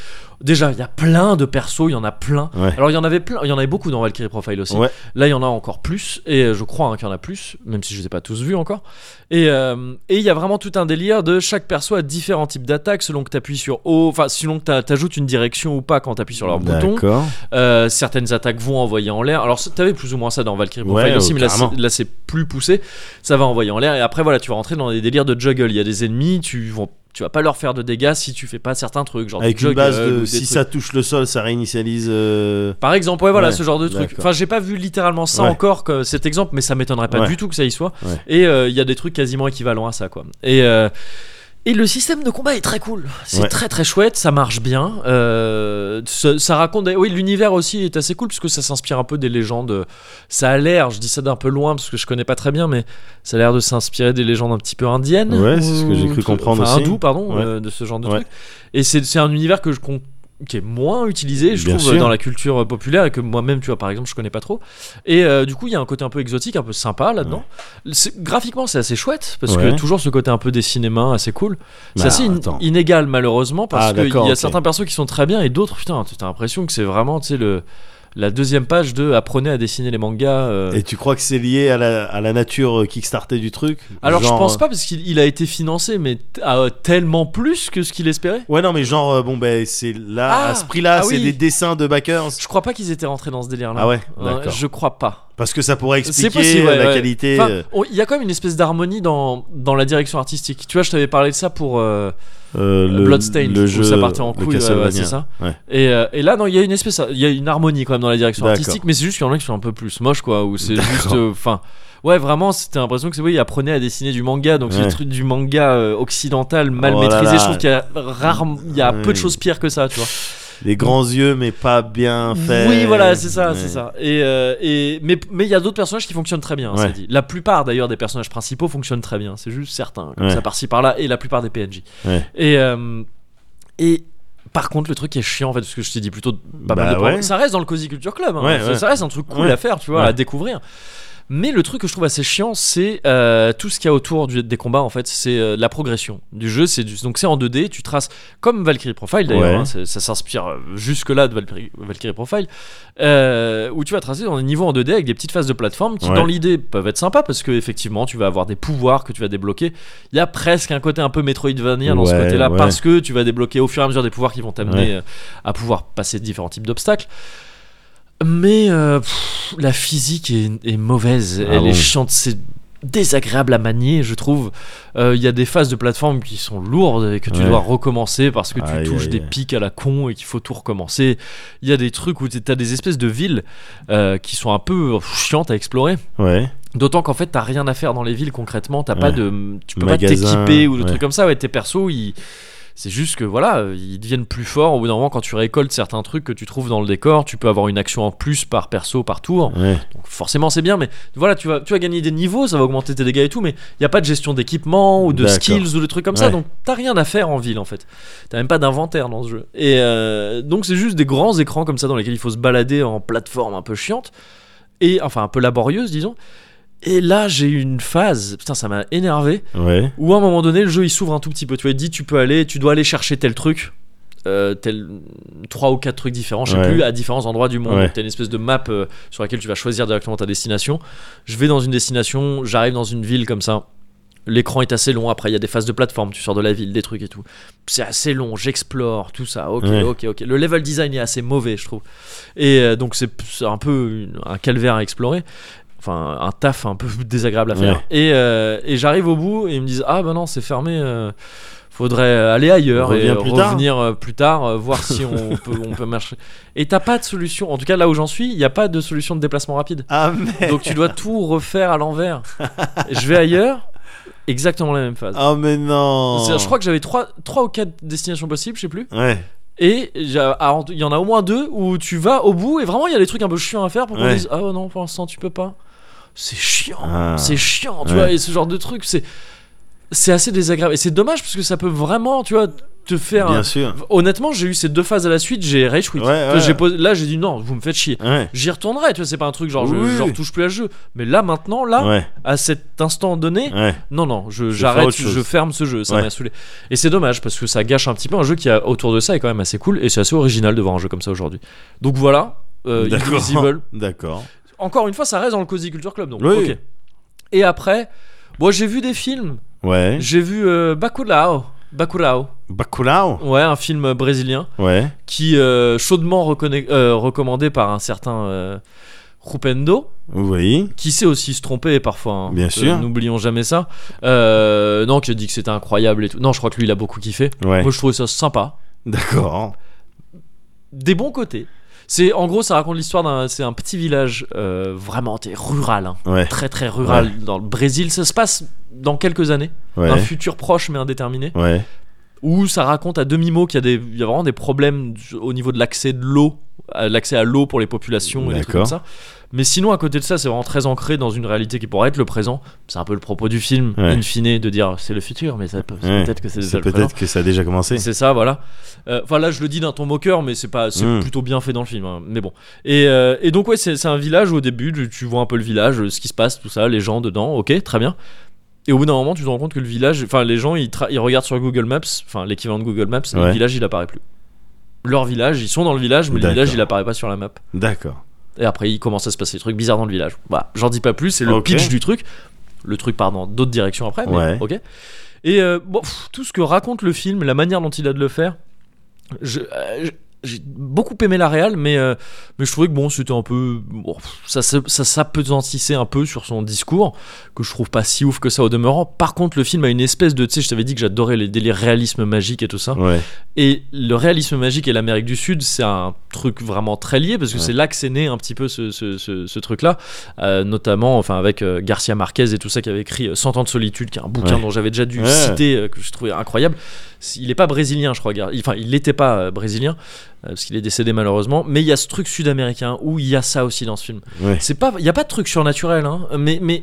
A: déjà, il y a plein de persos, il y en a plein.
B: Ouais.
A: Alors il y en avait plein, il y en avait beaucoup dans Valkyrie Profile aussi.
B: Ouais.
A: Là, il y en a encore plus, et euh, je crois hein, qu'il y en a plus, même si je les ai pas tous vus encore. Et euh, et il y a vraiment tout un délire de chaque perso a différents types d'attaques selon que tu appuies sur haut, enfin selon que t'a- t'ajoutes une direction ou pas quand t'appuies sur leur bouton.
B: D'accord.
A: Euh, certaines attaques vont envoyer en l'air. Alors, ça- t'avais plus ou moins ça dans Valkyrie
B: Ouais,
A: Profile aussi,
B: euh,
A: mais là,
B: carrément.
A: c'est- là, c'est plus poussé. Ça va envoyer en l'air, et après, voilà, tu vas rentrer dans des délires de juggle. Il y a des ennemis, tu vas, tu vas pas leur faire de dégâts si tu fais pas certains trucs, genre
B: Avec
A: du
B: une
A: juggle
B: base
A: ou
B: de
A: des
B: si
A: trucs.
B: ça touche le sol, ça réinitialise. euh,
A: Par exemple, ouais, voilà,
B: Ouais,
A: ce genre de truc.
B: d'accord.
A: Enfin, j'ai pas vu littéralement ça
B: Ouais.
A: encore, que cet exemple, mais ça m'étonnerait pas
B: Ouais.
A: du tout que ça y soit.
B: Ouais.
A: Et euh, il y a des trucs quasiment équivalents à ça, quoi. Et. euh, et le système de combat est très cool. C'est
B: Ouais.
A: très très chouette, ça marche bien. Euh, ça, ça raconte. des- Oui, l'univers aussi est assez cool parce que ça s'inspire un peu des légendes. Ça a l'air, je dis ça d'un peu loin parce que je connais pas très bien, mais ça a l'air de s'inspirer des légendes un petit peu indiennes.
B: Ouais, c'est ce que
A: ou-
B: j'ai cru comprendre
A: enfin,
B: aussi.
A: hindoues, pardon,
B: Ouais.
A: euh, de ce genre de
B: Ouais.
A: truc. Et c'est c'est un univers que je con- qui est moins utilisé, je
B: Bien
A: trouve,
B: sûr.
A: dans la culture euh, populaire et que moi-même, tu vois, par exemple, je connais pas trop. Et euh, du coup, il y a un côté un peu exotique, un peu sympa là-dedans. C'est- Graphiquement, c'est assez chouette parce
B: Ouais.
A: que toujours ce côté un peu dessiné main, assez cool. C'est
B: Bah,
A: assez in-
B: attends.
A: inégal malheureusement parce
B: Ah,
A: qu'il y a
B: d'accord, ok.
A: certains persos qui sont très bien et d'autres, putain, t'as l'impression que c'est vraiment, tu sais, le la deuxième page de apprenez à dessiner les mangas. euh.
B: Et tu crois que c'est lié à la, à la nature euh, Kickstarter du truc
A: Alors
B: Genre, euh,
A: je pense pas parce qu'il il a été financé mais t- à, euh, tellement plus que ce qu'il espérait.
B: Ouais, non, mais genre, euh, bon, ben, c'est là,
A: Ah,
B: à ce prix-là,
A: ah
B: c'est
A: oui.
B: des dessins de backers.
A: Je crois pas qu'ils étaient rentrés dans ce délire là.
B: Ah ouais, d'accord.
A: je crois pas.
B: Parce que ça pourrait
A: C'est
B: expliquer
A: possible, ouais,
B: la
A: ouais.
B: qualité.
A: Enfin,
B: euh,
A: on- Il y a quand même une espèce d'harmonie dans, dans la direction artistique. Tu vois, je t'avais parlé de ça pour euh,
B: euh, le,
A: Bloodstained,
B: le
A: où
B: jeu,
A: ça partait en
B: le
A: couille, ouais, ouais,
B: Castlevania.
A: c'est ça.
B: Ouais.
A: Et, euh, et là, non, il y a une espèce, il y a une harmonie quand même dans la direction
B: D'accord.
A: artistique, mais c'est juste qu'il y en a qui sont un peu plus moches, quoi, où c'est
B: D'accord.
A: juste, euh, enfin. ouais, vraiment, c'était l'impression que c'est oui, il apprenait à dessiner du manga, donc c'est
B: Ouais.
A: des trucs du manga euh, occidental mal
B: Oh là
A: maîtrisé.
B: là. Ah
A: Je trouve qu'il y a, rare, il y a peu
B: Ouais.
A: de choses pires que ça, tu vois.
B: Les grands yeux, mais pas bien faits.
A: Oui, voilà, c'est ça, c'est
B: Ouais.
A: ça. Et, euh, et mais mais il y a d'autres personnages qui fonctionnent très bien. hein,
B: Ouais.
A: ça dit. La plupart d'ailleurs des personnages principaux fonctionnent très bien. C'est juste certains, comme
B: Ouais.
A: ça par-ci par-là, et la plupart des PNJ.
B: Ouais.
A: Et euh, et par contre, le truc qui est chiant en fait, parce que je t'ai dit plutôt pas
B: Bah
A: mal de problèmes.
B: ouais.
A: Ça reste dans le Cozy Culture Club. hein.
B: Ouais,
A: ça,
B: ouais.
A: ça reste un truc cool
B: Ouais.
A: à faire, tu vois,
B: Ouais.
A: à découvrir. Mais le truc que je trouve assez chiant, c'est euh, tout ce qu'il y a autour du- des combats, en fait, c'est euh, la progression du jeu. C'est du- donc c'est en 2D, tu traces comme Valkyrie Profile d'ailleurs,
B: Ouais.
A: hein, c'est- ça s'inspire euh, jusque-là de Valkyrie, Valkyrie Profile, euh, où tu vas tracer dans des niveaux en 2D avec des petites phases de plateforme qui,
B: Ouais.
A: dans l'idée, peuvent être sympas parce que effectivement, tu vas avoir des pouvoirs que tu vas débloquer. Il y a presque un côté un peu Metroidvania dans ce
B: Ouais,
A: côté-là
B: ouais.
A: parce que tu vas débloquer au fur et à mesure des pouvoirs qui vont t'amener
B: Ouais.
A: euh, à pouvoir passer différents types d'obstacles. Mais euh, pff, la physique est, est mauvaise,
B: Ah
A: elle
B: bon
A: est chiante, c'est désagréable à manier, je trouve. Euh, Il y a des phases de plateforme qui sont lourdes et que tu
B: Ouais.
A: dois recommencer parce que tu
B: Aïe,
A: touches
B: aïe,
A: des
B: aïe.
A: pics à la con et qu'il faut tout recommencer. Il y a des trucs où tu as des espèces de villes euh, qui sont un peu pff, chiantes à explorer.
B: Ouais.
A: D'autant qu'en fait, t'as rien à faire dans les villes concrètement. T'as pas
B: Ouais.
A: de, tu peux
B: Magasin,
A: pas t'équiper ou des
B: ouais.
A: trucs comme ça. Ouais, tes persos, ils, c'est juste que voilà, ils deviennent plus forts. Au bout d'un moment, quand tu récoltes certains trucs que tu trouves dans le décor, tu peux avoir une action en plus par perso par tour.
B: Ouais.
A: Donc forcément, c'est bien. Mais voilà, tu vas, tu vas gagner des niveaux, ça va augmenter tes dégâts et tout. Mais il y a pas de gestion d'équipement ou de
B: D'accord.
A: skills ou des trucs comme ça.
B: Ouais.
A: Donc t'as rien à faire en ville en fait. T'as même pas d'inventaire dans ce jeu. Et euh, donc c'est juste des grands écrans comme ça dans lesquels il faut se balader en plateforme un peu chiante et enfin un peu laborieuse disons. Et là j'ai eu une phase, putain ça m'a énervé,
B: Ouais.
A: où à un moment donné le jeu il s'ouvre un tout petit peu. Tu vois, il dit tu peux aller, tu dois aller chercher tel truc. euh, tel trois ou quatre trucs différents, je sais
B: Ouais.
A: plus, à différents endroits du monde.
B: Ouais.
A: Donc, T'as une espèce de map euh, sur laquelle tu vas choisir directement ta destination. Je vais dans une destination, j'arrive dans une ville comme ça. L'écran est assez long. Après, il y a des phases de plateforme. Tu sors de la ville, des trucs et tout. C'est assez long. J'explore tout ça. Ok,
B: Ouais.
A: ok, ok. Le level design est assez mauvais, je trouve. Et euh, donc, c'est c'est un peu une- un calvaire à explorer. Enfin, un taf un peu désagréable à faire. Et, euh, et j'arrive au bout et ils me disent Ah, ben non, c'est fermé. euh, faudrait aller ailleurs et
B: Reviens plus tard.
A: revenir euh, plus tard, euh, voir si on peut, on peut marcher. Et t'as pas de solution. En tout cas, là où j'en suis, il n'y a pas de solution de déplacement rapide.
B: Ah mais.
A: Donc tu dois tout refaire à l'envers. je vais ailleurs, exactement la même phase.
B: Ah mais non.
A: C'est- Je crois que j'avais 3, trois ou 4 destinations possibles, je sais plus.
B: Ouais.
A: Et j'a- alors, il y en a au moins deux où tu vas au bout et vraiment il y a des trucs un peu chiants à faire pour qu'on
B: Ouais.
A: dise Ah non, pour l'instant tu peux pas. C'est chiant,
B: Ah.
A: c'est chiant, tu
B: Ouais.
A: vois. Et ce genre de truc, c'est c'est assez désagréable. Et c'est dommage parce que ça peut vraiment, tu vois, te faire.
B: Bien sûr.
A: Honnêtement, j'ai eu ces deux phases à la suite, j'ai rage quit.
B: Ouais, ouais.
A: J'ai posé- Là, j'ai dit non, vous me faites chier.
B: Ouais.
A: J'y retournerai, tu vois, c'est pas un truc genre
B: Oui.
A: je, je retouche plus à ce jeu. Mais là, maintenant, là,
B: Ouais.
A: à cet instant donné,
B: Ouais.
A: non, non, je-
B: faire
A: j'arrête,
B: autre
A: je,
B: chose.
A: ferme ce jeu, ça
B: Ouais.
A: m'a saoulé. Et c'est dommage parce que ça gâche un petit peu un jeu qui a autour de ça est quand même assez cool et c'est assez original de voir un jeu comme ça aujourd'hui. Donc voilà, euh,
B: D'accord.
A: Invisible.
B: D'accord.
A: Encore une fois, ça reste dans le Cozy Culture Club, donc
B: Oui.
A: ok. Et après, moi j'ai vu des films.
B: Ouais.
A: J'ai vu euh, Bacurau. Bacurau.
B: Bacurau.
A: Ouais, un film brésilien
B: Ouais.
A: qui euh, chaudement reconna- euh, recommandé par un certain euh, Rupendo
B: Oui.
A: qui sait aussi se tromper parfois. hein.
B: Bien
A: Euh,
B: sûr.
A: N'oublions jamais ça. Euh, non, qui a dit que c'était incroyable et tout. Non, je crois que lui, il a beaucoup kiffé.
B: Ouais.
A: Moi, je trouvais ça sympa.
B: D'accord.
A: Des bons côtés. C'est en gros, ça raconte l'histoire d'un, c'est un petit village euh, vraiment t'es rural, hein.
B: Ouais.
A: très très rural dans le Brésil. Ça se passe dans quelques années, un
B: Ouais.
A: futur proche mais indéterminé,
B: Ouais.
A: où ça raconte à demi mot qu'il y a des, il y a vraiment des problèmes du- au niveau de l'accès de l'eau, à l'accès à l'eau pour les populations et des trucs comme ça.
B: D'accord.
A: Mais sinon, à côté de ça, c'est vraiment très ancré dans une réalité qui pourrait être le présent. C'est un peu le propos du film,
B: Ouais.
A: in fine, de dire c'est le futur, mais ça peut, c'est
B: Ouais.
A: peut-être que c'est déjà
B: C'est
A: le présent.
B: peut-être que ça a déjà commencé.
A: C'est ça, voilà. Euh, Enfin, là, je le dis d'un ton moqueur, mais c'est pas, c'est
B: Mm.
A: plutôt bien fait dans le film. hein. Mais bon. Et, euh, et donc, ouais, c'est c'est un village où au début, tu, tu vois un peu le village, euh, ce qui se passe, tout ça, les gens dedans, ok, très bien. Et au bout d'un moment, tu te rends compte que le village, enfin, les gens, ils, tra- ils regardent sur Google Maps, enfin, l'équivalent de Google Maps, et le
B: Ouais.
A: village, il apparaît plus. Leur village, ils sont dans le village, mais le
B: D'accord.
A: village, il apparaît pas sur la map.
B: D'accord.
A: Et après, il commence à se passer des trucs bizarres dans le village. Voilà, j'en dis pas plus, c'est le
B: Ok.
A: pitch du truc. Le truc part dans d'autres directions après, mais
B: Ouais.
A: ok. Et euh, bon, pff, tout ce que raconte le film, la manière dont il a de le faire, je- euh, je- j'ai beaucoup aimé la réal, mais, euh, mais je trouvais que bon, c'était un peu. bon, pff, ça se- ça s'apesantissait un peu sur son discours, que je trouve pas si ouf que ça au demeurant. Par contre, le film a une espèce de. Tu sais, je t'avais dit que j'adorais les délires réalisme magique et tout ça.
B: Ouais.
A: Et le réalisme magique et l'Amérique du Sud, c'est un truc vraiment très lié parce que
B: Ouais.
A: c'est là que c'est né un petit peu ce, ce- ce- ce truc-là, Euh, notamment enfin avec euh, Garcia Marquez et tout ça qui avait écrit euh, Cent ans de solitude, qui est un bouquin
B: Ouais.
A: dont j'avais déjà dû
B: Ouais.
A: citer euh, que je trouvais incroyable. Il n'est pas brésilien, je crois. Gar- Enfin, il n'était pas euh, brésilien euh, parce qu'il est décédé malheureusement. Mais il y a ce truc sud-américain où il y a ça aussi dans ce film.
B: Ouais.
A: C'est pas, il y a pas de truc surnaturel, hein, mais mais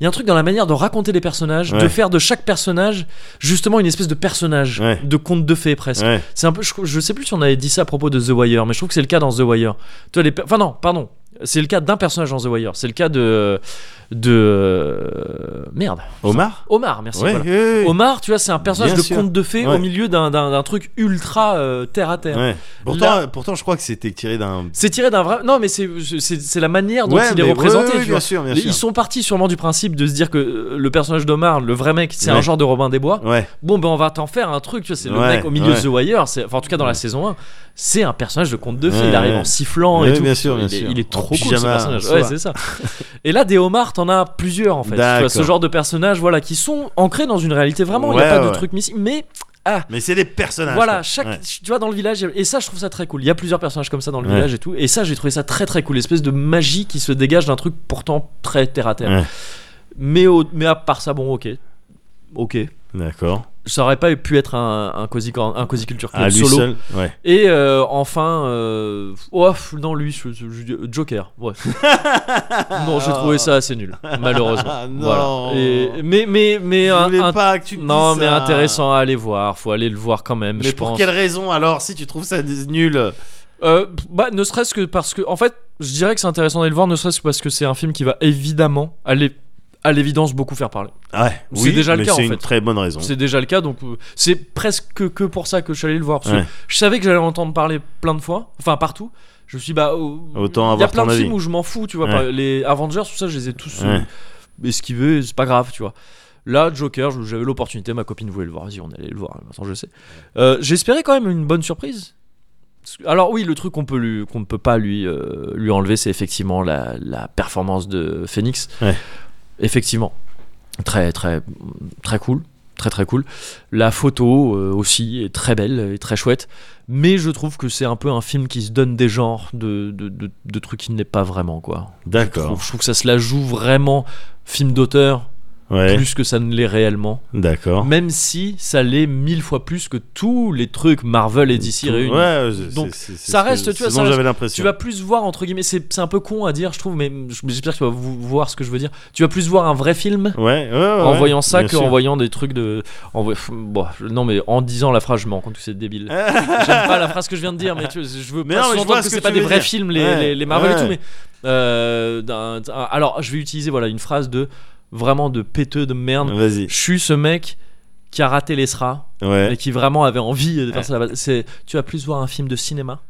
A: il y a un truc dans la manière de raconter les personnages, de
B: Ouais.
A: faire de chaque personnage justement une espèce de personnage,
B: Ouais.
A: de conte de fées presque.
B: Ouais.
A: C'est un peu, je, je sais plus si on avait dit ça à propos de The Wire, mais je trouve que c'est le cas dans The Wire. Toi, les, per- enfin non, pardon. C'est le cas d'un personnage dans The Wire. C'est le cas de. de. Merde.
B: Omar
A: Omar, merci.
B: Ouais,
A: voilà.
B: ouais, ouais.
A: Omar, tu vois, c'est un personnage
B: Bien
A: de
B: sûr.
A: conte de fées
B: Ouais.
A: au milieu d'un- d'un d'un truc ultra euh, terre à terre.
B: Ouais. Pourtant,
A: Là-
B: euh, pourtant, je crois que c'était tiré d'un.
A: C'est tiré d'un vrai. Non, mais c'est c'est- c'est la manière dont
B: Ouais,
A: il est
B: mais-
A: représenté.
B: ouais, ouais,
A: tu vois.
B: bien sûr, bien
A: Ils
B: sûr.
A: sont partis sûrement du principe de se dire que euh, le personnage d'Omar, le vrai mec, c'est un
B: Ouais.
A: genre de Robin des Bois.
B: Ouais,
A: Bon, ben on va t'en faire un truc, tu vois. C'est le
B: Ouais,
A: mec au milieu
B: ouais.
A: de The Wire, c'est- enfin en tout cas dans la saison 1, c'est un personnage de conte de fées.
B: Ouais,
A: il arrive
B: ouais.
A: en sifflant et
B: Ouais,
A: tout.
B: bien sûr, bien
A: il, est-
B: sûr.
A: il
B: En
A: est trop cool ce
B: pyjama,
A: personnage.
B: en
A: Ouais,
B: soie.
A: c'est ça. et là, des homards, t'en as plusieurs en fait. Tu vois,
B: D'accord.
A: ce genre de personnages voilà, qui sont ancrés dans une réalité vraiment, il n'y
B: Ouais,
A: a pas
B: ouais,
A: de
B: ouais.
A: truc mystique. Mais
B: mais c'est des personnages.
A: voilà,
B: quoi.
A: chaque,
B: Ouais.
A: tu vois, dans le village, et ça, je trouve ça très cool. Il y a plusieurs personnages comme ça dans le
B: Ouais.
A: village et tout, et ça, j'ai trouvé ça très très cool, l'espèce de magie qui se dégage d'un truc pourtant très terre à terre.
B: Ouais.
A: Mais, au- mais à part ça, bon, ok, ok,
B: D'accord.
A: ça aurait pas pu être un, un cozy Cor- un cozy culture club
B: À Ah, lui
A: solo.
B: seul. Ouais.
A: Et euh, enfin, euh, oh, pff, non, lui, je- je- je- Joker, ouais. non, j'ai trouvé ça assez nul, malheureusement.
B: Ah, non.
A: Voilà. Et- mais mais mais
B: Je
A: un-
B: voulais
A: un-
B: pas que tu me
A: non,
B: dises
A: mais
B: ça.
A: intéressant à aller voir, faut aller le voir quand même.
B: Mais
A: je
B: pour
A: pense.
B: quelle raison alors si tu trouves ça des- nul
A: Euh, bah, ne serait-ce que parce que, en fait, je dirais que c'est intéressant d'aller le voir, ne serait-ce que parce que c'est un film qui va évidemment aller à l'évidence beaucoup faire parler.
B: Ah, Ouais,
A: C'est
B: oui,
A: déjà le
B: mais
A: cas, en
B: C'est une
A: fait.
B: très bonne raison.
A: C'est déjà le cas, donc euh, c'est presque que pour ça que je suis allé le voir. Parce
B: Ouais.
A: que je savais que j'allais en entendre parler plein de fois, enfin partout. Je me suis dit, bah, euh,
B: Autant
A: il y a
B: avoir
A: plein
B: ton
A: de
B: avis.
A: films où je m'en fous, tu vois.
B: Ouais.
A: par- les Avengers, tout ça, je les ai tous euh,
B: Ouais.
A: esquivés, c'est pas grave, tu vois. Là, Joker, je- j'avais l'opportunité, ma copine voulait le voir, vas-y, on allait le voir, maintenant je sais. Euh, J'espérais quand même une bonne surprise. Parce que- Alors oui, le truc qu'on peut lui- qu'on ne peut pas lui, euh, lui enlever, c'est effectivement la, la performance de Phoenix.
B: Ouais.
A: Effectivement, très très très cool, très très cool. La photo euh, aussi est très belle et très chouette, mais je trouve que c'est un peu un film qui se donne des genres de, de, de- de trucs qui n'est pas vraiment quoi. Je
B: D'accord.
A: trouve, je trouve que ça se la joue vraiment film d'auteur
B: Ouais, Oh.
A: plus que ça ne l'est réellement,
B: d'accord.
A: même si ça l'est mille fois plus que tous les trucs Marvel et DC réunis.
B: Ouais, c'est-
A: Donc,
B: c'est- c'est
A: ça
B: ce que-
A: reste, tu vois,
B: ce
A: ça
B: dont
A: reste-
B: j'avais l'impression.
A: Tu vas plus voir entre guillemets, c'est c'est un peu con à dire, je trouve, mais j'espère que tu vas vo- voir ce que je veux dire. Tu vas plus voir un vrai film
B: Ouais, ouais, ouais,
A: en
B: ouais,
A: voyant ça
B: bien
A: que
B: sûr.
A: en voyant des trucs de en voy- pff, bon, je- non mais en disant la phrase je me rends compte que c'est débile j'aime pas la phrase que je viens de dire mais tu, je veux
B: Ah. Mais
A: pas
B: non, mais je
A: sous-entendre
B: vois
A: que
B: ce que
A: c'est
B: tu
A: pas des
B: veux
A: vrais
B: dire.
A: films les,
B: Ouais,
A: les- les Marvel et tout
B: ouais.
A: mais euh, d'un- d'un- alors je vais utiliser voilà une phrase de vraiment de péteux de merde
B: Vas-y.
A: je suis ce mec qui a raté les SRA et
B: Ouais.
A: qui vraiment avait envie de faire ça là-bas. C'est, tu vas plus voir un film de cinéma.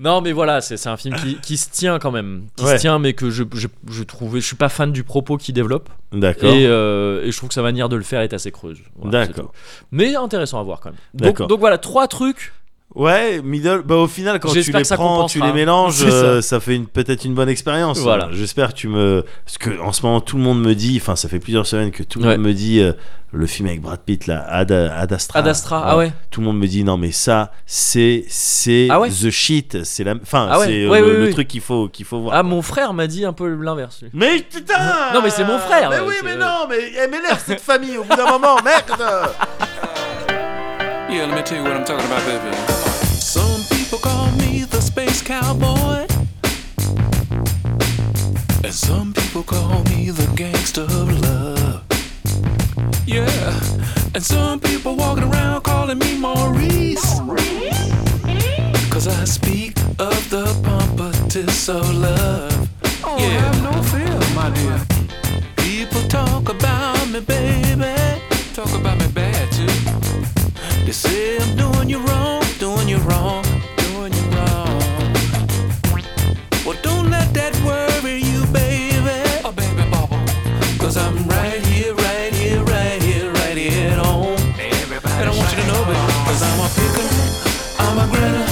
A: Non, mais voilà, c'est, c'est un film qui, qui se tient quand même. Qui
B: Ouais.
A: se tient, mais que je, je, je trouvais. Je suis pas fan du propos qu'il développe.
B: D'accord.
A: Et, euh, et je trouve que sa manière de le faire est assez creuse. Voilà, c'est
B: D'accord.
A: tout. Mais intéressant à voir quand même. Donc,
B: D'accord.
A: donc voilà, trois trucs.
B: Ouais, middle. Bah au final, quand tu
A: J'espère
B: les
A: que ça
B: prends, tu
A: compensera.
B: les mélanges,
A: C'est ça.
B: euh, ça fait une- peut-être une bonne expérience.
A: Voilà.
B: Euh, J'espère que tu me. Parce que en ce moment, tout le monde me dit. Enfin, ça fait plusieurs semaines que tout le
A: Ouais.
B: monde me dit euh, le film avec Brad Pitt là, Ad, Ad Astra.
A: Ad Astra, ah ouais.
B: Tout le monde me dit non, mais ça, c'est c'est
A: Ah ouais
B: the shit. C'est la. Enfin,
A: Ah ouais,
B: c'est euh,
A: ouais,
B: le,
A: ouais,
B: le
A: ouais.
B: truc qu'il faut qu'il faut voir.
A: Ah, mon frère m'a dit un peu l'inverse. lui.
B: Mais putain
A: Non, mais c'est mon frère,
B: Mais
A: euh,
B: oui,
A: c'est-
B: mais non, mais elle m'énerve cette famille au bout d'un moment, merde
C: Yeah, let me tell you what I'm talking about, baby. Some people call me the space cowboy. And some people call me the gangster of love. Yeah. And some people walking around calling me Maurice. Cause I speak of the pompatus of love. Oh, yeah. have no fear, my dear. People talk about me, baby. Talk about me bad, too. They say I'm doing you wrong, doing you wrong, doing you wrong. Well, don't let that worry you, baby. Oh, baby, Baba. Cause I'm right here, right here, right here, right here at home. and I want you to know, baby, cause I'm a picker, I'm a grinner,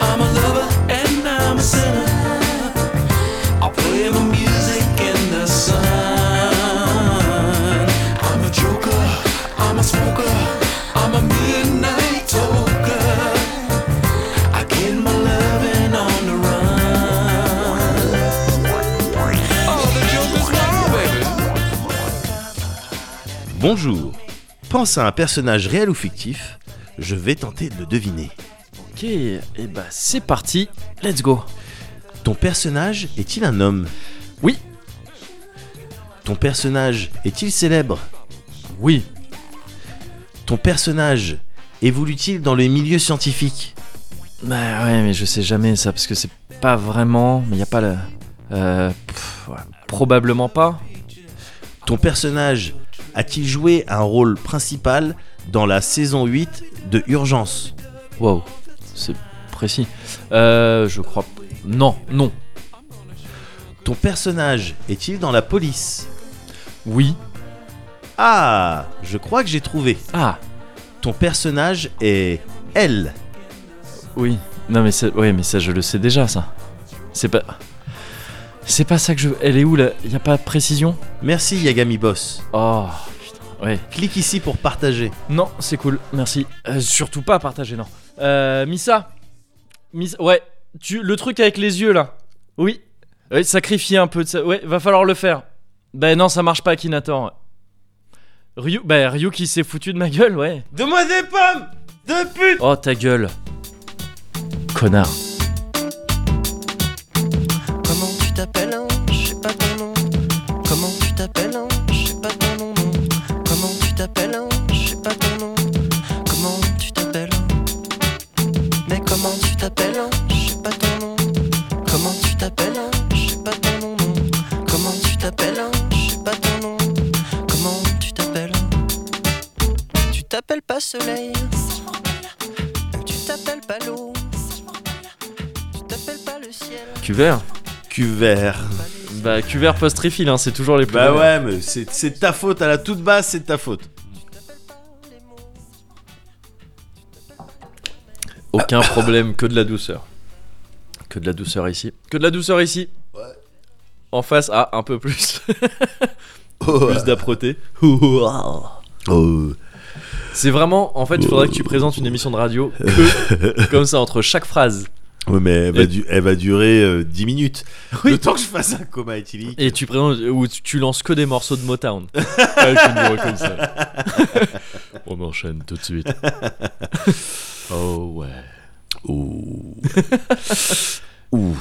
C: I'm a lover, and I'm a sinner. I play my music in the sun. I'm a joker, I'm a smoker, I'm a midnight toker. I get my loving on the run. Oh, the joker's wild, baby.
B: Bonjour. Pense à un personnage réel ou fictif. Je vais tenter de le deviner.
A: Ok, et bah c'est parti, let's go.
B: Ton personnage est-il un homme
A: Oui.
B: Ton personnage est-il célèbre
A: Oui,
B: Ton personnage évolue-t-il dans le milieu scientifique
A: Bah ouais, mais je sais jamais ça, parce que c'est pas vraiment. Mais y a pas le. Euh, pff, ouais, probablement pas.
B: Ton personnage a-t-il joué un rôle principal dans la saison 8 de Urgence
A: Wow, c'est précis. Euh, je crois. Non, non.
B: Ton personnage est-il dans la police
A: Oui.
B: Ah, je crois que j'ai trouvé.
A: Ah,
B: Ton personnage est elle.
A: oui. Non, mais ça, ouais, mais ça, je le sais déjà, ça. C'est pas. C'est pas ça que je. Elle est où là Y a pas de précision
B: Merci Yagami Boss.
A: Oh, putain. Ouais.
B: Clique ici pour partager.
A: Non, c'est cool, merci. Euh, surtout pas partager, non. Euh, Missa. Missa. Ouais, tu, le truc avec les yeux là. Oui. Ouais, sacrifier un peu de ça. Ouais, va falloir le faire. Ben non, ça marche pas, Akinator. ouais. Ryu, bah Ryu qui s'est foutu de ma gueule, ouais.
B: Donne-moi des pommes De pute
A: Oh ta gueule. Connard.
E: Comment tu t'appelles hein Je sais pas ton nom. Comment tu t'appelles hein Je sais pas ton nom. non. Comment tu t'appelles hein Je sais pas ton nom. Comment tu t'appelles hein Mais comment tu t'appelles hein Je sais pas ton nom. Comment tu t'appelles hein Je sais pas ton nom. non. Comment tu t'appelles hein Je sais pas ton nom. Comment tu t'appelles hein Tu t'appelles pas soleil. hein. Tu t'appelles pas l'eau. Tu t'appelles pas le ciel. hein.
A: Cuvert
B: Cuvert.
A: Bah, cuvert post-refill, hein, c'est toujours les plus.
B: Bah ouais, mais c'est c'est de ta faute, à la toute base, c'est de ta faute.
A: Aucun problème, que de la douceur. Que de la douceur ici. Que de la douceur ici. En face, ah, un peu plus. plus d'âpreté.
B: Oh.
A: C'est vraiment, en fait, il faudrait que tu présentes une émission de radio que comme ça entre chaque phrase.
B: Ouais, mais elle va,
A: Et-
B: du- elle va durer euh, 10 minutes.
A: Oui.
B: Le temps que je fasse un coma éthylique.
A: Et tu présentes ou tu, tu lances que des morceaux de Motown. Ah, tu me vois comme ça. On enchaîne tout de suite. Oh ouais.
B: Ouh.
A: Oh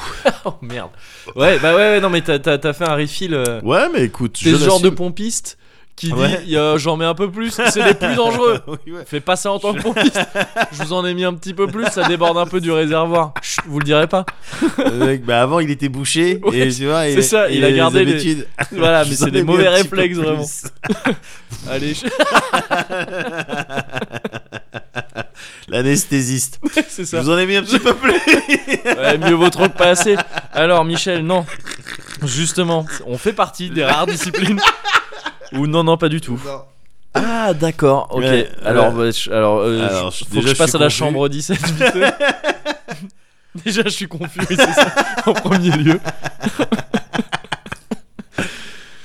A: merde. Ouais, bah ouais, ouais, non mais t'as- t'as t'as fait un refill. euh,
B: Ouais, mais écoute,
A: T'es
B: je
A: ce genre de
B: l'assume. Ah
A: pompiste qui dit
B: Ouais.
A: y a- j'en mets un peu plus, c'est les plus dangereux.
B: Oui, ouais.
A: Fais pas ça en tant que pompiste. Je vous en ai mis un petit peu plus, ça déborde un peu du réservoir. Chut, vous le direz pas.
B: Le mec, bah avant il était bouché
A: Ouais,
B: et tu vois,
A: c'est ça, il a gardé les-
B: habitudes.
A: Voilà,
B: Je
A: mais
B: vous en
A: c'est
B: ai
A: des
B: mis
A: mauvais
B: un petit peu
A: réflexes
B: plus.
A: vraiment. Allez, je-
B: L'anesthésiste.
A: c'est
B: Je
A: ça.
B: vous en ai mis un petit peu plus.
A: Ouais, mieux vaut trop que pas assez. Alors Michel, non. Justement, on fait partie des rares disciplines. Ou non, non, pas du tout. Ah d'accord, ok.
B: Ouais,
A: alors,
B: ouais.
A: bah, je- alors, euh,
B: Alors,
A: je-
B: je-
A: faut
B: déjà,
A: que je
B: je
A: passe
B: suis
A: à la
B: confus.
A: chambre 17 vite fait. déjà, je suis confus, oui, c'est ça, en premier lieu.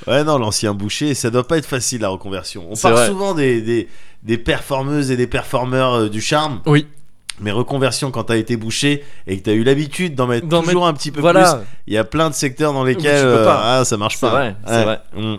B: Ouais, non, l'ancien boucher, ça doit pas être facile la reconversion. On
A: C'est
B: parle
A: vrai.
B: souvent des, des, des performeuses et des performeurs euh, du charme,
A: Oui,
B: mais reconversion quand t'as été bouché et que t'as eu l'habitude d'en mettre
A: D'en
B: toujours un petit peu plus.
A: voilà,
B: Il y a plein de secteurs dans
A: tu
B: lesquels
A: peux
B: euh,
A: pas.
B: ah, ça marche
A: C'est
B: pas.
A: vrai, c'est vrai.
B: Mm.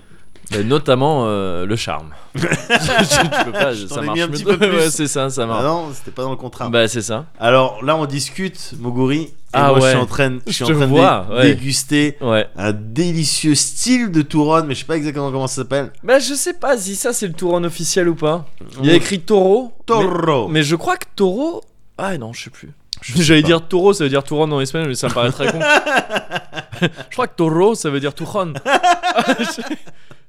A: Mais notamment euh, le charme. Tu peux pas,
B: Je t'en
A: ça
B: ai mis
A: marche
B: un petit
A: même-
B: peu plus.
A: Ouais, c'est ça, ça
B: Ah
A: marche.
B: non, c'était pas dans le contrat.
A: bah c'est ça,
B: Alors là, on discute, Moguri. Et
A: Ah
B: moi, je
A: ouais.
B: suis en train, je
A: Je
B: suis en
A: te
B: train de
A: vois,
B: dé-
A: ouais.
B: déguster
A: ouais.
B: un délicieux style de Touron, mais je sais pas exactement comment ça s'appelle.
A: Bah je sais pas si ça c'est le tour en officiel ou pas. Il y a écrit taureau.
B: Toro.
A: Mais je crois que taureau. Ah non, je sais plus. J'allais
B: pas.
A: dire taureau, ça veut dire touron dans l'espagnol, mais ça me paraît très con. je crois que taureau, ça veut dire touron.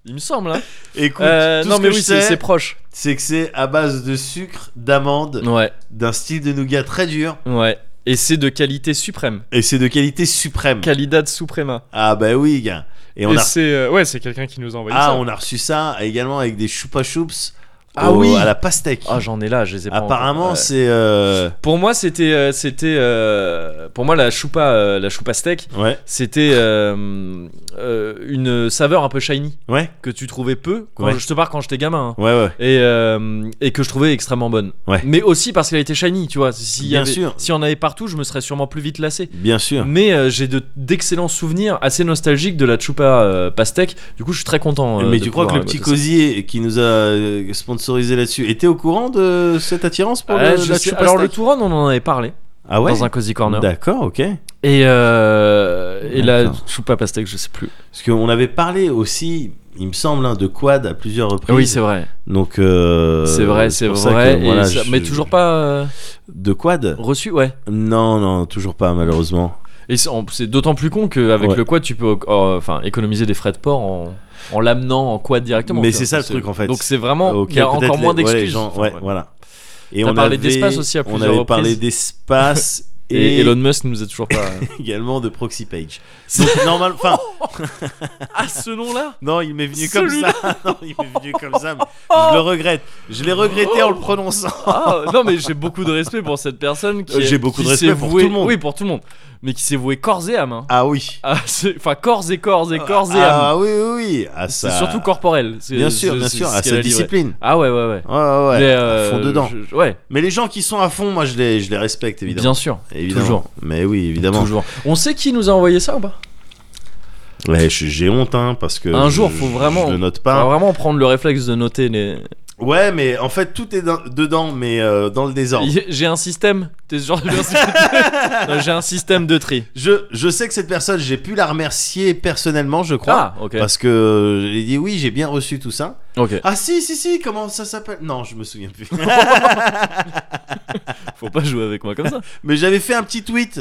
A: Il me semble, hein.
B: Écoute,
A: Euh,
B: tout
A: non,
B: ce
A: mais
B: que
A: oui,
B: je
A: c'est
B: sais,
A: c'est proche.
B: c'est que c'est à base de sucre, d'amande,
A: Ouais,
B: d'un style de nougat très dur,
A: ouais. Et c'est de qualité suprême.
B: et c'est de qualité suprême.
A: Calidad suprema.
B: Ah bah oui, gars. Et on
A: Et
B: a,
A: c'est. euh, ouais, c'est quelqu'un qui nous a envoyé
B: ah,
A: ça.
B: on a reçu ça également avec des choupa choups.
A: Ah
B: au-
A: oui.
B: À la pastèque.
A: Ah, j'en ai là, je les ai pas.
B: Apparemment,
A: encore. Ouais.
B: c'est. euh,
A: Pour moi, c'était. euh, c'était. euh, pour moi, la choupa, euh, la choupa steak,
B: Ouais,
A: c'était euh, euh, une saveur un peu shiny
B: ouais,
A: que tu trouvais peu. Quand
B: Ouais.
A: Je te parle quand j'étais gamin. hein.
B: ouais, ouais.
A: et, euh, et que je trouvais extrêmement bonne.
B: Ouais.
A: Mais aussi parce qu'elle était shiny, tu vois. Si
B: Bien sûr. Ah.
A: Si on avait partout, je me serais sûrement plus vite lassé.
B: Bien sûr.
A: Mais euh, j'ai de- d'excellents souvenirs assez nostalgiques de la chupa euh, pastèque. Du coup, je suis très content. euh,
B: Mais
A: de
B: tu crois que
A: pouvoir
B: le petit
A: goûter ça.
B: cosier qui nous a euh, sponsorisé là-dessus était au courant de cette attirance pour
A: Ah,
B: le,
A: je
B: Euh, la
A: sais-
B: choupa
A: Alors, le
B: steak
A: Touran, on en avait parlé
B: Ah ouais
A: dans un Cozy Corner.
B: D'accord, ok.
A: Et, euh, et là,
B: D'accord.
A: Choupa Pastèque, je sais plus.
B: Parce qu'on avait parlé aussi, il me semble, hein, de quad à plusieurs reprises.
A: oui, c'est vrai.
B: Donc, euh,
A: c'est vrai, c'est
B: pour ça
A: vrai.
B: que,
A: et
B: voilà,
A: ça-
B: je-
A: Mais toujours pas euh,
B: De quad
A: reçu, ouais.
B: Non, non, toujours pas, malheureusement.
A: Et c'est en- c'est d'autant plus con qu'avec
B: Ouais.
A: le quad, tu peux euh, enfin économiser des frais de port en, en l'amenant en quad directement.
B: Mais
A: tu vois.
B: c'est ça, le truc, en fait.
A: Donc c'est vraiment. Il
B: Auquel
A: y a
B: peut-être
A: encore
B: les-
A: moins
B: ouais, les
A: d'excuses.
B: gens-
A: Enfin,
B: ouais,
A: ouais.
B: voilà. Et
A: T'as parlé
B: avait-
A: d'espace aussi à plusieurs
B: On avait parlé
A: reprises.
B: d'espace
A: Et
B: et,
A: Elon Musk nous a toujours pas.
B: également de proxy page. Donc normal, enfin
A: ah, ce nom-là
B: non, il m'est venu comme
A: Celui-là.
B: ça. Non, il m'est venu comme ça. mais je le regrette. Je l'ai regretté en le prononçant.
A: Ah, non, mais j'ai beaucoup de respect pour cette personne qui.
B: Euh,
A: est-
B: j'ai beaucoup
A: qui
B: de respect
A: s'est
B: pour
A: vouée-
B: tout le monde.
A: Oui, pour tout le monde. Mais qui s'est voué corps et âme. hein.
B: Ah oui.
A: Ah, c'est- Enfin, corps et corps et corps et âme.
B: ah oui oui oui. Ah,
A: C'est
B: ça-
A: surtout corporel. C'est-
B: Bien sûr,
A: c'est-
B: bien
A: c'est
B: sûr,
A: ce
B: à
A: qu'elle a
B: sa
A: livré.
B: discipline.
A: Ah ouais, ouais, ouais.
B: Ouais ouais ouais.
A: Mais,
B: à
A: euh,
B: fond dedans.
A: je- je- ouais,
B: Mais les gens qui sont à fond, moi je les je les respecte évidemment.
A: bien sûr.
B: Évidemment.
A: Toujours.
B: Mais oui, évidemment.
A: Toujours. On sait qui nous a envoyé ça ou pas
B: Ouais, je- j'ai honte hein, parce que
A: Un
B: je-
A: jour, faut
B: je-
A: vraiment- Ah
B: Je le note
A: On va
B: pas.
A: vraiment prendre le réflexe de noter les.
B: Ouais, mais en fait tout est dans- dedans, mais euh, dans le désordre.
A: Y- J'ai un système. T'es ce genre de personne Non, J'ai un système de tri.
B: Je, je sais que cette personne, j'ai pu la remercier personnellement, je
A: Ah,
B: crois.
A: ok.
B: Parce que euh, je lui ai dit oui, j'ai bien reçu tout ça.
A: Ok.
B: Ah si, si, si, comment ça s'appelle Non, je me souviens plus.
A: Faut pas jouer avec moi comme ça.
B: Mais j'avais fait un petit tweet.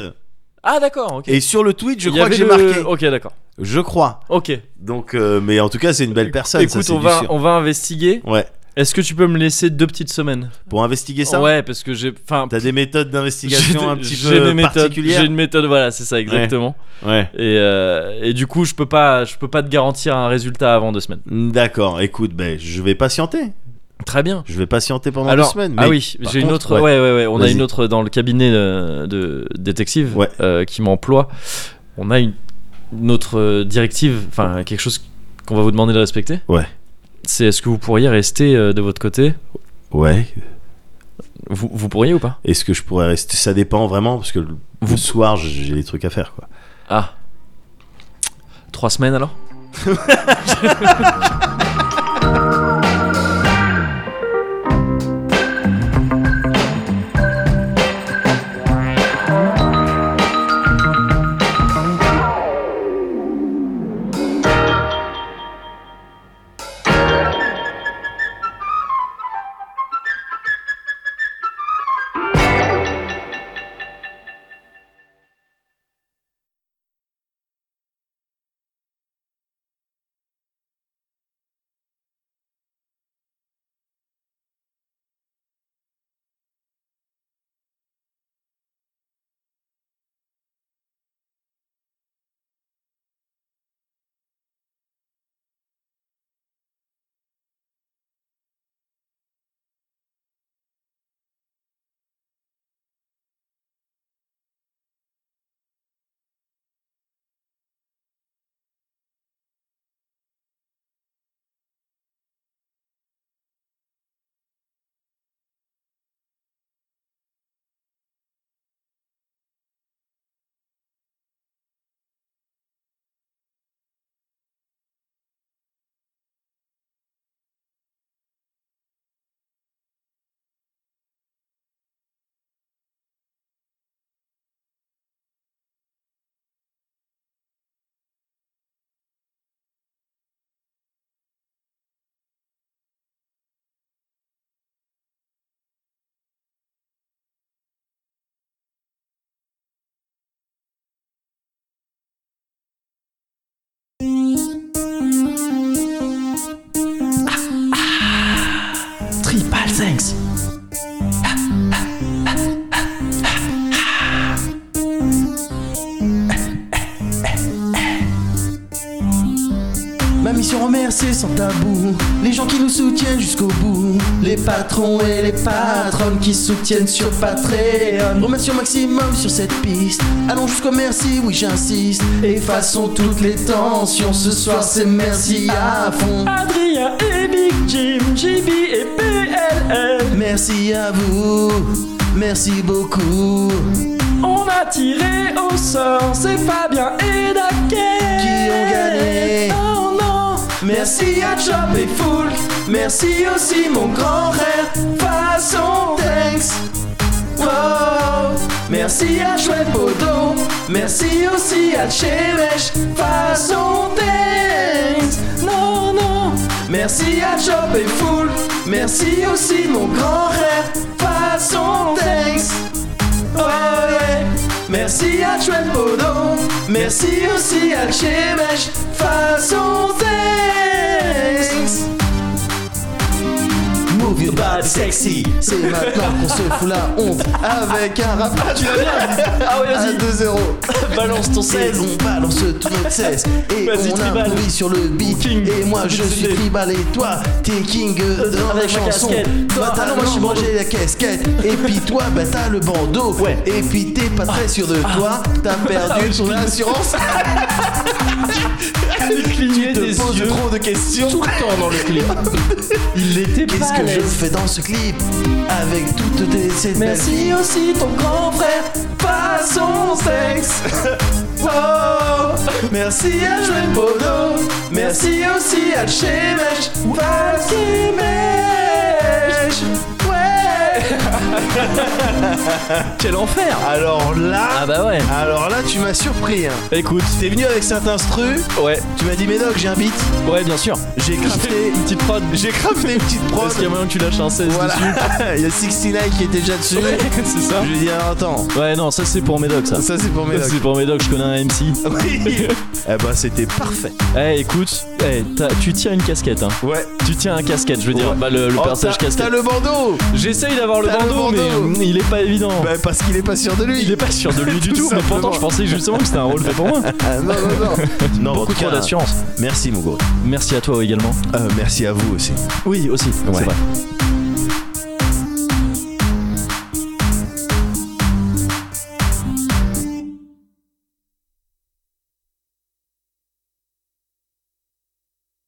A: Ah, d'accord. Ok.
B: Et sur le tweet, je
A: Il y
B: crois que
A: avait
B: j'ai
A: le- Oh.
B: marqué.
A: Ok, d'accord.
B: Je crois.
A: Ok.
B: Donc, euh, mais en tout cas, c'est une belle personne.
A: Écoute,
B: ça, c'est
A: on
B: du
A: va,
B: sûr.
A: on va investiguer.
B: Ouais.
A: Est-ce que tu peux me laisser deux petites semaines
B: Pour investiguer ça,
A: Ouais, parce que j'ai. Enfin.
B: t'as des méthodes
A: j'ai-
B: d'investigation un petit
A: j'ai
B: peu
A: mes méthodes. J'ai
B: particulières.
A: une méthode. Voilà, c'est ça exactement.
B: Ouais.
A: Et, euh, et du coup, je peux pas, je peux pas te garantir un résultat avant deux semaines.
B: D'accord. Écoute, ben, je vais patienter.
A: Très bien.
B: Je vais patienter pendant
A: Alors,
B: deux semaines.
A: ah
B: mec.
A: oui,
B: Par
A: j'ai une
B: contre,
A: autre. Ouais, ouais, ouais. on a
B: Vas-y.
A: une autre dans le cabinet euh, de, détective
B: Ouais.
A: euh, qui m'emploie. On a une, une autre euh, directive, enfin quelque chose qu'on va vous demander de respecter.
B: Ouais.
A: C'est est-ce que vous pourriez rester euh, de votre côté
B: Ouais.
A: vous, vous pourriez ou pas
B: Est-ce que je pourrais rester Ça dépend vraiment parce que le, le
A: Vous-
B: soir j'ai j'ai des trucs à faire quoi.
A: Ah. Trois semaines alors
F: Ma mission remercier sans tabou les gens qui nous soutiennent jusqu'au bout, les patrons et les patronnes qui soutiennent sur Patreon. Remercions maximum sur cette piste. Allons jusqu'au merci, oui j'insiste. Effaçons toutes les tensions. Ce soir c'est merci à fond.
A: Adrien et Big Jim, JB et PLL,
F: Merci à vous, merci beaucoup.
A: on a tiré au sort, c'est Fabien et Daké
F: Qui ont gagné
A: Oh non
F: Merci à Chop et Foulk. Merci aussi mon grand frère. Façon thanks. Wow. Merci à Chouette Bodo, merci aussi à Chemesh, façon Dance. Non, non, merci à Chop et Foul, merci aussi mon grand rêve, façon Dance. Ouais, ouais. Merci à Chouette Bodo, merci aussi à Chemesh, façon Dance. Move your body sexy. C'est maintenant qu'on se fout la honte avec un rap. Tu vas
A: Ah ouais,
F: à
A: vas-y,
F: 2-0.
A: balance ton
F: Et
A: 16.
F: on balance tout notre 16 Et
A: Vas-y,
F: on
A: tribal.
F: improvise sur le beat
A: King.
F: Et moi je suis
A: Décidé.
F: tribal et toi T'es king euh, dans la
A: Avec ma
F: chanson
A: casquette.
F: Toi
A: Ah
F: t'as
A: non, moi, je suis
F: l'envie de manger la casquette Et puis toi bah t'as le bandeau
A: Ouais. Ah,
F: Et puis t'es pas très sûr de toi T'as perdu ton assurance
A: Le cligner
F: Te
A: des
F: pose
A: yeux
F: trop de questions
A: tout le temps dans le clip. Il était pas
F: Qu'est-ce
A: à
F: que je
A: l'aise.
F: fais dans ce clip Avec toutes tes cette belle
E: Merci
F: vie.
E: aussi ton grand frère, pas son sexe.
F: Oh, merci à Joël Bono, merci aussi à Chemesh, Valkymesh, ouais.
A: Quel enfer
B: Alors là,
A: Ah bah ouais.
B: alors là, tu m'as surpris. hein.
A: Écoute,
F: T'es venu avec cet instru,
A: ouais,
F: tu m'as dit Médoc, j'ai un beat,
A: ouais, bien sûr.
F: j'ai crafté,
A: Une petite prod.
F: j'ai crafté une petite prod.
A: Est-ce qu'il y a moyen que tu lâches un 16
F: Voilà, il y a 69 qui était déjà dessus.
A: dessus C'est ça
F: Je lui ai dit alors, attends,
A: Ouais, non, ça c'est pour Médoc ça.
F: ça c'est pour
A: Ça,
F: Médoc.
A: C'est pour Médoc, je connais un MC.
F: Oui. eh ben c'était parfait.
A: Eh écoute, eh, t'as- tu tiens une casquette hein.
F: Ouais.
A: Tu tiens un casquette, je veux dire,
F: Ouais.
A: bah, le, le
F: Oh,
A: personnage
F: t'as- T'as
A: casquette.
F: le bandeau.
A: J'essaye d'avoir le
F: t'as le
A: bandeau, mais
F: bandeau.
A: hum, il est pas évident.
F: Bah, parce qu'il est pas sûr de lui.
A: il est pas sûr de lui du tout,
F: Tout
A: mais pourtant
F: simplement.
A: je pensais justement que c'était un rôle fait pour moi.
F: Ah, non non non.
B: Non, en
A: Beaucoup
B: tout
A: trop
B: cas,
A: d'assurance.
B: merci mon gros.
A: Merci à toi également.
B: Euh, merci à vous aussi.
A: Oui, aussi,
B: Ouais.
A: c'est vrai.